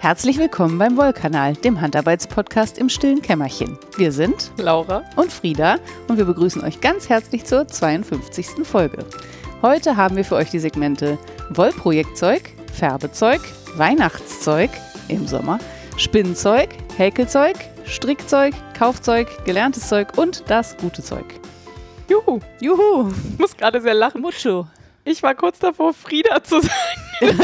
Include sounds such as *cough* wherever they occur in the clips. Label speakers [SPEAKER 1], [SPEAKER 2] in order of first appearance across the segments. [SPEAKER 1] Herzlich willkommen beim Wollkanal, dem Handarbeitspodcast im stillen Kämmerchen. Wir sind
[SPEAKER 2] Laura.
[SPEAKER 1] und Frieda und wir begrüßen euch ganz herzlich zur 52. Folge. Heute haben wir für euch die Segmente Wollprojektzeug, Färbezeug, Weihnachtszeug im Sommer, Spinnzeug, Häkelzeug, Strickzeug, Kaufzeug, gelerntes Zeug und das gute Zeug.
[SPEAKER 2] Juhu,
[SPEAKER 1] Juhu,
[SPEAKER 2] ich muss gerade sehr lachen.
[SPEAKER 1] Mucho.
[SPEAKER 2] Ich war kurz davor, Frieda zu *laughs* sagen.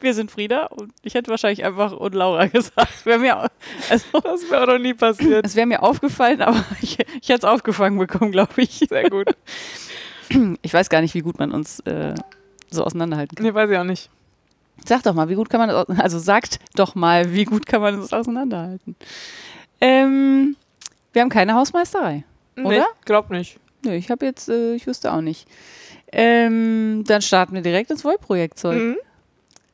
[SPEAKER 1] Wir sind Frieda und ich hätte wahrscheinlich einfach und Laura gesagt. Wir haben ja, also,
[SPEAKER 2] Das wäre auch noch nie passiert.
[SPEAKER 1] es wäre mir aufgefallen, aber ich, ich hätte es aufgefangen bekommen, glaube ich.
[SPEAKER 2] Sehr gut.
[SPEAKER 1] Ich weiß gar nicht, wie gut man uns äh, so auseinanderhalten kann.
[SPEAKER 2] Nee, weiß ich auch nicht.
[SPEAKER 1] Sag doch mal, wie gut kann man das, au- also sagt doch mal, wie gut kann man uns auseinanderhalten. Ähm, wir haben keine Hausmeisterei.
[SPEAKER 2] Nee,
[SPEAKER 1] Oder?
[SPEAKER 2] Glaub nicht.
[SPEAKER 1] Nö, ich habe jetzt, äh, ich wüsste auch nicht. Ähm, dann starten wir direkt ins Wollprojektzeug.
[SPEAKER 2] Mhm.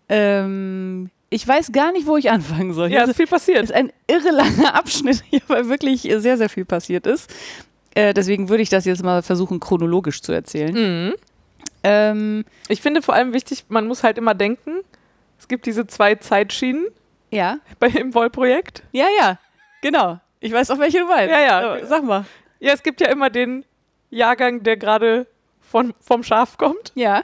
[SPEAKER 1] Ähm, ich weiß gar nicht, wo ich anfangen soll.
[SPEAKER 2] Ja,
[SPEAKER 1] Hier
[SPEAKER 2] ist viel passiert.
[SPEAKER 1] ist ein irre langer *laughs* Abschnitt hier, weil wirklich äh, sehr, sehr viel passiert ist. Äh, deswegen würde ich das jetzt mal versuchen, chronologisch zu erzählen.
[SPEAKER 2] Mhm.
[SPEAKER 1] Ähm,
[SPEAKER 2] Ich finde vor allem wichtig, man muss halt immer denken, es gibt diese zwei Zeitschienen *laughs*
[SPEAKER 1] ja.
[SPEAKER 2] bei im Wollprojekt.
[SPEAKER 1] Ja, ja, genau. Ich weiß auch, welche du meinst.
[SPEAKER 2] Ja, ja.
[SPEAKER 1] Aber Sag mal.
[SPEAKER 2] Ja, es gibt ja immer den Jahrgang, der gerade von, vom Schaf kommt
[SPEAKER 1] Ja,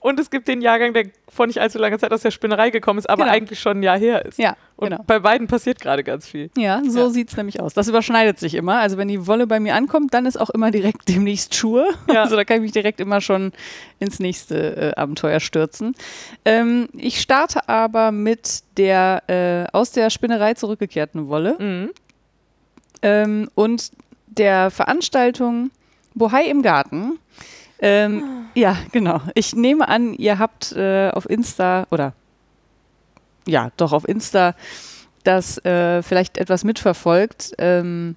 [SPEAKER 2] und es gibt den Jahrgang, der vor nicht allzu langer Zeit aus der Spinnerei gekommen ist, aber
[SPEAKER 1] Genau.
[SPEAKER 2] eigentlich schon ein Jahr her ist.
[SPEAKER 1] ja,
[SPEAKER 2] Und
[SPEAKER 1] genau.
[SPEAKER 2] bei beiden passiert gerade ganz viel.
[SPEAKER 1] Ja, so
[SPEAKER 2] Ja.
[SPEAKER 1] sieht's nämlich aus. Das überschneidet sich immer. Also wenn die Wolle bei mir ankommt, dann ist auch immer direkt *laughs* demnächst Schuhe.
[SPEAKER 2] Ja.
[SPEAKER 1] Also da kann ich mich direkt immer schon ins nächste äh, Abenteuer stürzen. Ähm, ich starte aber mit der äh, aus der Spinnerei zurückgekehrten Wolle
[SPEAKER 2] Mhm.
[SPEAKER 1] ähm, und der Veranstaltung Bohai im Garten. Ähm, ja, genau. Ich nehme an, ihr habt äh, auf Insta oder ja, doch auf Insta das äh, vielleicht etwas mitverfolgt. Ähm,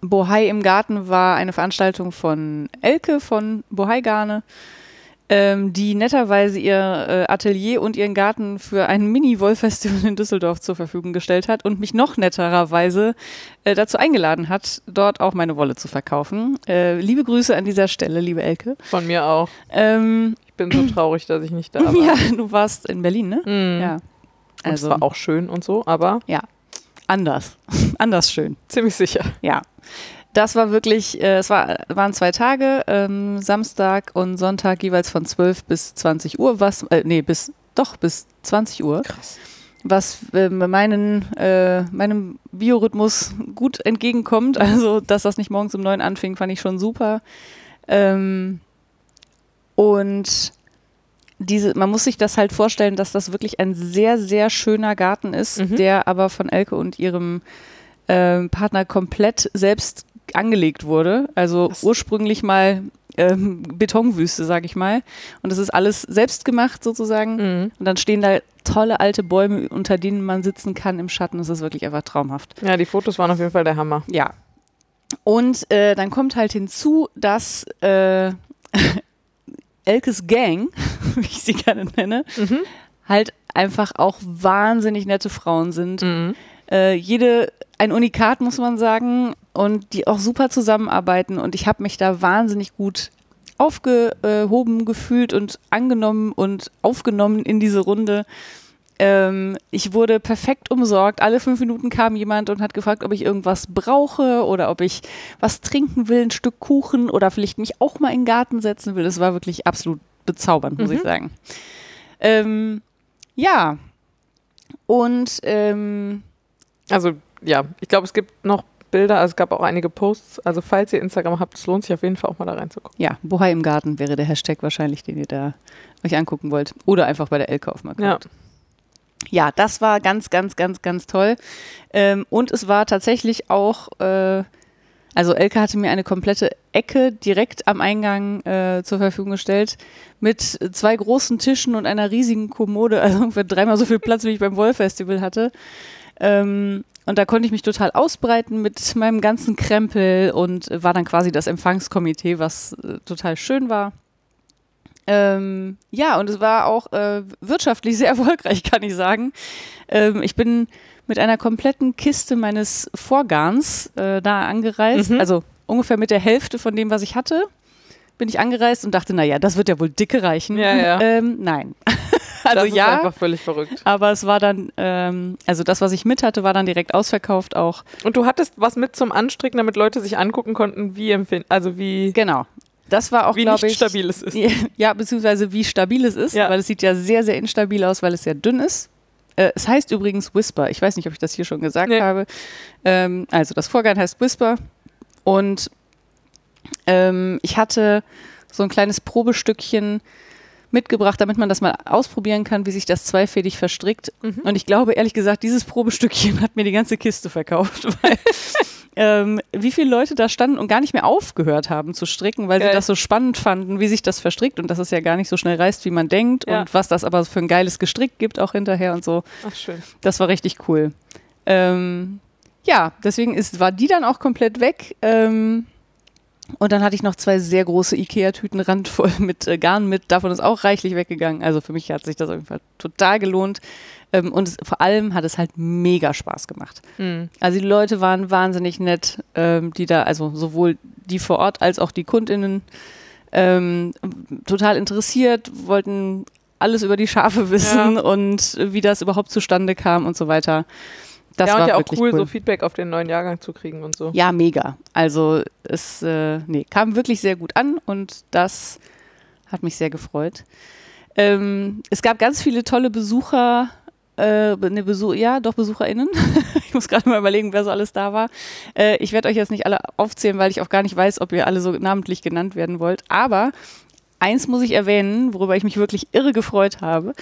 [SPEAKER 1] Bohai im Garten war eine Veranstaltung von Elke von Bohai Garne, ähm, die netterweise ihr äh, Atelier und ihren Garten für ein Mini-Wollfestival in Düsseldorf zur Verfügung gestellt hat und mich noch nettererweise äh, dazu eingeladen hat, dort auch meine Wolle zu verkaufen. Äh, liebe Grüße an dieser Stelle, liebe Elke.
[SPEAKER 2] Von mir auch.
[SPEAKER 1] Ähm,
[SPEAKER 2] Ich bin
[SPEAKER 1] *clears throat*
[SPEAKER 2] so traurig, dass ich nicht da
[SPEAKER 1] *laughs*
[SPEAKER 2] war.
[SPEAKER 1] ja, also. du warst in Berlin, ne?
[SPEAKER 2] Mhm.
[SPEAKER 1] Ja.
[SPEAKER 2] Und es war auch schön und so, aber
[SPEAKER 1] anders. *laughs* anders schön.
[SPEAKER 2] ziemlich sicher.
[SPEAKER 1] Ja. Das war wirklich, äh, es war, waren zwei Tage, ähm, Samstag und Sonntag jeweils von 12 bis 20 Uhr, was, äh, nee, bis, doch, bis 20 Uhr,
[SPEAKER 2] Krass.
[SPEAKER 1] was äh, meinen, äh, meinem Biorhythmus gut entgegenkommt.
[SPEAKER 2] Mhm.
[SPEAKER 1] Also, dass das nicht morgens um neun anfing, fand ich schon super. Ähm, und diese, man muss sich das halt vorstellen, dass das wirklich ein sehr, sehr schöner Garten ist,
[SPEAKER 2] Mhm.
[SPEAKER 1] der aber von Elke und ihrem ähm, Partner komplett selbst angelegt wurde. Also
[SPEAKER 2] Was?
[SPEAKER 1] ursprünglich mal ähm, Betonwüste, sag ich mal. Und es ist alles selbst gemacht sozusagen.
[SPEAKER 2] Mhm.
[SPEAKER 1] Und dann stehen da tolle alte Bäume, unter denen man sitzen kann im Schatten. Das ist wirklich einfach traumhaft.
[SPEAKER 2] Ja, die Fotos waren auf jeden Fall der Hammer.
[SPEAKER 1] Ja. Und äh, dann kommt halt hinzu, dass äh, *laughs* Elkes Gang, *laughs* wie ich sie gerne nenne,
[SPEAKER 2] Mhm.
[SPEAKER 1] halt einfach auch wahnsinnig nette Frauen sind. Äh, jede ein Unikat, muss man sagen, und die auch super zusammenarbeiten. Und ich habe mich da wahnsinnig gut aufgehoben gefühlt und angenommen und aufgenommen in diese Runde. Ähm, ich wurde perfekt umsorgt. Alle fünf Minuten kam jemand und hat gefragt, ob ich irgendwas brauche oder ob ich was trinken will, ein Stück Kuchen oder vielleicht mich auch mal in den Garten setzen will. Das war wirklich absolut bezaubernd, muss
[SPEAKER 2] Mhm.
[SPEAKER 1] ich sagen. Ähm, ja. Und ähm,
[SPEAKER 2] Also, ja, ich glaube, es gibt noch Bilder, also es gab auch einige Posts. Also, falls ihr Instagram habt, es lohnt sich auf jeden Fall auch mal da reinzugucken.
[SPEAKER 1] ja, Bohai im Garten wäre der Hashtag wahrscheinlich, den ihr da euch angucken wollt. Oder einfach bei der Elke auf mal guckt.
[SPEAKER 2] Ja.
[SPEAKER 1] ja, das war ganz, ganz, ganz, ganz toll. Ähm, und es war tatsächlich auch, äh, also Elke hatte mir eine komplette Ecke direkt am Eingang äh, zur Verfügung gestellt mit zwei großen Tischen und einer riesigen Kommode, *laughs* also ungefähr dreimal so viel Platz, wie ich beim Wollfestival hatte. Ähm, und da konnte ich mich total ausbreiten mit meinem ganzen Krempel und war dann quasi das Empfangskomitee, was äh, total schön war. Ähm, ja, und es war auch äh, wirtschaftlich *laughs* sehr erfolgreich, kann ich sagen. Ähm, ich bin mit einer kompletten Kiste meines Vorgarns äh, da angereist,
[SPEAKER 2] Mhm.
[SPEAKER 1] also ungefähr mit der Hälfte von dem, was ich hatte, bin ich angereist und dachte, naja, das wird ja wohl dicke reichen.
[SPEAKER 2] Ja, ja.
[SPEAKER 1] Ähm, nein. *laughs* Also
[SPEAKER 2] das ist
[SPEAKER 1] ja,
[SPEAKER 2] einfach völlig verrückt.
[SPEAKER 1] aber es war dann, ähm, also das, was ich mit hatte, war dann direkt ausverkauft auch.
[SPEAKER 2] Und du hattest was mit zum Anstricken, damit Leute sich angucken konnten, wie empfinden, also wie,
[SPEAKER 1] Genau. Das war auch,
[SPEAKER 2] wie
[SPEAKER 1] glaube
[SPEAKER 2] nicht
[SPEAKER 1] ich,
[SPEAKER 2] stabil es ist.
[SPEAKER 1] Ja, beziehungsweise wie stabil es ist,
[SPEAKER 2] Ja.
[SPEAKER 1] weil es sieht ja sehr, sehr instabil aus, weil es sehr dünn ist. Äh, es heißt übrigens Whisper. Ich weiß nicht, ob ich das hier schon gesagt
[SPEAKER 2] Nee.
[SPEAKER 1] habe. Ähm, also das Vorgarn heißt Whisper. Und ähm, ich hatte so ein kleines Probestückchen mitgebracht, damit man das mal ausprobieren kann, wie sich das zweifädig verstrickt.
[SPEAKER 2] Mhm.
[SPEAKER 1] Und ich glaube, ehrlich gesagt, dieses Probestückchen *laughs* hat mir die ganze Kiste verkauft, *laughs* weil ähm, wie viele Leute da standen und gar nicht mehr aufgehört haben zu stricken, weil
[SPEAKER 2] Geil.
[SPEAKER 1] sie das so spannend fanden, wie sich das verstrickt und dass es ja gar nicht so schnell reißt, wie man denkt
[SPEAKER 2] Ja.
[SPEAKER 1] und was das aber für ein geiles Gestrick gibt auch hinterher und so.
[SPEAKER 2] Ach, schön.
[SPEAKER 1] Das war richtig cool. Ähm, ja, deswegen ist, war die dann auch komplett weg. Ähm, und dann hatte ich noch zwei sehr große Ikea-Tüten randvoll *laughs* mit äh, Garn mit. Davon ist auch reichlich weggegangen. Also für mich hat sich das auf jeden Fall total gelohnt. Ähm, und es, vor allem hat es halt mega Spaß gemacht.
[SPEAKER 2] Hm.
[SPEAKER 1] Also die Leute waren wahnsinnig nett, ähm, die da, also sowohl die vor Ort als auch die KundInnen, ähm, total interessiert, wollten alles über die Schafe *laughs* wissen und wie das überhaupt zustande kam und so weiter. Das
[SPEAKER 2] ja,
[SPEAKER 1] war
[SPEAKER 2] und ja auch
[SPEAKER 1] wirklich
[SPEAKER 2] cool, so Feedback auf den neuen Jahrgang zu kriegen und so.
[SPEAKER 1] ja, mega. Also es äh, nee, kam wirklich sehr gut an und das hat mich sehr gefreut. Ähm, es gab ganz viele tolle Besucher, äh, ne Besuch, ja, doch BesucherInnen. *laughs* ich muss gerade mal überlegen, wer so alles da war. Äh, ich werde euch jetzt nicht alle aufzählen, weil ich auch gar nicht weiß, ob ihr alle so namentlich genannt werden wollt. Aber eins muss ich erwähnen, worüber ich mich wirklich irre gefreut habe.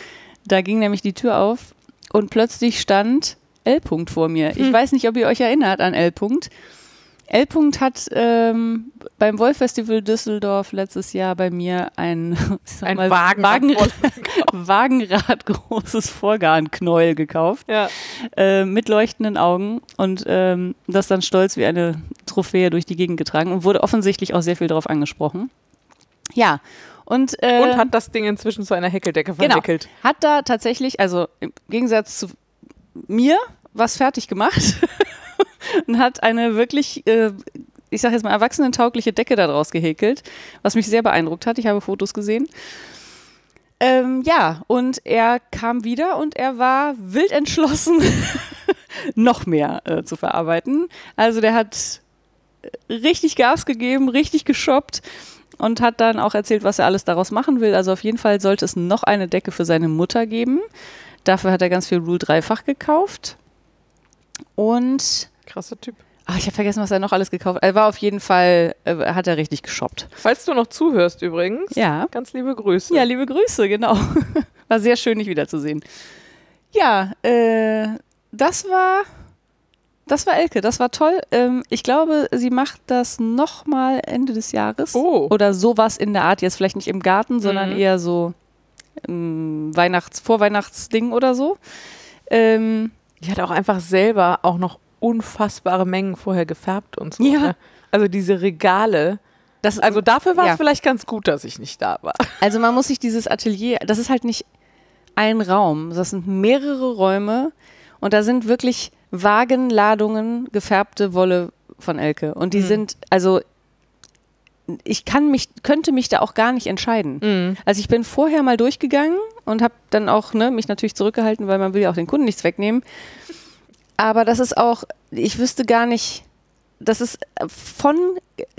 [SPEAKER 1] Da ging nämlich die Tür auf und plötzlich stand L. -Punkt vor mir. Ich weiß nicht, ob ihr euch erinnert an L. -Punkt. L. -Punkt hat ähm, beim Wolf Festival Düsseldorf letztes Jahr bei mir ein, *laughs* ich sag
[SPEAKER 2] Ein
[SPEAKER 1] mal,
[SPEAKER 2] Wagen.
[SPEAKER 1] Wagen Wagenrad großes Vorgarnknäuel gekauft
[SPEAKER 2] Ja,
[SPEAKER 1] äh, mit leuchtenden Augen und ähm, das dann stolz wie eine Trophäe durch die Gegend getragen und wurde offensichtlich auch sehr viel darauf angesprochen. Ja, und, äh,
[SPEAKER 2] und hat das Ding inzwischen zu einer Häckeldecke
[SPEAKER 1] genau,
[SPEAKER 2] verwickelt.
[SPEAKER 1] hat da tatsächlich, also im Gegensatz zu mir, was fertig gemacht *laughs* und hat eine wirklich, äh, ich sage jetzt mal, erwachsenentaugliche Decke daraus gehäkelt, was mich sehr beeindruckt hat. Ich habe Fotos gesehen. Ähm, ja, und er kam wieder und er war wild entschlossen, *laughs* noch mehr äh, zu verarbeiten. Also der hat äh, richtig Gas gegeben, richtig geshoppt und hat dann auch erzählt, was er alles daraus machen will. Also auf jeden Fall sollte es noch eine Decke für seine Mutter geben. Dafür hat er ganz viel Rule dreifach gekauft. Und
[SPEAKER 2] Krasser Typ.
[SPEAKER 1] ah, ich habe vergessen, was er noch alles gekauft hat. Er war auf jeden Fall, äh, hat er richtig geshoppt.
[SPEAKER 2] Falls du noch zuhörst übrigens,
[SPEAKER 1] Ja.
[SPEAKER 2] ganz liebe Grüße.
[SPEAKER 1] Ja, liebe Grüße, genau. *laughs* War sehr schön, dich wiederzusehen. Ja, äh, das war, das war Elke, das war toll. Ähm, ich glaube, sie macht das nochmal Ende des Jahres.
[SPEAKER 2] Oh.
[SPEAKER 1] Oder sowas in der Art, jetzt vielleicht nicht im Garten, sondern
[SPEAKER 2] Mhm.
[SPEAKER 1] eher so ähm, Weihnachts-, Vorweihnachtsding oder so. Ähm,
[SPEAKER 2] Die hat auch einfach selber auch noch unfassbare Mengen vorher gefärbt und so.
[SPEAKER 1] Ja.
[SPEAKER 2] Ne? Also diese Regale.
[SPEAKER 1] das,
[SPEAKER 2] Also dafür war es
[SPEAKER 1] Ja.
[SPEAKER 2] vielleicht ganz gut, dass ich nicht da war.
[SPEAKER 1] Also man muss sich dieses Atelier, das ist halt nicht ein Raum, das sind mehrere Räume und da sind wirklich Wagenladungen gefärbte Wolle von Elke und die sind also ich kann mich könnte mich da auch gar nicht entscheiden.
[SPEAKER 2] Mhm.
[SPEAKER 1] Also ich bin vorher mal durchgegangen und habe dann auch ne, mich natürlich zurückgehalten, weil man will ja auch den Kunden nichts wegnehmen. Aber das ist auch, ich wüsste gar nicht, das ist äh, von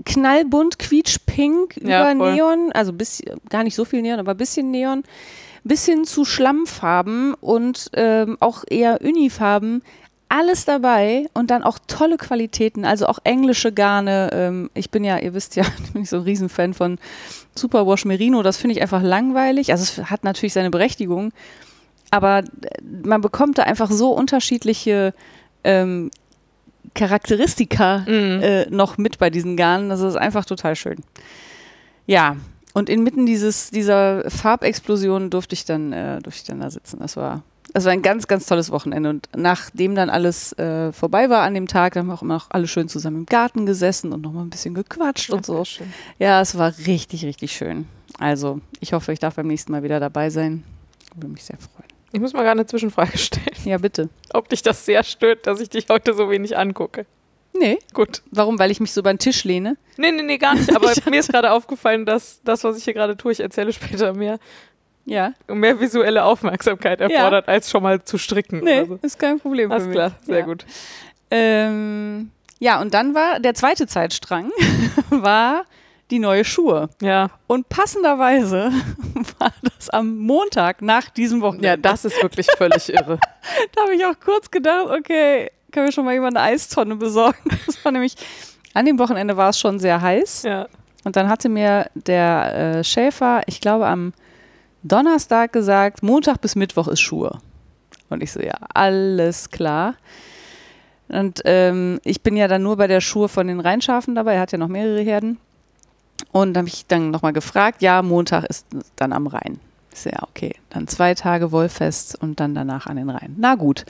[SPEAKER 1] knallbunt, quietschpink
[SPEAKER 2] Ja,
[SPEAKER 1] über
[SPEAKER 2] voll.
[SPEAKER 1] Neon, also bis, gar nicht so viel Neon, aber bisschen Neon, bis hin zu Schlammfarben und ähm, auch eher Unifarben. Alles dabei und dann auch tolle Qualitäten, also auch englische Garne. Ähm, ich bin ja, ihr wisst ja, *laughs* ich bin nicht so ein Riesenfan von Superwash Merino, das finde ich einfach langweilig. Also es hat natürlich seine Berechtigung, aber äh, man bekommt da einfach so unterschiedliche ähm, Charakteristika äh, noch mit bei diesen Garnen. Das ist einfach total schön. Ja, und inmitten dieses, dieser Farbexplosion durfte ich dann, äh, durfte ich dann da sitzen. Das war, das war ein ganz, ganz tolles Wochenende. Und nachdem dann alles äh, vorbei war an dem Tag, haben wir auch immer noch alle schön zusammen im Garten gesessen und nochmal ein bisschen gequatscht und so.
[SPEAKER 2] schön.
[SPEAKER 1] Ja, es war richtig, richtig schön. Also, ich hoffe, ich darf beim nächsten Mal wieder dabei sein. Würde mich sehr freuen.
[SPEAKER 2] Ich muss mal gerade eine Zwischenfrage stellen,
[SPEAKER 1] Ja, bitte.
[SPEAKER 2] ob dich das sehr stört, dass ich dich heute so wenig angucke.
[SPEAKER 1] Nee.
[SPEAKER 2] Gut.
[SPEAKER 1] Warum? Weil ich mich so über den Tisch lehne?
[SPEAKER 2] *laughs* Nee, nee, nee, gar nicht. Aber mir ist gerade aufgefallen, dass das, was ich hier gerade tue, ich erzähle später mehr,
[SPEAKER 1] Ja.
[SPEAKER 2] mehr visuelle Aufmerksamkeit erfordert, als schon mal zu stricken.
[SPEAKER 1] Nee,
[SPEAKER 2] oder so.
[SPEAKER 1] ist kein Problem. für
[SPEAKER 2] Alles
[SPEAKER 1] mich.
[SPEAKER 2] klar, sehr
[SPEAKER 1] ja.
[SPEAKER 2] gut.
[SPEAKER 1] Ähm, ja, und dann war der zweite Zeitstrang, *laughs* war die neue Schuhe.
[SPEAKER 2] Ja.
[SPEAKER 1] Und passenderweise *laughs* war das am Montag nach diesem Wochenende.
[SPEAKER 2] ja, das ist wirklich völlig irre.
[SPEAKER 1] Da habe ich auch kurz gedacht, okay, kann mir schon mal jemand eine Eistonne besorgen. *laughs* Das war nämlich, an dem Wochenende war es schon sehr heiß.
[SPEAKER 2] *laughs* Ja.
[SPEAKER 1] Und dann hatte mir der äh, Schäfer, ich glaube am Donnerstag gesagt, Montag bis Mittwoch ist Schuhe. Und ich so, ja, alles klar. Und ähm, ich bin ja dann nur bei der Schuhe von den Rheinschafen dabei, er hat ja noch mehrere Herden. Und dann habe ich dann nochmal gefragt, ja, Montag ist dann am Rhein. Ich so, ja, okay, dann zwei Tage Wollfest und dann danach an den Rhein. Na gut.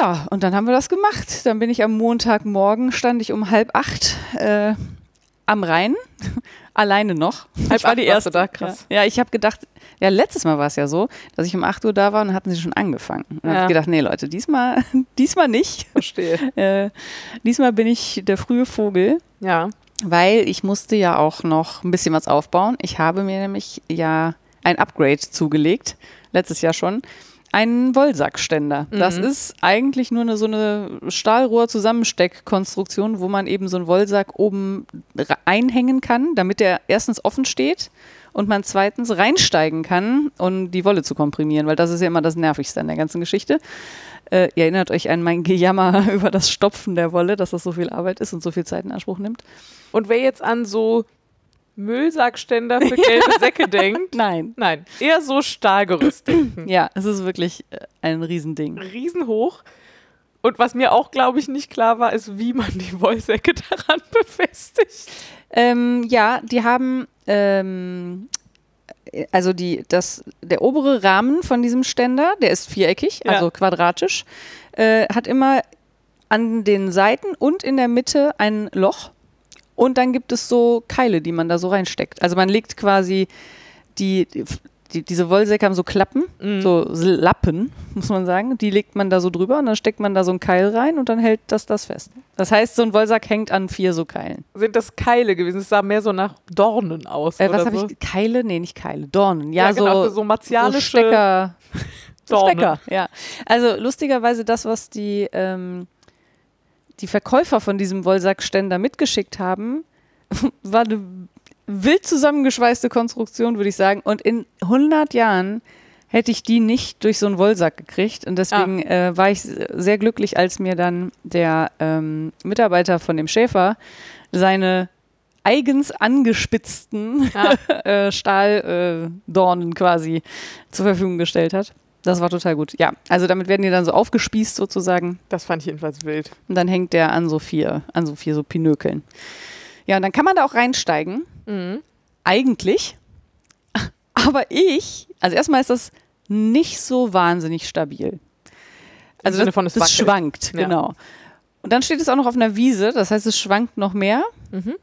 [SPEAKER 1] Ja, und dann haben wir das gemacht. Dann bin ich am Montagmorgen, stand ich um halb acht äh, am Rhein, *laughs* alleine noch.
[SPEAKER 2] Halb
[SPEAKER 1] ich war
[SPEAKER 2] acht
[SPEAKER 1] die
[SPEAKER 2] warst
[SPEAKER 1] erste.
[SPEAKER 2] du da, krass.
[SPEAKER 1] Ja, ja ich habe gedacht, ja, letztes Mal war es ja so, dass ich um 8 Uhr da war und dann hatten sie schon angefangen. Und dann
[SPEAKER 2] Ja.
[SPEAKER 1] habe ich gedacht, nee, Leute, diesmal, *laughs* diesmal nicht.
[SPEAKER 2] Verstehe.
[SPEAKER 1] Äh, diesmal bin ich der frühe Vogel,
[SPEAKER 2] Ja.
[SPEAKER 1] weil ich musste ja auch noch ein bisschen was aufbauen. Ich habe mir nämlich ja ein Upgrade zugelegt, letztes Jahr schon. Einen Wollsackständer. Das ist eigentlich nur eine, so eine Stahlrohr-Zusammensteckkonstruktion, wo man eben so einen Wollsack oben ra- einhängen kann, damit der erstens offen steht und man zweitens reinsteigen kann, um die Wolle zu komprimieren, weil das ist ja immer das Nervigste an der ganzen Geschichte. Äh, ihr erinnert euch an mein Gejammer *laughs* über das Stopfen der Wolle, dass das so viel Arbeit ist und so viel Zeit in Anspruch nimmt.
[SPEAKER 2] Und wer jetzt an so Müllsackständer
[SPEAKER 1] *laughs*
[SPEAKER 2] für gelbe Säcke denkt,
[SPEAKER 1] Nein.
[SPEAKER 2] nein, eher so
[SPEAKER 1] *clears throat*
[SPEAKER 2] Stahlgerüst denken.
[SPEAKER 1] Ja, es ist wirklich äh, ein Riesending.
[SPEAKER 2] Riesenhoch. Und was mir auch, glaube ich, nicht klar war, ist, wie man die Wollsäcke *laughs* daran befestigt.
[SPEAKER 1] Ähm, ja, die haben, ähm, äh, also die, das, der obere Rahmen von diesem Ständer, der ist viereckig,
[SPEAKER 2] Ja.
[SPEAKER 1] also quadratisch, äh, hat immer an den Seiten und in der Mitte ein Loch. Und dann gibt es so Keile, die man da so reinsteckt. Also man legt quasi die, die diese Wollsäcke haben so Klappen, so Lappen, muss man sagen. Die legt man da so drüber und dann steckt man da so einen Keil rein und dann hält das das fest. Das heißt, so ein Wollsack hängt an vier so Keilen.
[SPEAKER 2] Sind das Keile gewesen? Es sah mehr so nach Dornen aus.
[SPEAKER 1] Äh, was
[SPEAKER 2] oder
[SPEAKER 1] habe
[SPEAKER 2] so.
[SPEAKER 1] ich? Keile? Nee, nicht Keile. Dornen. Ja,
[SPEAKER 2] ja, genau,
[SPEAKER 1] so,
[SPEAKER 2] so, so martialische
[SPEAKER 1] Stecker. So
[SPEAKER 2] Dornen.
[SPEAKER 1] Stecker, ja. Also lustigerweise das, was die, ähm, die Verkäufer von diesem Wollsackständer mitgeschickt haben, *laughs* war eine wild zusammengeschweißte Konstruktion, würde ich sagen. Und in 100 Jahren hätte ich die nicht durch so einen Wollsack gekriegt. Und deswegen äh, war ich sehr glücklich, als mir dann der ähm, Mitarbeiter von dem Schäfer seine eigens angespitzten
[SPEAKER 2] Ah.
[SPEAKER 1] *laughs* äh, Stahldornen äh, Dornen quasi zur Verfügung gestellt hat. Das war total gut. Ja, also damit werden die dann so aufgespießt sozusagen
[SPEAKER 2] Das fand ich jedenfalls wild.
[SPEAKER 1] und dann hängt der an so vier, an so vier so Pinökeln. Ja, und dann kann man da auch reinsteigen.
[SPEAKER 2] Mhm.
[SPEAKER 1] Eigentlich. Aber ich, also erstmal ist das nicht so wahnsinnig stabil. Also
[SPEAKER 2] Sinne
[SPEAKER 1] das,
[SPEAKER 2] von, es
[SPEAKER 1] das
[SPEAKER 2] wackelt.
[SPEAKER 1] schwankt,
[SPEAKER 2] Ja.
[SPEAKER 1] genau. Und dann steht es auch noch auf einer Wiese, das heißt, es schwankt noch mehr.
[SPEAKER 2] Mhm.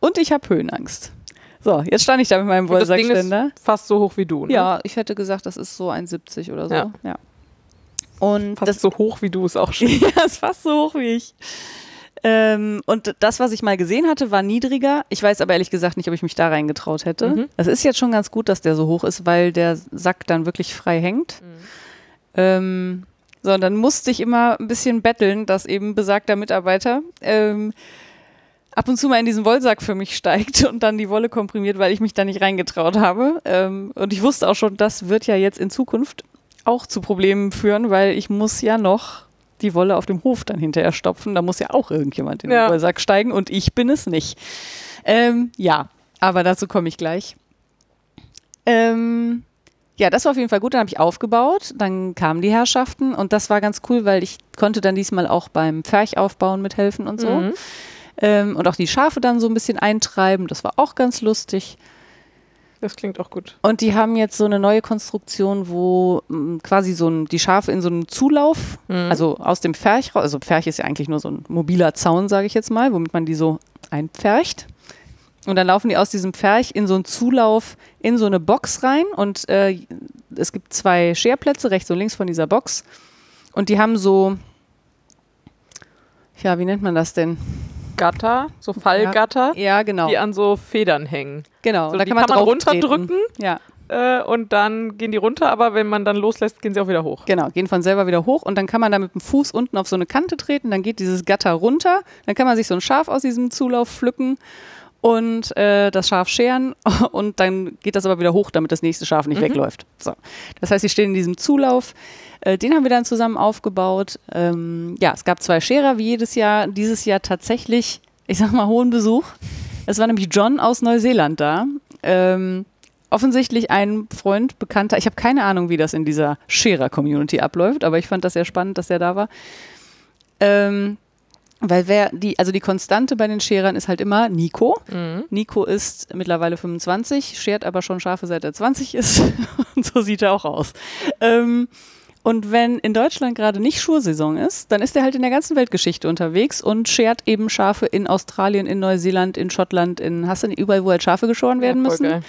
[SPEAKER 1] Und ich habe Höhenangst. So, jetzt stand ich da mit meinem
[SPEAKER 2] Und das Ding
[SPEAKER 1] Wollsackständer.
[SPEAKER 2] ist fast so hoch wie du. Ne?
[SPEAKER 1] Ja, ich hätte gesagt, das ist so 1,70 oder so.
[SPEAKER 2] Ja.
[SPEAKER 1] Ja. Und
[SPEAKER 2] Fast
[SPEAKER 1] das,
[SPEAKER 2] so hoch wie du ist auch
[SPEAKER 1] *laughs*
[SPEAKER 2] schön.
[SPEAKER 1] ja, ist fast so hoch wie ich. Ähm, und das, was ich mal gesehen hatte, war niedriger. Ich weiß aber ehrlich gesagt nicht, ob ich mich da reingetraut hätte. Es ist jetzt schon ganz gut, dass der so hoch ist, weil der Sack dann wirklich frei hängt. Ähm, so, und dann musste ich immer ein bisschen betteln, dass eben besagter Mitarbeiter ähm, ab und zu mal in diesen Wollsack für mich steigt und dann die Wolle komprimiert, weil ich mich da nicht reingetraut habe. Ähm, und ich wusste auch schon, das wird ja jetzt in Zukunft auch zu Problemen führen, weil ich muss ja noch die Wolle auf dem Hof dann hinterher stopfen. Da muss ja auch irgendjemand in
[SPEAKER 2] Ja.
[SPEAKER 1] den Wollsack steigen und ich bin es nicht. Ähm, ja, aber dazu komme ich gleich. Ähm, ja, das war auf jeden Fall gut. Dann habe ich aufgebaut, dann kamen die Herrschaften und das war ganz cool, weil ich konnte dann diesmal auch beim Pferchaufbauen mithelfen und so. Ähm, und auch die Schafe dann so ein bisschen eintreiben. Das war auch ganz lustig.
[SPEAKER 2] Das klingt auch gut.
[SPEAKER 1] Und die haben jetzt so eine neue Konstruktion, wo mm, quasi so ein, die Schafe in so einem Zulauf,
[SPEAKER 2] Mhm.
[SPEAKER 1] also aus dem Pferch, raus- also Pferch ist ja eigentlich nur so ein mobiler Zaun, sage ich jetzt mal, womit man die so einpfercht. Und dann laufen die aus diesem Pferch in so einen Zulauf, in so eine Box rein. Und äh, es gibt zwei Scherplätze, rechts und links von dieser Box. Und die haben so, ja, wie nennt man das denn?
[SPEAKER 2] Gatter, so Fallgatter,
[SPEAKER 1] Ja, genau.
[SPEAKER 2] die an so Federn hängen.
[SPEAKER 1] Genau,
[SPEAKER 2] So,
[SPEAKER 1] da
[SPEAKER 2] die
[SPEAKER 1] kann man,
[SPEAKER 2] kann man
[SPEAKER 1] drauftreten.
[SPEAKER 2] runterdrücken.
[SPEAKER 1] Ja,
[SPEAKER 2] äh, und dann gehen die runter, aber wenn man dann loslässt, gehen sie auch wieder hoch.
[SPEAKER 1] Genau, gehen von selber wieder hoch und dann kann man da mit dem Fuß unten auf so eine Kante treten, dann geht dieses Gatter runter, dann kann man sich so ein Schaf aus diesem Zulauf pflücken und äh, das Schaf scheren *laughs* und dann geht das aber wieder hoch, damit das nächste Schaf nicht wegläuft. So. Das heißt, sie stehen in diesem Zulauf. Äh, den haben wir dann zusammen aufgebaut. Ähm, ja, es gab zwei Scherer wie jedes Jahr. Dieses Jahr tatsächlich, ich sag mal, hohen Besuch. Es war nämlich John aus Neuseeland da. Ähm, offensichtlich ein Freund, Bekannter. Ich habe keine Ahnung, wie das in dieser Scherer-Community abläuft, aber ich fand das sehr spannend, dass er da war. Ähm, weil wer die, also die Konstante bei den Scherern ist halt immer Nico.
[SPEAKER 2] Mhm.
[SPEAKER 1] Nico ist mittlerweile 25, schert aber schon Schafe seit er 20 ist. *laughs* Und so sieht er auch aus. Ähm, und wenn in Deutschland gerade nicht Schursaison ist, dann ist er halt in der ganzen Weltgeschichte unterwegs und schert eben Schafe in Australien, in Neuseeland, in Schottland, in hast du nicht überall, wo halt Schafe geschoren werden
[SPEAKER 2] Ja, voll
[SPEAKER 1] müssen.
[SPEAKER 2] geil.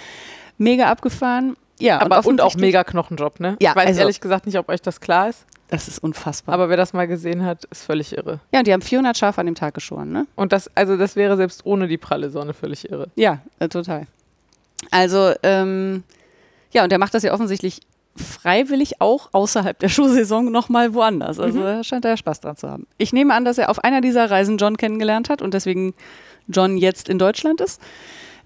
[SPEAKER 1] Mega abgefahren. Ja,
[SPEAKER 2] Aber und auch
[SPEAKER 1] offensichtlich-
[SPEAKER 2] mega Knochenjob, ne?
[SPEAKER 1] Ja,
[SPEAKER 2] ich weiß
[SPEAKER 1] also-
[SPEAKER 2] ehrlich gesagt nicht, ob euch das klar ist,
[SPEAKER 1] Das ist unfassbar.
[SPEAKER 2] aber wer das mal gesehen hat, ist völlig irre.
[SPEAKER 1] ja, und die haben 400 Schafe an dem Tag geschoren, ne?
[SPEAKER 2] Und das, also das wäre selbst ohne die pralle Sonne völlig irre.
[SPEAKER 1] Ja, äh, total. Also, ähm, ja, und der macht das ja offensichtlich freiwillig auch außerhalb der *laughs* Schuhsaison nochmal woanders. Also er scheint da ja Spaß dran zu haben. Ich nehme an, dass er auf einer dieser Reisen John kennengelernt hat und deswegen John jetzt in Deutschland ist.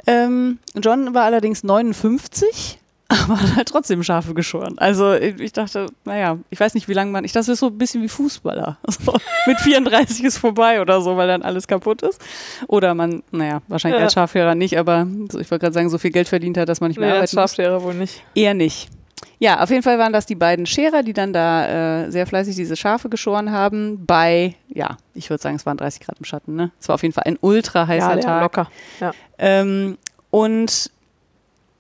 [SPEAKER 1] Ähm, John war allerdings 59, *laughs* aber hat halt trotzdem Schafe geschoren. Also ich ich dachte, naja, ich weiß nicht, wie lange man. Ich dachte, das ist so ein bisschen wie Fußballer. *laughs* So, mit 34 ist vorbei oder so, weil dann alles kaputt ist. Oder man, naja, wahrscheinlich
[SPEAKER 2] Ja.
[SPEAKER 1] als Schafhörer nicht, aber so, ich wollte gerade sagen, so viel Geld verdient hat, dass man nicht mehr
[SPEAKER 2] Nee, als
[SPEAKER 1] arbeiten muss.
[SPEAKER 2] Schaflehrer wohl nicht.
[SPEAKER 1] Eher nicht. Ja, auf jeden Fall waren das die beiden Scherer, die dann da äh, sehr fleißig diese Schafe geschoren haben. Bei, ja, ich würde sagen, es waren 30 Grad im Schatten. Ne, es war auf jeden Fall ein ultra heißer
[SPEAKER 2] ja,
[SPEAKER 1] Tag.
[SPEAKER 2] locker. Ja.
[SPEAKER 1] Ähm, und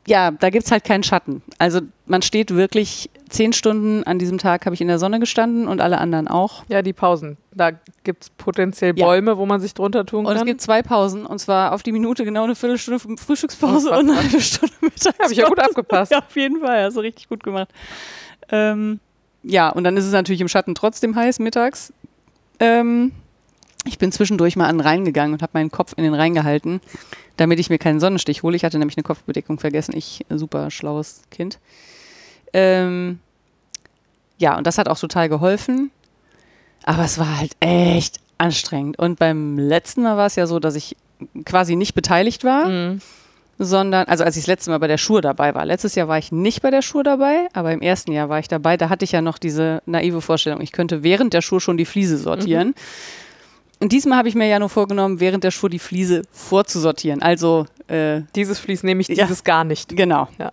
[SPEAKER 1] ja, da gibt es halt keinen Schatten. Also man steht wirklich zehn Stunden an diesem Tag habe ich in der Sonne gestanden und alle anderen auch.
[SPEAKER 2] ja, die Pausen. Da gibt es potenziell
[SPEAKER 1] Ja.
[SPEAKER 2] Bäume, wo man sich drunter tun
[SPEAKER 1] Und
[SPEAKER 2] kann.
[SPEAKER 1] es gibt zwei Pausen, und zwar auf die Minute genau eine Viertelstunde Fr- Frühstückspause und eine halbe Stunde Mittagspause.
[SPEAKER 2] Habe ich ja gut
[SPEAKER 1] *laughs*
[SPEAKER 2] abgepasst.
[SPEAKER 1] Ja, auf jeden Fall, hast du richtig gut gemacht. Ähm, ja, und dann ist es natürlich im Schatten trotzdem heiß mittags. Ähm, ich bin zwischendurch mal an den Rhein gegangen und habe meinen Kopf in den Rhein gehalten, damit ich mir keinen Sonnenstich hole. Ich hatte nämlich eine Kopfbedeckung vergessen. Ich, äh, super schlaues Kind. Ähm, ja, und das hat auch total geholfen. Aber es war halt echt anstrengend. Und beim letzten Mal war es ja so, dass ich quasi nicht beteiligt war, sondern, also als ich das letzte Mal bei der Schur dabei war. Letztes Jahr war ich nicht bei der Schur dabei, aber im ersten Jahr war ich dabei. Da hatte ich ja noch diese naive Vorstellung, ich könnte während der Schur schon die Fliese sortieren. Und diesmal habe ich mir ja nur vorgenommen, während der Schur die Fliese vorzusortieren. Also, äh,
[SPEAKER 2] Dieses Vlies nehme ich,
[SPEAKER 1] Ja.
[SPEAKER 2] dieses gar nicht.
[SPEAKER 1] genau.
[SPEAKER 2] Ja.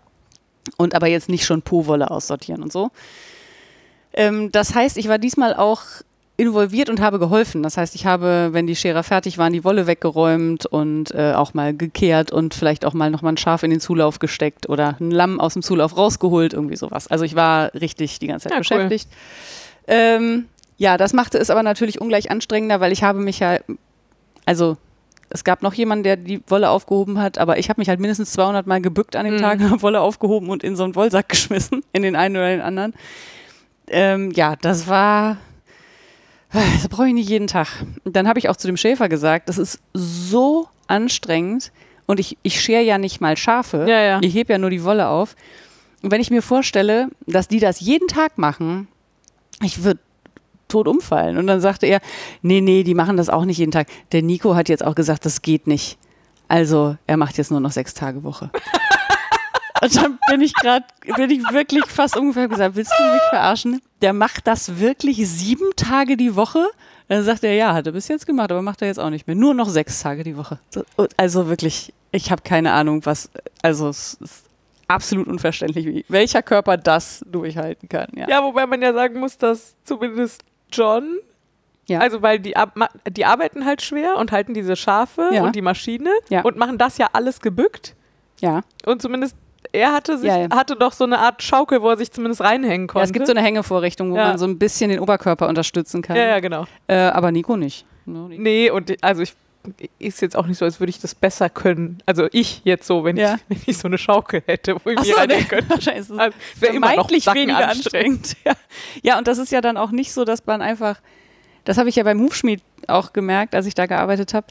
[SPEAKER 1] Und aber jetzt nicht schon Po-Wolle aussortieren und so. Ähm, das heißt, ich war diesmal auch involviert und habe geholfen. Das heißt, ich habe, wenn die Scherer fertig waren, die Wolle weggeräumt und äh, auch mal gekehrt und vielleicht auch mal nochmal ein Schaf in den Zulauf gesteckt oder ein Lamm aus dem Zulauf rausgeholt, irgendwie sowas. Also ich war richtig die ganze Zeit
[SPEAKER 2] Ja, cool.
[SPEAKER 1] beschäftigt. Ähm, ja, das machte es aber natürlich ungleich anstrengender, weil ich habe mich ja, also es gab noch jemanden, der die Wolle aufgehoben hat, aber ich habe mich halt mindestens 200 Mal gebückt
[SPEAKER 2] Mhm.
[SPEAKER 1] an dem Tag, *laughs* habe Wolle aufgehoben und in so einen Wollsack geschmissen, in den einen oder den anderen. Ähm, ja, das war, das brauche ich nicht jeden Tag. Dann habe ich auch zu dem Schäfer gesagt, das ist so anstrengend und ich, ich schere ja nicht mal Schafe,
[SPEAKER 2] Ja, ja.
[SPEAKER 1] ich hebe ja nur die Wolle auf. Und wenn ich mir vorstelle, dass die das jeden Tag machen, ich würde tot umfallen. Und dann sagte er, nee, nee, die machen das auch nicht jeden Tag. Der Nico hat jetzt auch gesagt, das geht nicht. Also, er macht jetzt nur noch sechs Tage Woche. *laughs* Und dann bin ich gerade, bin ich wirklich fast ungefähr gesagt, willst du mich verarschen? Der macht das wirklich sieben Tage die Woche? Dann sagt er, ja, hat er bis jetzt gemacht, aber macht er jetzt auch nicht mehr. Nur noch sechs Tage die Woche. So, und Also wirklich, ich habe keine Ahnung, was, also es ist absolut unverständlich, wie, welcher Körper das durchhalten kann. Ja.
[SPEAKER 2] Ja, wobei man ja sagen muss, dass zumindest John,
[SPEAKER 1] Ja.
[SPEAKER 2] also weil die, ab, ma- die arbeiten halt schwer und halten diese Schafe
[SPEAKER 1] Ja.
[SPEAKER 2] und die Maschine
[SPEAKER 1] Ja.
[SPEAKER 2] und machen das ja alles gebückt.
[SPEAKER 1] ja.
[SPEAKER 2] Und zumindest er hatte, sich,
[SPEAKER 1] Ja, ja.
[SPEAKER 2] hatte doch so eine Art Schaukel, wo er sich zumindest reinhängen konnte.
[SPEAKER 1] Ja, es gibt so eine Hängevorrichtung, wo
[SPEAKER 2] Ja.
[SPEAKER 1] man so ein bisschen den Oberkörper unterstützen kann.
[SPEAKER 2] ja, ja, genau.
[SPEAKER 1] Äh, aber Nico nicht. No, Nico.
[SPEAKER 2] Nee, und die- also ich ist jetzt auch nicht so, als würde ich das besser können. Also ich jetzt so, wenn,
[SPEAKER 1] Ja.
[SPEAKER 2] ich, wenn ich so eine Schaukel hätte, wo ich
[SPEAKER 1] Ach
[SPEAKER 2] mich
[SPEAKER 1] so, nee,
[SPEAKER 2] reinhängen
[SPEAKER 1] *laughs*
[SPEAKER 2] könnte.
[SPEAKER 1] wahrscheinlich ist es
[SPEAKER 2] Also, es wär immer noch
[SPEAKER 1] vermeintlich
[SPEAKER 2] Sacken
[SPEAKER 1] weniger anstrengend. *laughs* Ja. ja, und das ist ja dann auch nicht so, dass man einfach, das habe ich ja beim Hufschmied auch gemerkt, als ich da gearbeitet habe,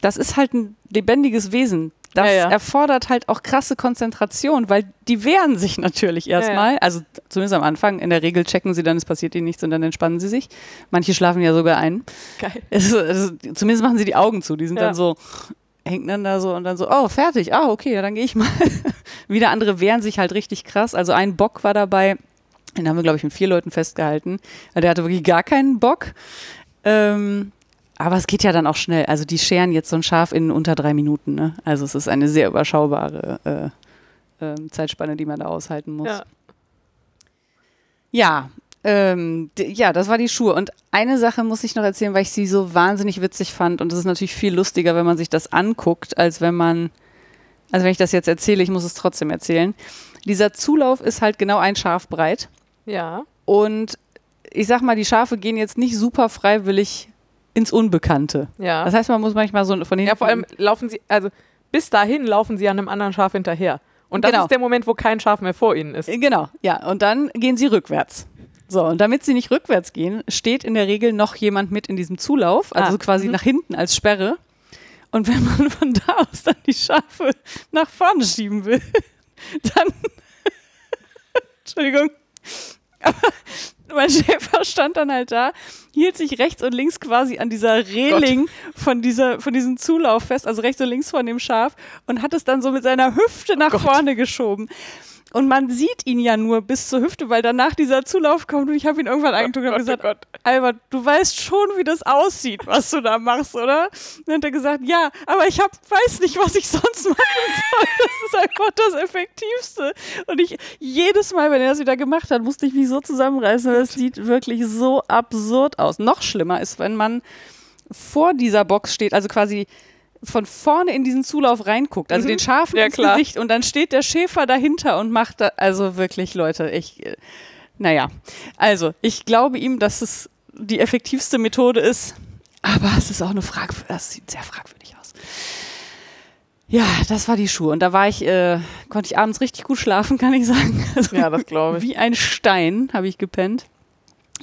[SPEAKER 1] das ist halt ein lebendiges Wesen. Das
[SPEAKER 2] Ja, ja.
[SPEAKER 1] erfordert halt auch krasse Konzentration, weil die wehren sich natürlich erstmal. Also zumindest am Anfang. In der Regel checken sie dann, es passiert ihnen nichts und dann entspannen sie sich. Manche schlafen ja sogar ein.
[SPEAKER 2] Geil.
[SPEAKER 1] Es, es, zumindest machen sie die Augen zu. Die sind
[SPEAKER 2] Ja.
[SPEAKER 1] dann so, hängen dann da so und dann so, oh, fertig. Ah, okay, ja, dann gehe ich mal. *laughs* Wieder andere wehren sich halt richtig krass. Also ein Bock war dabei. Den haben wir, glaube ich, mit vier Leuten festgehalten. Also Der hatte wirklich gar keinen Bock. Ähm, aber es geht ja dann auch schnell. Also die scheren jetzt so ein Schaf in unter drei Minuten. Ne? Also es ist eine sehr überschaubare äh, ähm, Zeitspanne, die man da aushalten muss.
[SPEAKER 2] Ja.
[SPEAKER 1] Ja, ähm, d- ja, das war die Schuhe. Und eine Sache muss ich noch erzählen, weil ich sie so wahnsinnig witzig fand. Und es ist natürlich viel lustiger, wenn man sich das anguckt, als wenn man, also wenn ich das jetzt erzähle, ich muss es trotzdem erzählen. Dieser Zulauf ist halt genau ein Schaf breit.
[SPEAKER 2] Ja.
[SPEAKER 1] Und ich sag mal, die Schafe gehen jetzt nicht super freiwillig ins Unbekannte.
[SPEAKER 2] Ja.
[SPEAKER 1] Das heißt, man muss manchmal so von hinten.
[SPEAKER 2] ja, vor allem laufen sie, also bis dahin laufen sie an einem anderen Schaf hinterher. Und das
[SPEAKER 1] Genau.
[SPEAKER 2] ist der Moment, wo kein Schaf mehr vor ihnen ist. Oh
[SPEAKER 1] Genau, ja. Und dann gehen sie rückwärts. So, und damit sie nicht rückwärts gehen, steht in der Regel noch jemand mit in diesem Zulauf, also
[SPEAKER 2] Ah,
[SPEAKER 1] quasi nach hinten als Sperre. Und wenn man *laughs* von da aus dann die Schafe nach vorne schieben will, *laughs* dann. *laughs* Entschuldigung. Aber mein Schäfer stand dann halt da, hielt sich rechts und links quasi an
[SPEAKER 2] Oh
[SPEAKER 1] dieser Reling von, dieser, von diesem Zulauf fest, also rechts und links von dem Schaf, und hat es dann so mit seiner
[SPEAKER 2] Oh
[SPEAKER 1] Hüfte nach vorne geschoben. Und man sieht ihn ja nur bis zur Hüfte, weil danach dieser Zulauf kommt und ich habe ihn irgendwann angeguckt und habe
[SPEAKER 2] Gott, oh
[SPEAKER 1] gesagt, Albert, du weißt schon, wie das aussieht, was du da machst, oder? Und dann hat er gesagt, ja, aber ich hab, weiß nicht, was ich sonst machen soll. *laughs* Das ist einfach das Effektivste. Und ich, jedes Mal, wenn er das wieder gemacht hat, musste ich mich so zusammenreißen, weil das sieht wirklich so absurd aus. Noch schlimmer ist, wenn man vor dieser Box steht, also quasi von vorne in diesen Zulauf reinguckt, also
[SPEAKER 2] Mhm.
[SPEAKER 1] den Schafen
[SPEAKER 2] Ja,
[SPEAKER 1] ins
[SPEAKER 2] klar.
[SPEAKER 1] Gesicht und dann steht der Schäfer dahinter und macht da, also wirklich, Leute, ich, äh, naja, also ich glaube ihm, dass es die effektivste Methode ist, aber es ist auch eine Frage, das sieht sehr fragwürdig aus. Ja, das war die Schuhe und da war ich, äh, konnte ich abends richtig gut schlafen, *laughs* kann ich sagen. Also,
[SPEAKER 2] Ja, das glaube ich.
[SPEAKER 1] wie ein Stein habe ich gepennt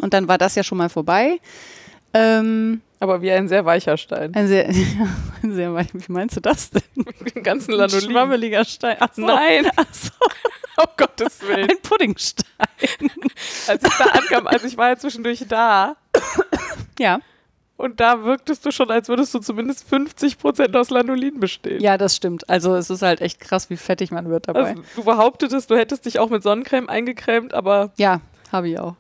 [SPEAKER 1] und dann war das ja schon mal vorbei. Ähm,
[SPEAKER 2] *laughs* Aber wie ein sehr weicher *laughs* Stein.
[SPEAKER 1] ein sehr, *laughs* ein sehr, wei- wie meinst du das denn?
[SPEAKER 2] Mit dem ganzen
[SPEAKER 1] Ein
[SPEAKER 2] Lanolin.
[SPEAKER 1] schwammeliger Stein. Ach so.
[SPEAKER 2] Nein,
[SPEAKER 1] Ach so,
[SPEAKER 2] *laughs* um Gottes Willen.
[SPEAKER 1] ein Puddingstein.
[SPEAKER 2] Als ich da ankam, also ich war ja zwischendurch da
[SPEAKER 1] Ja,
[SPEAKER 2] und da wirktest du schon, als würdest du zumindest 50 Prozent aus Lanolin bestehen.
[SPEAKER 1] ja, das stimmt. Also es ist halt echt krass, wie fettig man wird dabei.
[SPEAKER 2] Also, du behauptetest, du hättest dich auch mit Sonnencreme eingecremt, aber
[SPEAKER 1] ja, habe ich auch.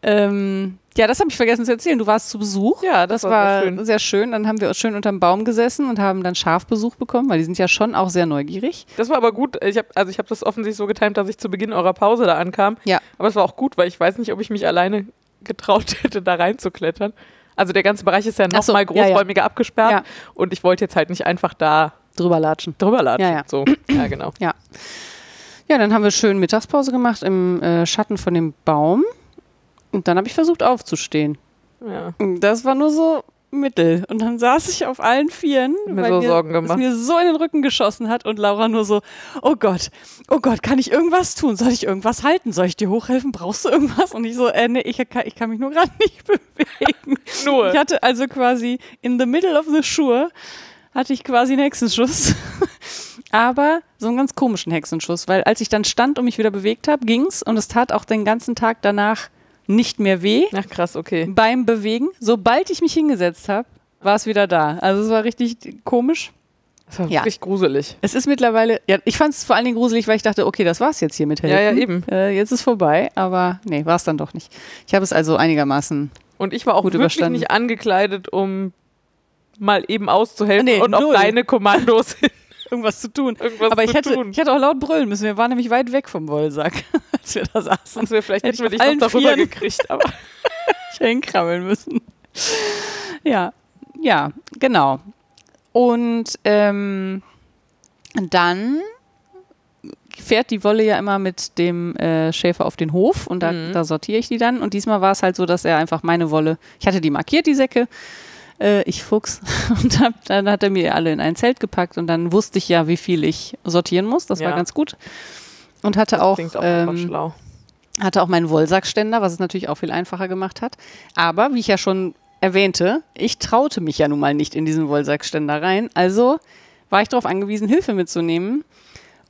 [SPEAKER 1] Ähm, ja, das habe ich vergessen zu erzählen. Du warst zu Besuch.
[SPEAKER 2] ja, das,
[SPEAKER 1] Das
[SPEAKER 2] war,
[SPEAKER 1] war
[SPEAKER 2] sehr schön.
[SPEAKER 1] sehr schön. Dann haben wir schön unterm Baum gesessen und haben dann Schafbesuch bekommen, weil die sind ja schon auch sehr neugierig.
[SPEAKER 2] Das war aber gut. Ich habe also ich habe das offensichtlich so getimt, dass ich zu Beginn eurer Pause da ankam.
[SPEAKER 1] Ja.
[SPEAKER 2] Aber es war auch gut, weil ich weiß nicht, ob ich mich alleine getraut *laughs* hätte, da reinzuklettern. Also der ganze Bereich ist ja
[SPEAKER 1] Ach so,
[SPEAKER 2] nochmal
[SPEAKER 1] ja, ja.
[SPEAKER 2] großräumiger abgesperrt
[SPEAKER 1] Ja.
[SPEAKER 2] und ich wollte jetzt halt nicht einfach da
[SPEAKER 1] Drüber latschen.
[SPEAKER 2] drüber latschen.
[SPEAKER 1] Ja, ja.
[SPEAKER 2] So. ja genau.
[SPEAKER 1] Ja. Ja, dann haben wir schön Mittagspause gemacht im äh, Schatten von dem Baum. Und dann habe ich versucht aufzustehen. *laughs*
[SPEAKER 2] Ja.
[SPEAKER 1] Das war nur so Mittel. Und dann saß ich auf allen Vieren,
[SPEAKER 2] Mir so Sorgen
[SPEAKER 1] es
[SPEAKER 2] gemacht.
[SPEAKER 1] mir so in den Rücken geschossen hat und Laura nur so, oh Gott, oh Gott, kann ich irgendwas tun? Soll ich irgendwas halten? Soll ich dir hochhelfen? Brauchst du irgendwas? Und ich so, äh, nee, ich kann, ich kann mich nur gerade *laughs* nicht bewegen.
[SPEAKER 2] Nur.
[SPEAKER 1] Ich hatte also quasi in the middle of the Schuhe hatte ich quasi einen Hexenschuss. *laughs* Aber so einen ganz komischen Hexenschuss, weil als ich dann stand und mich wieder bewegt habe, ging's und es tat auch den ganzen Tag danach nicht mehr weh
[SPEAKER 2] Ach krass, okay.
[SPEAKER 1] beim Bewegen. Sobald ich mich hingesetzt habe, war es wieder da. Also es war richtig komisch.
[SPEAKER 2] Das war
[SPEAKER 1] Ja.
[SPEAKER 2] wirklich gruselig.
[SPEAKER 1] Es ist mittlerweile, ja, ich fand es vor allen Dingen gruselig, weil ich dachte, okay, das war's jetzt hier mit Helfen.
[SPEAKER 2] Ja, ja, eben.
[SPEAKER 1] Äh, jetzt ist vorbei, aber nee, war es dann doch nicht. Ich habe es also einigermaßen.
[SPEAKER 2] Und ich war auch
[SPEAKER 1] Gut
[SPEAKER 2] wirklich
[SPEAKER 1] überstanden.
[SPEAKER 2] nicht angekleidet, um mal eben auszuhelfen
[SPEAKER 1] Nee,
[SPEAKER 2] und auf
[SPEAKER 1] null. *laughs*
[SPEAKER 2] deine Kommandos hin
[SPEAKER 1] Irgendwas zu tun.
[SPEAKER 2] irgendwas
[SPEAKER 1] aber ich
[SPEAKER 2] zu
[SPEAKER 1] hätte,
[SPEAKER 2] tun.
[SPEAKER 1] ich hätte auch laut brüllen müssen. Wir waren nämlich weit weg vom Wollsack, *laughs* als wir da saßen.
[SPEAKER 2] Das wäre vielleicht
[SPEAKER 1] Hätte
[SPEAKER 2] hätten
[SPEAKER 1] ich
[SPEAKER 2] wir dich
[SPEAKER 1] auf
[SPEAKER 2] noch
[SPEAKER 1] allen
[SPEAKER 2] darüber
[SPEAKER 1] Vieren-
[SPEAKER 2] gekriegt, aber
[SPEAKER 1] Ich hätte hinkrabbeln müssen. Ja, ja, genau. Und ähm, dann fährt die Wolle ja immer mit dem äh, Schäfer auf den Hof und da,
[SPEAKER 2] Mhm.
[SPEAKER 1] da sortiere ich die dann. Und diesmal war es halt so, dass er einfach meine Wolle, ich hatte die markiert, die Säcke, äh, ich Fuchs, *laughs* und hab, dann hat er mir alle in ein Zelt gepackt und dann wusste ich ja, wie viel ich sortieren muss. Das
[SPEAKER 2] Ja.
[SPEAKER 1] war ganz gut. Und hatte *laughs* auch,
[SPEAKER 2] klingt auch
[SPEAKER 1] ähm,
[SPEAKER 2] einfach schlau.
[SPEAKER 1] hatte auch meinen Wollsackständer, was es natürlich auch viel einfacher gemacht hat. Aber wie ich ja schon erwähnte, ich traute mich ja nun mal nicht in diesen Wollsackständer rein. Also war ich darauf angewiesen, Hilfe mitzunehmen.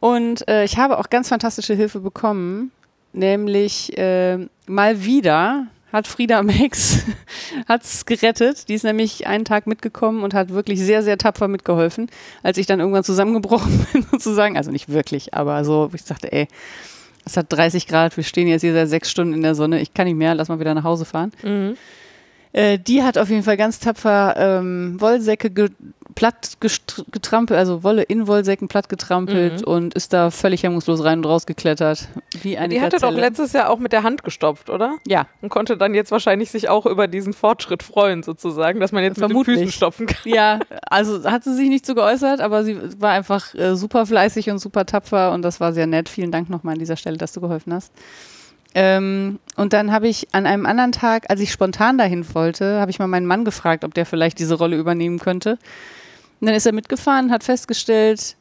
[SPEAKER 1] Und äh, ich habe auch ganz fantastische Hilfe bekommen, nämlich äh, mal wieder hat Frieda Max *laughs* hat's gerettet. Die ist nämlich einen Tag mitgekommen und hat wirklich sehr, sehr tapfer mitgeholfen, als ich dann irgendwann zusammengebrochen *laughs* bin, sozusagen. Also nicht wirklich, aber so, ich sagte, ey, es hat 30 Grad, wir stehen jetzt hier seit sechs Stunden in der Sonne, ich kann nicht mehr, lass mal wieder nach Hause fahren.
[SPEAKER 2] Mhm.
[SPEAKER 1] Äh, die hat auf jeden Fall ganz tapfer ähm, Wollsäcke ge platt gestr- getrampelt, also Wolle in Wollsäcken platt getrampelt und ist da völlig hemmungslos rein und raus geklettert. Wie eine
[SPEAKER 2] Mhm. Die hatte doch
[SPEAKER 1] Gazelle.
[SPEAKER 2] letztes Jahr auch mit der Hand gestopft, oder?
[SPEAKER 1] Ja,
[SPEAKER 2] Und konnte dann jetzt wahrscheinlich sich auch über diesen Fortschritt freuen, sozusagen, dass man jetzt
[SPEAKER 1] Vermutlich.
[SPEAKER 2] mit den Füßen stopfen kann.
[SPEAKER 1] Ja, also hat sie sich nicht so geäußert, aber sie war einfach äh, super fleißig und super tapfer und das war sehr nett. Vielen Dank nochmal an dieser Stelle, dass du geholfen hast. Ähm, und dann habe ich an einem anderen Tag, als ich spontan dahin wollte, habe ich mal meinen Mann gefragt, ob der vielleicht diese Rolle übernehmen könnte. Und dann ist er mitgefahren, hat festgestellt,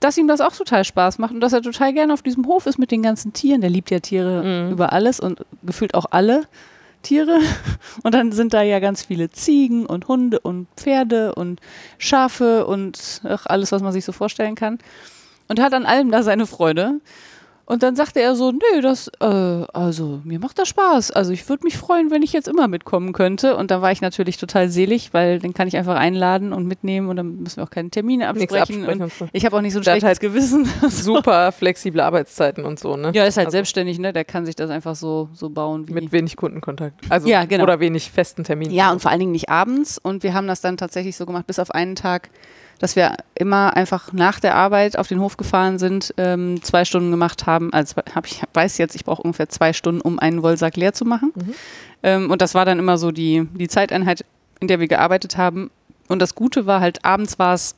[SPEAKER 1] dass ihm das auch total Spaß macht und dass er total gerne auf diesem Hof ist mit den ganzen Tieren. Der liebt ja Tiere über alles und gefühlt auch alle. Tiere. *laughs* Und dann sind da ja ganz viele Ziegen und Hunde und Pferde und Schafe und ach, alles, was man sich so vorstellen kann. Und hat an allem da seine Freude. Und dann sagte er so, nö, das, äh, also mir macht das Spaß. Also ich würde mich freuen, wenn ich jetzt immer mitkommen könnte. Und dann war ich natürlich total selig, weil den kann ich einfach einladen und mitnehmen und dann müssen wir auch keine Termine
[SPEAKER 2] Nichts
[SPEAKER 1] absprechen.
[SPEAKER 2] absprechen
[SPEAKER 1] Und
[SPEAKER 2] und so.
[SPEAKER 1] ich habe auch nicht so ein
[SPEAKER 2] Der hat halt
[SPEAKER 1] schlechtes Gewissen.
[SPEAKER 2] *laughs*
[SPEAKER 1] *laughs*
[SPEAKER 2] Super flexible Arbeitszeiten und so, ne?
[SPEAKER 1] ja, ist halt
[SPEAKER 2] Also
[SPEAKER 1] selbstständig, ne? Der kann sich das einfach so, so bauen. Wie
[SPEAKER 2] Mit wenig Kundenkontakt. Also,
[SPEAKER 1] Ja, genau.
[SPEAKER 2] Oder wenig festen Terminen.
[SPEAKER 1] Ja, und vor allen Dingen nicht abends. Und wir haben das dann tatsächlich so gemacht, bis auf einen Tag, dass wir immer einfach nach der Arbeit auf den Hof gefahren sind, ähm, zwei Stunden gemacht haben. Also hab ich weiß jetzt, ich brauche ungefähr zwei Stunden, um einen Wollsack leer zu machen. Ähm, und das war dann immer so die, die Zeiteinheit, in der wir gearbeitet haben. Und das Gute war halt, abends war es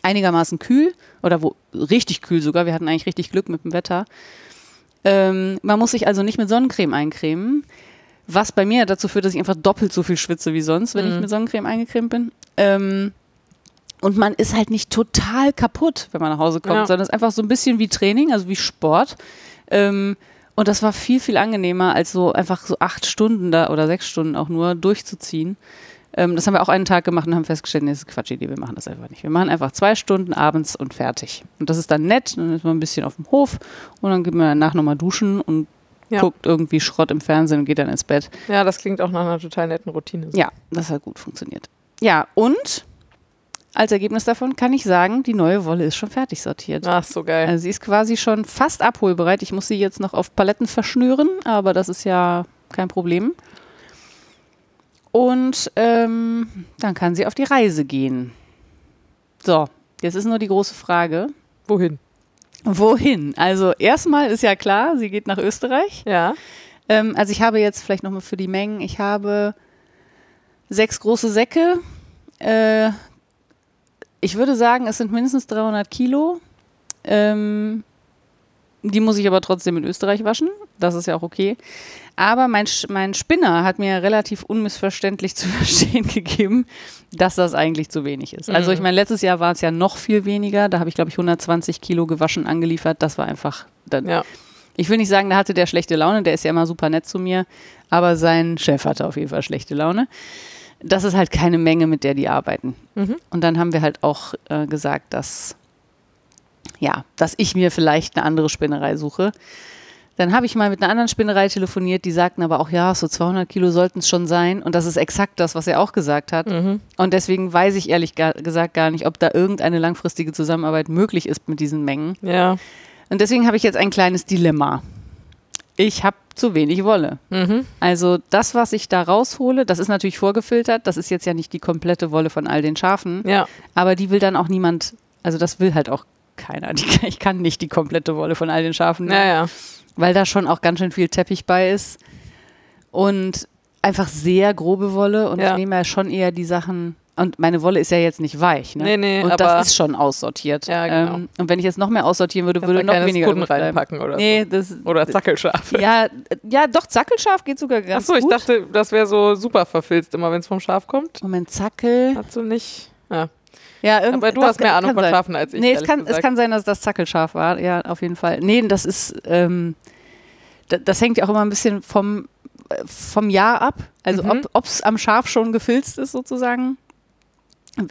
[SPEAKER 1] einigermaßen kühl oder wo richtig kühl sogar. Wir hatten eigentlich richtig Glück mit dem Wetter. Ähm, man muss sich also nicht mit Sonnencreme eincremen, was bei mir dazu führt, dass ich einfach doppelt so viel schwitze wie sonst, wenn ich mit Sonnencreme eingecremt bin. Ähm, und man ist halt nicht total kaputt, wenn man nach Hause kommt,
[SPEAKER 2] Ja.
[SPEAKER 1] sondern es ist einfach so ein bisschen wie Training, also wie Sport. Ähm, und das war viel, viel angenehmer, als so einfach so acht Stunden da oder sechs Stunden auch nur durchzuziehen. Ähm, das haben wir auch einen Tag gemacht und haben festgestellt, nee, das ist Quatschidee, wir machen das einfach nicht. Wir machen einfach zwei Stunden abends und fertig. Und das ist dann nett, dann ist man ein bisschen auf dem Hof und dann geht man danach nochmal duschen und
[SPEAKER 2] Ja.
[SPEAKER 1] guckt irgendwie Schrott im Fernsehen und geht dann ins Bett.
[SPEAKER 2] Ja, das klingt auch nach einer total netten Routine.
[SPEAKER 1] Ja, das hat gut funktioniert. Ja, und als Ergebnis davon kann ich sagen, die neue Wolle ist schon fertig sortiert.
[SPEAKER 2] Ach, so geil.
[SPEAKER 1] Also sie ist quasi schon fast abholbereit. Ich muss sie jetzt noch auf Paletten verschnüren, aber das ist ja kein Problem. Und ähm, dann kann sie auf die Reise gehen. So, jetzt ist nur die große Frage.
[SPEAKER 2] Wohin?
[SPEAKER 1] Wohin? Also erstmal ist ja klar, sie geht nach Österreich.
[SPEAKER 2] Ja.
[SPEAKER 1] Ähm, also ich habe jetzt vielleicht nochmal für die Mengen, ich habe sechs große Säcke. Äh, ich würde sagen, es sind mindestens 300 Kilo. Ähm, die muss ich aber trotzdem in Österreich waschen. Das ist ja auch okay. Aber mein, Sch- mein Spinner hat mir relativ unmissverständlich *laughs* zu verstehen gegeben, dass das eigentlich zu wenig ist. Also ich meine, letztes Jahr war es ja noch viel weniger. Da habe ich, glaube ich, 120 Kilo gewaschen angeliefert. Das war einfach, dann,
[SPEAKER 2] Ja.
[SPEAKER 1] ich will nicht sagen, da hatte der schlechte Laune, der ist ja immer super nett zu mir, aber sein Chef hatte auf jeden Fall schlechte Laune. Das ist halt keine Menge, mit der die arbeiten. Und dann haben wir halt auch äh, gesagt, dass, ja, dass ich mir vielleicht eine andere Spinnerei suche. Dann habe ich mal mit einer anderen Spinnerei telefoniert, die sagten aber auch, ja, so 200 Kilo sollten es schon sein. Und das ist exakt das, was er auch gesagt hat. Und deswegen weiß ich ehrlich ga- gesagt gar nicht, ob da irgendeine langfristige Zusammenarbeit möglich ist mit diesen Mengen.
[SPEAKER 2] Ja.
[SPEAKER 1] Und deswegen habe ich jetzt ein kleines Dilemma. Ich habe zu wenig Wolle.
[SPEAKER 2] Mhm.
[SPEAKER 1] Also das, was ich da raushole, das ist natürlich vorgefiltert. Das ist jetzt ja nicht die komplette Wolle von all den Schafen.
[SPEAKER 2] Ja.
[SPEAKER 1] Aber die will dann auch niemand, also das will halt auch keiner. *laughs* Die, ich kann nicht die komplette Wolle von all den Schafen nehmen
[SPEAKER 2] Ja, ja.
[SPEAKER 1] weil Genau. da schon auch ganz schön viel Teppich bei ist und einfach sehr grobe Wolle und
[SPEAKER 2] Ja.
[SPEAKER 1] ich nehme ja schon eher die Sachen und meine Wolle ist ja jetzt nicht weich, ne?
[SPEAKER 2] Nee, nee,
[SPEAKER 1] und
[SPEAKER 2] aber-
[SPEAKER 1] das ist schon aussortiert.
[SPEAKER 2] Ja, genau.
[SPEAKER 1] Ähm, und wenn ich jetzt noch mehr aussortieren würde,
[SPEAKER 2] Kannst
[SPEAKER 1] würde
[SPEAKER 2] da
[SPEAKER 1] noch
[SPEAKER 2] kleines
[SPEAKER 1] weniger
[SPEAKER 2] Kunden
[SPEAKER 1] übrig bleiben.
[SPEAKER 2] reinpacken oder so.
[SPEAKER 1] Nee, das
[SPEAKER 2] Oder Zackelschafe.
[SPEAKER 1] ja, äh, ja, doch Zackelschaf geht sogar ganz
[SPEAKER 2] Achso, ich
[SPEAKER 1] gut.
[SPEAKER 2] dachte, das wäre so super verfilzt, immer wenn es vom Schaf kommt.
[SPEAKER 1] Moment, Zackel.
[SPEAKER 2] Hat sie nicht. Ja.
[SPEAKER 1] Ja, irgend,
[SPEAKER 2] Aber du
[SPEAKER 1] das
[SPEAKER 2] hast mehr
[SPEAKER 1] kann-
[SPEAKER 2] Ahnung
[SPEAKER 1] kann
[SPEAKER 2] von
[SPEAKER 1] sein.
[SPEAKER 2] Schafen als ich,
[SPEAKER 1] Nee, es
[SPEAKER 2] ehrlich
[SPEAKER 1] kann, es
[SPEAKER 2] gesagt.
[SPEAKER 1] kann sein, dass das Zackelschaf war. Ja, auf jeden Fall. Nee, das ist, ähm, das, das hängt ja auch immer ein bisschen vom, äh, vom Jahr ab. Also,
[SPEAKER 2] Mhm.
[SPEAKER 1] ob es am Schaf schon gefilzt ist, sozusagen.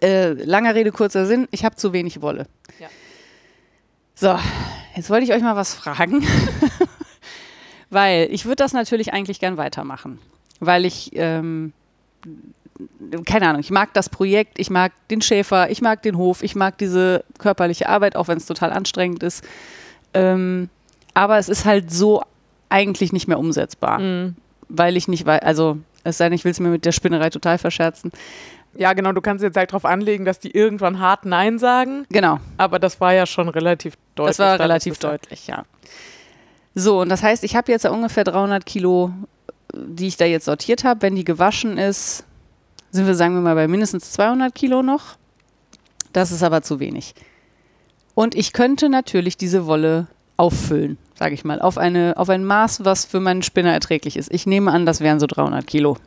[SPEAKER 1] Äh, langer Rede, kurzer Sinn, ich habe zu wenig Wolle.
[SPEAKER 2] Ja.
[SPEAKER 1] So, jetzt wollte ich euch mal was fragen, *laughs* weil ich würde das natürlich eigentlich gern weitermachen, weil ich, ähm, keine Ahnung, ich mag das Projekt, ich mag den Schäfer, ich mag den Hof, ich mag diese körperliche Arbeit, auch wenn es total anstrengend ist. Ähm, aber es ist halt so eigentlich nicht mehr umsetzbar,
[SPEAKER 2] Mhm.
[SPEAKER 1] weil ich nicht, wei- also es sei denn, ich will es mir mit der Spinnerei total verscherzen.
[SPEAKER 2] Ja, genau, du kannst jetzt halt darauf anlegen, dass die irgendwann hart Nein sagen,
[SPEAKER 1] Genau.
[SPEAKER 2] aber das war ja schon relativ deutlich.
[SPEAKER 1] Das war
[SPEAKER 2] dann
[SPEAKER 1] relativ
[SPEAKER 2] ist es halt-
[SPEAKER 1] deutlich, ja. So, und das heißt, ich habe jetzt ja ungefähr 300 Kilo, die ich da jetzt sortiert habe. Wenn die gewaschen ist, sind wir, sagen wir mal, bei mindestens 200 Kilo noch. Das ist aber zu wenig. Und ich könnte natürlich diese Wolle auffüllen, sage ich mal, auf, eine, auf ein Maß, was für meinen Spinner erträglich ist. Ich nehme an, das wären so 300 Kilo.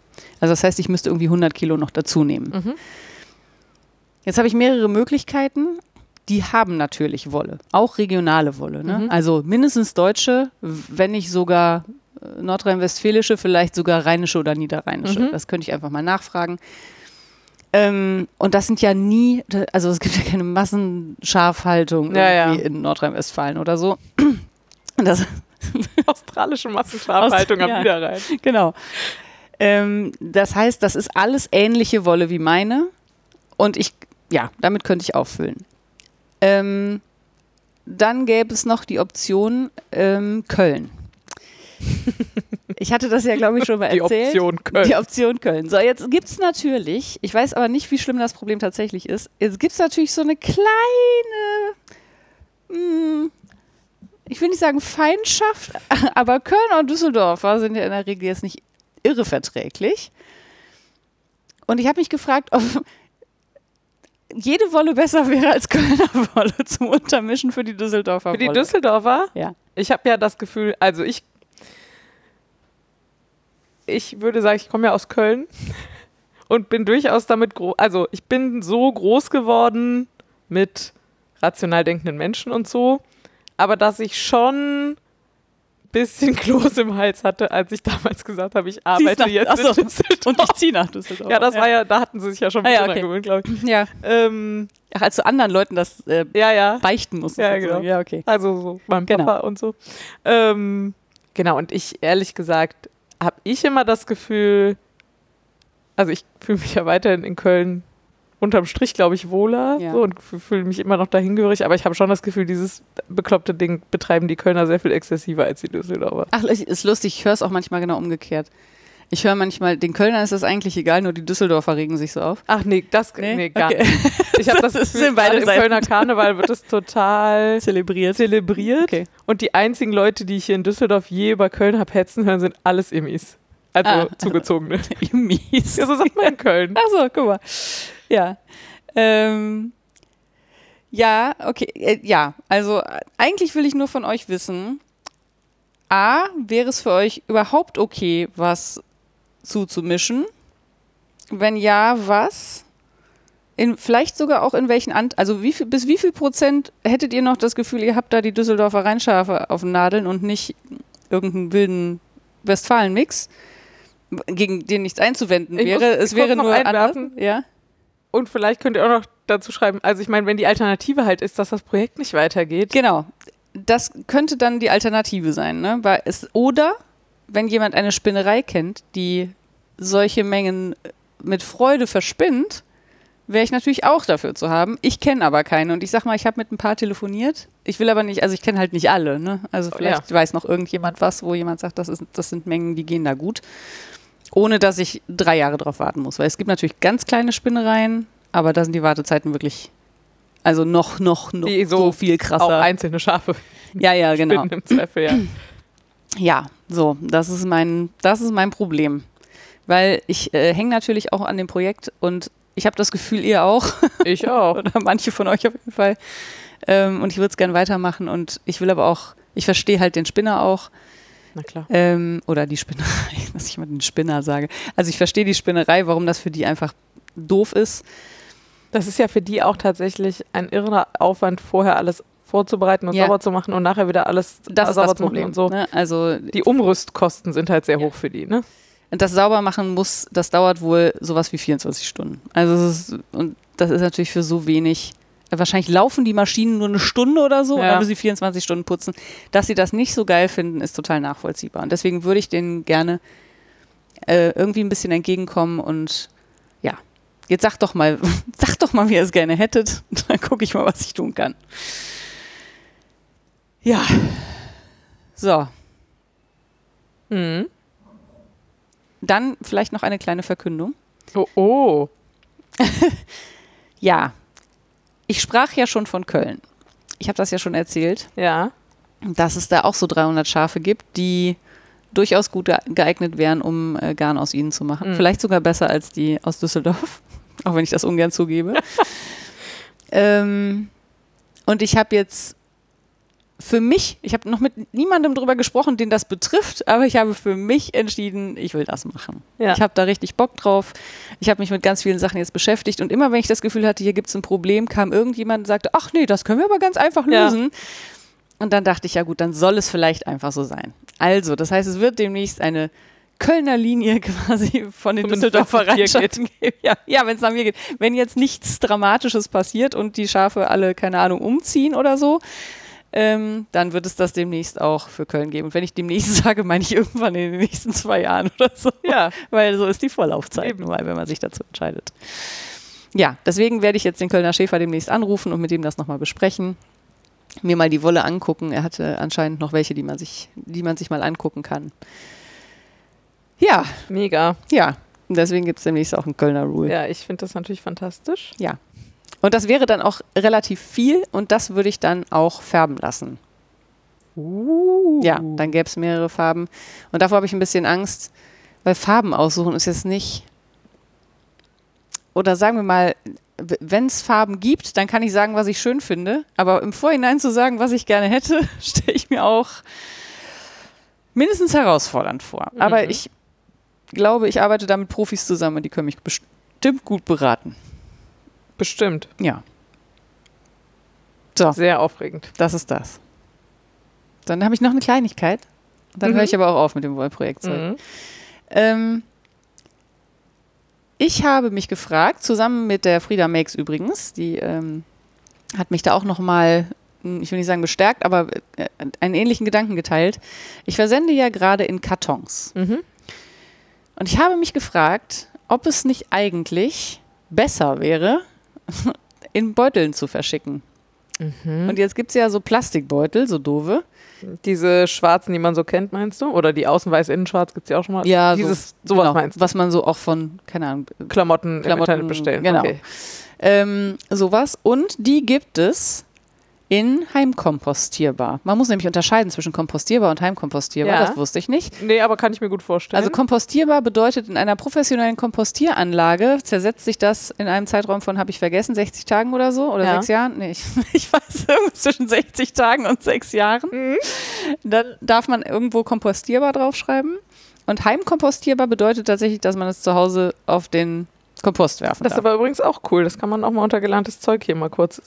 [SPEAKER 1] Also das heißt, ich müsste irgendwie 100 Kilo noch dazu nehmen.
[SPEAKER 2] Mhm.
[SPEAKER 1] Jetzt habe ich mehrere Möglichkeiten. Die haben natürlich Wolle, auch regionale Wolle. Ne?
[SPEAKER 2] Mhm.
[SPEAKER 1] Also mindestens deutsche, wenn nicht sogar äh, nordrhein-westfälische, vielleicht sogar rheinische oder niederrheinische.
[SPEAKER 2] Mhm.
[SPEAKER 1] Das könnte ich einfach mal nachfragen. Ähm, und das sind ja nie, also es gibt ja keine Massenschafhaltung
[SPEAKER 2] Ja, ja.
[SPEAKER 1] irgendwie in Nordrhein-Westfalen oder so. *clears throat* Und Das, *laughs*
[SPEAKER 2] Australische Massenschlafhaltung
[SPEAKER 1] Aus-
[SPEAKER 2] am
[SPEAKER 1] ja.
[SPEAKER 2] Widerrhein.
[SPEAKER 1] genau. Ähm, das heißt, das ist alles ähnliche Wolle wie meine. Und ich, ja, damit könnte ich auffüllen. Ähm, dann gäbe es noch die Option ähm, Köln. Ich hatte das ja, glaube ich, schon mal
[SPEAKER 2] Die
[SPEAKER 1] erzählt.
[SPEAKER 2] Option Köln.
[SPEAKER 1] Die Option Köln. So, jetzt gibt es natürlich, ich weiß aber nicht, wie schlimm das Problem tatsächlich ist, jetzt gibt es natürlich so eine kleine, mm, ich will nicht sagen Feindschaft, *laughs* aber Köln und Düsseldorfer sind ja in der Regel jetzt nicht irreverträglich. Und ich habe mich gefragt, ob jede Wolle besser wäre als Kölner Wolle zum Untermischen für die Düsseldorfer
[SPEAKER 2] Für die
[SPEAKER 1] Wolle.
[SPEAKER 2] Düsseldorfer
[SPEAKER 1] ja.
[SPEAKER 2] Ich habe ja das Gefühl, also ich, ich würde sagen, ich komme ja aus Köln *laughs* und bin durchaus damit groß, also ich bin so groß geworden mit rational denkenden Menschen und so, aber dass ich schon ein bisschen *laughs* Kloß im Hals hatte, als ich damals gesagt habe, ich arbeite
[SPEAKER 1] nach-
[SPEAKER 2] jetzt
[SPEAKER 1] Ach so.
[SPEAKER 2] in Düsseldorf.
[SPEAKER 1] Und ich ziehe nach Düsseldorf.
[SPEAKER 2] Ja, das war ja, da hatten sie sich ja schon
[SPEAKER 1] Ah,
[SPEAKER 2] ein
[SPEAKER 1] ja,
[SPEAKER 2] bisschen
[SPEAKER 1] okay.
[SPEAKER 2] dran gewöhnt, glaube ich.
[SPEAKER 1] ja.
[SPEAKER 2] Ähm,
[SPEAKER 1] Ach, als du anderen Leuten das äh,
[SPEAKER 2] ja, ja.
[SPEAKER 1] beichten musst.
[SPEAKER 2] Ja,
[SPEAKER 1] sozusagen.
[SPEAKER 2] genau.
[SPEAKER 1] ja okay.
[SPEAKER 2] Also so beim
[SPEAKER 1] Genau.
[SPEAKER 2] Papa und so. Ähm, genau, und ich, ehrlich gesagt, habe ich immer das Gefühl, also ich fühle mich ja weiterhin in Köln unterm Strich, glaube ich, wohler
[SPEAKER 1] Ja.
[SPEAKER 2] so, und f- fühle mich immer noch dahingehörig, aber ich habe schon das Gefühl, dieses bekloppte Ding betreiben die Kölner sehr viel exzessiver als die Düsseldorfer.
[SPEAKER 1] Ach, es ist lustig, ich höre es auch manchmal genau umgekehrt. Ich höre manchmal, den Kölnern ist das eigentlich egal, nur die Düsseldorfer regen sich so auf.
[SPEAKER 2] Ach nee, das nee, gar
[SPEAKER 1] Okay.
[SPEAKER 2] nicht. Ich habe das,
[SPEAKER 1] Das
[SPEAKER 2] Gefühl,
[SPEAKER 1] sind beide
[SPEAKER 2] gerade im
[SPEAKER 1] Seiten.
[SPEAKER 2] Kölner Karneval wird es
[SPEAKER 1] *laughs* *laughs*
[SPEAKER 2] total
[SPEAKER 1] Zelebriert.
[SPEAKER 2] zelebriert.
[SPEAKER 1] Okay.
[SPEAKER 2] Und die einzigen Leute, die ich hier in Düsseldorf je über Köln habe hetzen hören, sind alles Immis. Also
[SPEAKER 1] Ah.
[SPEAKER 2] zugezogene. *laughs*
[SPEAKER 1] Mies.
[SPEAKER 2] Ja, so sagt man in Köln.
[SPEAKER 1] Ach so, guck mal. Ja. Ähm, ja, okay. Äh, ja, also äh, eigentlich will ich nur von euch wissen, A, wäre es für euch überhaupt okay, was zuzumischen? Wenn ja, was? In, vielleicht sogar auch in welchen Ant also wie viel, bis wie viel Prozent hättet ihr noch das Gefühl, ihr habt da die Düsseldorfer Rheinschafe auf den Nadeln und nicht irgendeinen wilden Westfalen-Mix, gegen den nichts einzuwenden
[SPEAKER 2] Ich
[SPEAKER 1] wäre.
[SPEAKER 2] muss
[SPEAKER 1] es
[SPEAKER 2] kurz
[SPEAKER 1] wäre
[SPEAKER 2] noch
[SPEAKER 1] nur
[SPEAKER 2] einwerfen.
[SPEAKER 1] anders. Ja?
[SPEAKER 2] Und vielleicht könnt ihr auch noch dazu schreiben, also ich meine, wenn die Alternative halt ist, dass das Projekt nicht weitergeht.
[SPEAKER 1] Genau. Das könnte dann die Alternative sein, ne? Weil es, oder wenn jemand eine Spinnerei kennt, die solche Mengen äh, mit Freude verspinnt, wäre ich natürlich auch dafür zu haben. Ich kenne aber keine. Und ich sag mal, ich habe mit ein paar telefoniert. Ich will aber nicht, also ich kenne halt nicht alle, ne?
[SPEAKER 2] Oh,
[SPEAKER 1] Also vielleicht weiß noch irgendjemand was, wo jemand sagt, das, ist, das sind Mengen, die gehen da gut. Ohne dass ich drei Jahre drauf warten muss. Weil es gibt natürlich ganz kleine Spinnereien, aber da sind die Wartezeiten wirklich, also noch, noch, noch
[SPEAKER 2] Die
[SPEAKER 1] so,
[SPEAKER 2] so
[SPEAKER 1] viel krasser.
[SPEAKER 2] Auch einzelne Schafe
[SPEAKER 1] Ja, ja, genau.
[SPEAKER 2] binden im Zweifel, ja.
[SPEAKER 1] Ja, so, das ist mein, das ist mein Problem. Weil ich äh, hänge natürlich auch an dem Projekt und ich habe das Gefühl, ihr auch,
[SPEAKER 2] *laughs*
[SPEAKER 1] *laughs*
[SPEAKER 2] Ich auch.
[SPEAKER 1] oder manche von euch auf jeden Fall. Ähm, und ich würde es gerne weitermachen und ich will aber auch, ich verstehe halt den Spinner auch
[SPEAKER 2] Na klar.
[SPEAKER 1] ähm, oder die Spinnerei, dass *laughs* ich mal den Spinner sage. Also ich verstehe die Spinnerei, warum das für die einfach doof ist.
[SPEAKER 2] Das ist ja für die auch tatsächlich ein irrer Aufwand, vorher alles vorzubereiten und
[SPEAKER 1] Ja.
[SPEAKER 2] sauber zu machen und nachher wieder alles
[SPEAKER 1] Das ist
[SPEAKER 2] sauber
[SPEAKER 1] das
[SPEAKER 2] zu machen
[SPEAKER 1] Problem.
[SPEAKER 2] und so.
[SPEAKER 1] Ne? Also
[SPEAKER 2] Die Umrüstkosten sind halt sehr hoch für die, ne?
[SPEAKER 1] Und das sauber machen muss, das dauert wohl sowas wie 24 Stunden. Also es ist, und das ist natürlich für so wenig. Wahrscheinlich laufen die Maschinen nur eine Stunde oder so und
[SPEAKER 2] Ja.
[SPEAKER 1] dann müssen sie 24 Stunden putzen. Dass sie das nicht so geil finden, ist total nachvollziehbar. Und deswegen würde ich denen gerne äh, irgendwie ein bisschen entgegenkommen und ja, jetzt sagt doch mal, *laughs* sagt doch mal, wie ihr es gerne hättet. *laughs* Dann gucke ich mal, was ich tun kann. Ja. So.
[SPEAKER 2] Mhm.
[SPEAKER 1] Dann vielleicht noch eine kleine Verkündung.
[SPEAKER 2] Oh, oh.
[SPEAKER 1] Ja, ich sprach ja schon von Köln. Ich habe das ja schon erzählt,
[SPEAKER 2] Ja.
[SPEAKER 1] dass es da auch so 300 Schafe gibt, die durchaus gut ge- geeignet wären, um äh, Garn aus ihnen zu machen.
[SPEAKER 2] Mhm.
[SPEAKER 1] Vielleicht sogar besser als die aus Düsseldorf, *laughs* auch wenn ich das ungern zugebe. ähm, und ich habe jetzt für mich, ich habe noch mit niemandem drüber gesprochen, den das betrifft, aber ich habe für mich entschieden, ich will das machen.
[SPEAKER 2] Ja.
[SPEAKER 1] Ich habe da richtig Bock drauf. Ich habe mich mit ganz vielen Sachen jetzt beschäftigt und immer wenn ich das Gefühl hatte, hier gibt es ein Problem, kam irgendjemand und sagte, ach nee, das können wir aber ganz einfach
[SPEAKER 2] Ja.
[SPEAKER 1] lösen. Und dann dachte ich, ja gut, dann soll es vielleicht einfach so sein. Also, das heißt, es wird demnächst eine Kölner Linie *laughs* quasi von den
[SPEAKER 2] Zumindest,
[SPEAKER 1] Düsseldorfer
[SPEAKER 2] wenn's nach dir
[SPEAKER 1] Randschaften geben. Ja, ja wenn es nach mir geht. Wenn jetzt nichts Dramatisches passiert und die Schafe alle, keine Ahnung, umziehen oder so, ähm, dann wird es das demnächst auch für Köln geben. Und wenn ich demnächst *laughs* sage, meine ich irgendwann in den nächsten zwei Jahren oder so.
[SPEAKER 2] Ja.
[SPEAKER 1] Weil so ist die Vorlaufzeit
[SPEAKER 2] Eben.
[SPEAKER 1] nun mal, wenn man sich dazu entscheidet. Ja, deswegen werde ich jetzt den Kölner Schäfer demnächst anrufen und mit dem das nochmal besprechen. Mir mal die Wolle angucken. Er hatte anscheinend noch welche, die man sich, die man sich mal angucken kann. Ja,
[SPEAKER 2] Mega.
[SPEAKER 1] ja. Und deswegen gibt es demnächst auch einen Kölner Rule.
[SPEAKER 2] Ja, ich finde das natürlich fantastisch.
[SPEAKER 1] ja. Und das wäre dann auch relativ viel und das würde ich dann auch färben lassen.
[SPEAKER 2] Uh.
[SPEAKER 1] Ja, dann gäbe es mehrere Farben. Und davor habe ich ein bisschen Angst, weil Farben aussuchen ist jetzt nicht. Oder sagen wir mal, wenn es Farben gibt, dann kann ich sagen, was ich schön finde. Aber im Vorhinein zu sagen, was ich gerne hätte, *laughs* stelle ich mir auch mindestens herausfordernd vor. Aber
[SPEAKER 2] Mhm.
[SPEAKER 1] ich glaube, ich arbeite da mit Profis zusammen und die können mich bestimmt gut beraten.
[SPEAKER 2] Bestimmt.
[SPEAKER 1] Ja. So.
[SPEAKER 2] Sehr aufregend.
[SPEAKER 1] Das ist das. Dann habe ich noch eine Kleinigkeit. Dann
[SPEAKER 2] Mhm.
[SPEAKER 1] höre ich aber auch auf mit dem Wollprojektzeug.
[SPEAKER 2] Mhm.
[SPEAKER 1] Ähm, ich habe mich gefragt, zusammen mit der Frieda Makes übrigens, die ähm, hat mich da auch nochmal, ich will nicht sagen bestärkt, aber äh, einen ähnlichen Gedanken geteilt. Ich versende ja gerade in Kartons.
[SPEAKER 2] Mhm.
[SPEAKER 1] Und ich habe mich gefragt, ob es nicht eigentlich besser wäre, *laughs* in Beuteln zu verschicken.
[SPEAKER 2] Mhm.
[SPEAKER 1] Und jetzt gibt es ja so Plastikbeutel, so doofe.
[SPEAKER 2] Diese schwarzen, die man so kennt, meinst du? Oder die außen weiß, innen schwarz gibt es ja auch schon mal.
[SPEAKER 1] Ja,
[SPEAKER 2] Dieses, sowas
[SPEAKER 1] genau,
[SPEAKER 2] meinst du?
[SPEAKER 1] Was man so auch von, keine Ahnung,
[SPEAKER 2] Klamotten, im
[SPEAKER 1] Klamotten,
[SPEAKER 2] Internet bestellen.
[SPEAKER 1] genau.
[SPEAKER 2] Okay.
[SPEAKER 1] ähm, sowas. Und die gibt es in heimkompostierbar. Man muss nämlich unterscheiden zwischen kompostierbar und heimkompostierbar.
[SPEAKER 2] Ja. Mhm.
[SPEAKER 1] Das wusste ich nicht.
[SPEAKER 2] Nee, aber kann ich mir gut vorstellen.
[SPEAKER 1] Also kompostierbar bedeutet, in einer professionellen Kompostieranlage zersetzt sich das in einem Zeitraum von, habe ich vergessen, 60 Tagen oder so oder
[SPEAKER 2] Ja.
[SPEAKER 1] sechs Jahren? Nee, ich, *laughs* ich weiß, irgendwas zwischen 60 Tagen und sechs Jahren.
[SPEAKER 2] Mhm.
[SPEAKER 1] Dann darf man irgendwo kompostierbar draufschreiben. Und heimkompostierbar bedeutet tatsächlich, dass man es zu Hause auf den Kompost werfen
[SPEAKER 2] das ist
[SPEAKER 1] darf.
[SPEAKER 2] aber übrigens auch cool. Das kann man auch mal unter gelerntes Zeug hier mal kurz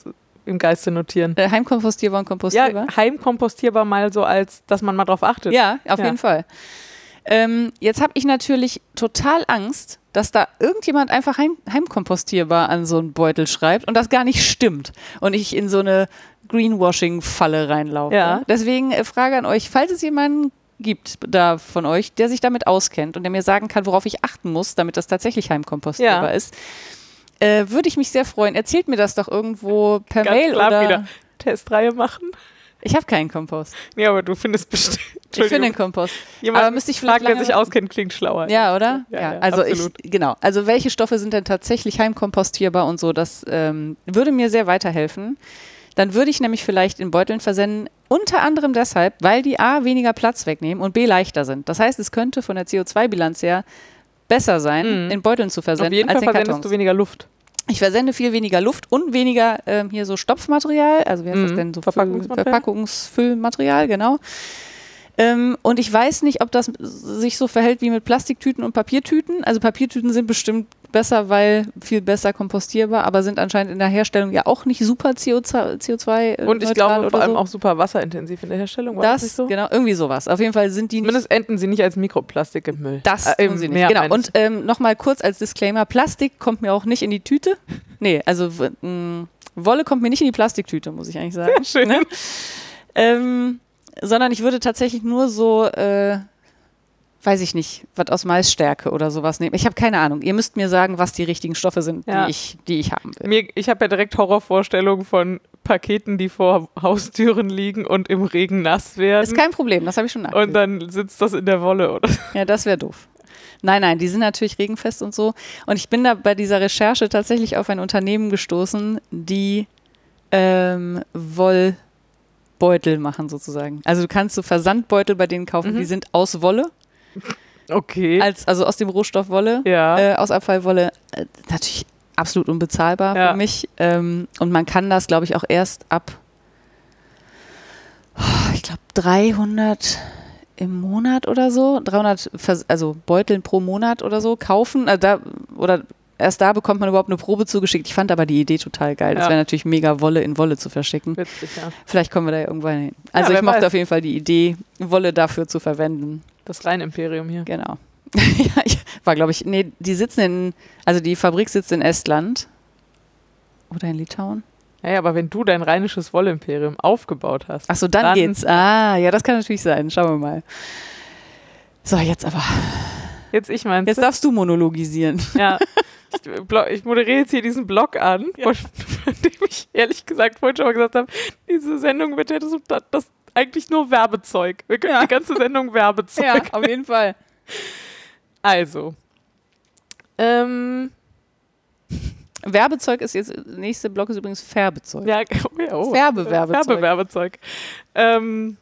[SPEAKER 2] im Geiste notieren.
[SPEAKER 1] Äh, heimkompostierbar und kompostierbar?
[SPEAKER 2] Ja, heimkompostierbar mal so als, dass man mal drauf achtet.
[SPEAKER 1] Ja, auf
[SPEAKER 2] Ja.
[SPEAKER 1] jeden Fall. Ähm, jetzt habe ich natürlich total Angst, dass da irgendjemand einfach heim, heimkompostierbar an so einen Beutel schreibt und das gar nicht stimmt und ich in so eine Greenwashing-Falle reinlaufe.
[SPEAKER 2] Ja.
[SPEAKER 1] Deswegen äh, Frage an euch, falls es jemanden gibt da von euch, der sich damit auskennt und der mir sagen kann, worauf ich achten muss, damit das tatsächlich heimkompostierbar
[SPEAKER 2] Ja.
[SPEAKER 1] ist, äh, würde ich mich sehr freuen. Erzählt mir das doch irgendwo per
[SPEAKER 2] Ganz
[SPEAKER 1] Mail
[SPEAKER 2] klar
[SPEAKER 1] oder
[SPEAKER 2] wieder Testreihe machen.
[SPEAKER 1] ich habe keinen Kompost.
[SPEAKER 2] Ja, aber du findest bestimmt.
[SPEAKER 1] Ich finde
[SPEAKER 2] Entschuldigung.
[SPEAKER 1] einen Kompost.
[SPEAKER 2] Jemand
[SPEAKER 1] aber müsste ich vielleicht
[SPEAKER 2] fragt, der
[SPEAKER 1] lange-
[SPEAKER 2] sich auskennt, klingt schlauer.
[SPEAKER 1] Ja, oder?
[SPEAKER 2] Ja,
[SPEAKER 1] Ja,
[SPEAKER 2] ja,
[SPEAKER 1] also
[SPEAKER 2] absolut.
[SPEAKER 1] ich, genau. Also welche Stoffe sind denn tatsächlich heimkompostierbar und so, das ähm, würde mir sehr weiterhelfen. Dann würde ich nämlich vielleicht in Beuteln versenden, unter anderem deshalb, weil die A weniger Platz wegnehmen und B leichter sind. Das heißt, es könnte von der CO2-Bilanz her besser sein,
[SPEAKER 2] Mhm.
[SPEAKER 1] in Beuteln zu
[SPEAKER 2] Auf
[SPEAKER 1] versenden
[SPEAKER 2] jeden
[SPEAKER 1] als
[SPEAKER 2] Fall
[SPEAKER 1] in
[SPEAKER 2] versendest
[SPEAKER 1] Kartons.
[SPEAKER 2] du weniger Luft.
[SPEAKER 1] Ich versende viel weniger Luft und weniger ähm, hier so Stopfmaterial, also wie heißt
[SPEAKER 2] Mhm.
[SPEAKER 1] das denn so
[SPEAKER 2] Verpackungsmaterial.
[SPEAKER 1] Füll- Verpackungsfüllmaterial, genau. Ähm, und ich weiß nicht, ob das sich so verhält wie mit Plastiktüten und Papiertüten. Also Papiertüten sind bestimmt besser, weil viel besser kompostierbar, aber sind anscheinend in der Herstellung ja auch nicht super CO2 äh,
[SPEAKER 2] Und ich
[SPEAKER 1] neutral
[SPEAKER 2] glaube vor
[SPEAKER 1] oder
[SPEAKER 2] allem
[SPEAKER 1] so.
[SPEAKER 2] auch super wasserintensiv in der Herstellung. War das,
[SPEAKER 1] das,
[SPEAKER 2] nicht so?
[SPEAKER 1] genau irgendwie sowas. Auf jeden Fall sind die nicht
[SPEAKER 2] Zumindest enden sie nicht als Mikroplastik im Müll.
[SPEAKER 1] Das
[SPEAKER 2] Äh, im
[SPEAKER 1] tun sie
[SPEAKER 2] Meer *laughs*
[SPEAKER 1] nicht. Genau.
[SPEAKER 2] meine ich.
[SPEAKER 1] Und ähm, nochmal kurz als Disclaimer: Plastik kommt mir auch nicht in die Tüte. Nee, also w- mh, Wolle kommt mir nicht in die Plastiktüte, muss ich eigentlich *laughs* sagen.
[SPEAKER 2] Schön.
[SPEAKER 1] Ne? Ähm, sondern ich würde tatsächlich nur so, äh, weiß ich nicht, was aus Maisstärke oder sowas nehmen. Ich habe keine Ahnung. Ihr müsst mir sagen, was die richtigen Stoffe sind,
[SPEAKER 2] Ja.
[SPEAKER 1] die, ich, die ich haben will.
[SPEAKER 2] Mir, ich habe ja direkt Horrorvorstellungen von Paketen, die vor Haustüren liegen und im Regen nass
[SPEAKER 1] Ist
[SPEAKER 2] werden.
[SPEAKER 1] kein Problem, das habe ich schon nachgedacht.
[SPEAKER 2] Und dann sitzt das in der Wolle, oder? *laughs*
[SPEAKER 1] Ja, das wäre doof. Nein, nein, die sind natürlich regenfest und so. Und ich bin da bei dieser Recherche tatsächlich auf ein Unternehmen gestoßen, die ähm, Wollbeutel machen sozusagen. Also du kannst so Versandbeutel bei denen kaufen, die sind aus Wolle,
[SPEAKER 2] Okay.
[SPEAKER 1] als, also aus dem Rohstoff Wolle,
[SPEAKER 2] Ja.
[SPEAKER 1] äh, aus Abfallwolle. Äh, natürlich absolut unbezahlbar
[SPEAKER 2] Ja.
[SPEAKER 1] für mich. Ähm, und man kann das, glaube ich, auch erst ab, oh, ich glaube, 300 im Monat oder so, 300 Vers also Beuteln pro Monat oder so kaufen. Also da, oder erst da bekommt man überhaupt eine Probe zugeschickt. Ich fand aber die Idee total geil. Das
[SPEAKER 2] Ja.
[SPEAKER 1] wäre natürlich mega, Wolle in Wolle zu verschicken.
[SPEAKER 2] Witzig, ja.
[SPEAKER 1] Vielleicht kommen wir da ja irgendwann hin. Also
[SPEAKER 2] wer
[SPEAKER 1] ich mochte
[SPEAKER 2] weiß.
[SPEAKER 1] auf jeden Fall die Idee, Wolle dafür zu verwenden.
[SPEAKER 2] Das Reinimperium hier.
[SPEAKER 1] Genau. *laughs* ja, ich war, glaube ich, nee, die sitzen in, also die Fabrik sitzt in Estland oder in Litauen.
[SPEAKER 2] Naja, aber wenn du dein rheinisches Wollimperium aufgebaut hast.
[SPEAKER 1] Achso, dann,
[SPEAKER 2] Dann-
[SPEAKER 1] geht's. Ah, ja, das kann natürlich sein. Schauen wir mal. So, jetzt aber.
[SPEAKER 2] Jetzt ich mein's.
[SPEAKER 1] Jetzt darfst du *laughs* monologisieren.
[SPEAKER 2] Ja. *laughs* Ich, äh, blo- ich moderiere jetzt hier diesen Blog an, von, von dem ich ehrlich gesagt vorhin schon mal gesagt habe, diese Sendung wird ja das, das eigentlich nur Werbezeug. Wir können die ganze *laughs* Sendung Werbezeug.
[SPEAKER 1] *laughs* auf jeden Fall.
[SPEAKER 2] Also. Ähm,
[SPEAKER 1] Werbezeug ist jetzt, nächste Block ist übrigens Färbezeug.
[SPEAKER 2] ja, okay, oh.
[SPEAKER 1] Färbewerbezeug.
[SPEAKER 2] Werbewerbezeug. Ähm,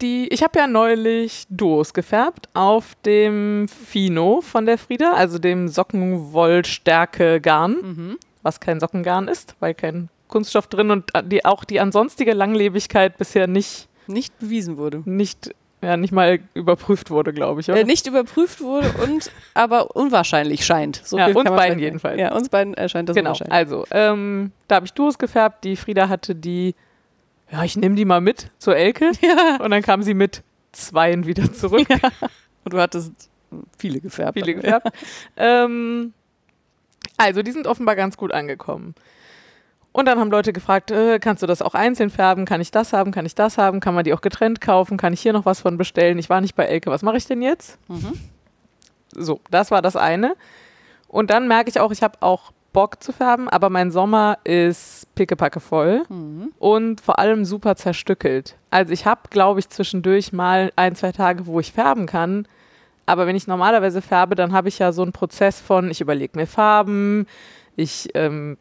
[SPEAKER 2] die, ich habe ja neulich Duos gefärbt auf dem Fino von der Frieda, also dem Sockenwollstärke-Garn,
[SPEAKER 1] Mhm.
[SPEAKER 2] was kein Sockengarn ist, weil kein Kunststoff drin und äh, die, auch die ansonstige Langlebigkeit bisher nicht,
[SPEAKER 1] Nicht bewiesen wurde.
[SPEAKER 2] nicht, ja, nicht mal überprüft wurde, glaube ich. Oder?
[SPEAKER 1] Äh, nicht überprüft wurde und aber unwahrscheinlich scheint. So
[SPEAKER 2] Ja,
[SPEAKER 1] viel
[SPEAKER 2] uns
[SPEAKER 1] kann man
[SPEAKER 2] beiden
[SPEAKER 1] vielleicht-
[SPEAKER 2] jedenfalls.
[SPEAKER 1] Ja, uns beiden erscheint das
[SPEAKER 2] Genau,
[SPEAKER 1] unwahrscheinlich.
[SPEAKER 2] also, ähm, da habe ich Duos gefärbt. Die Frieda hatte die, ja, ich nehme die mal mit zur
[SPEAKER 1] *laughs*
[SPEAKER 2] Elke. Und dann kam sie mit zweien wieder zurück.
[SPEAKER 1] Und du hattest viele gefärbt. Äh,
[SPEAKER 2] Viele gefärbt. ähm, also, die sind offenbar ganz gut angekommen. Und dann haben Leute gefragt, äh, kannst du das auch einzeln färben? Kann ich das haben? Kann ich das haben? Kann man die auch getrennt kaufen? Kann ich hier noch was von bestellen? Ich war nicht bei Elke, was mache ich denn jetzt? So, das war das eine. Und dann merke ich auch, ich habe auch Bock zu färben, aber mein Sommer ist pickepacke voll und vor allem super zerstückelt. Also ich habe, glaube ich, zwischendurch mal ein, zwei Tage, wo ich färben kann. Aber wenn ich normalerweise färbe, dann habe ich ja so einen Prozess von, ich überlege mir Farben, ich ähm,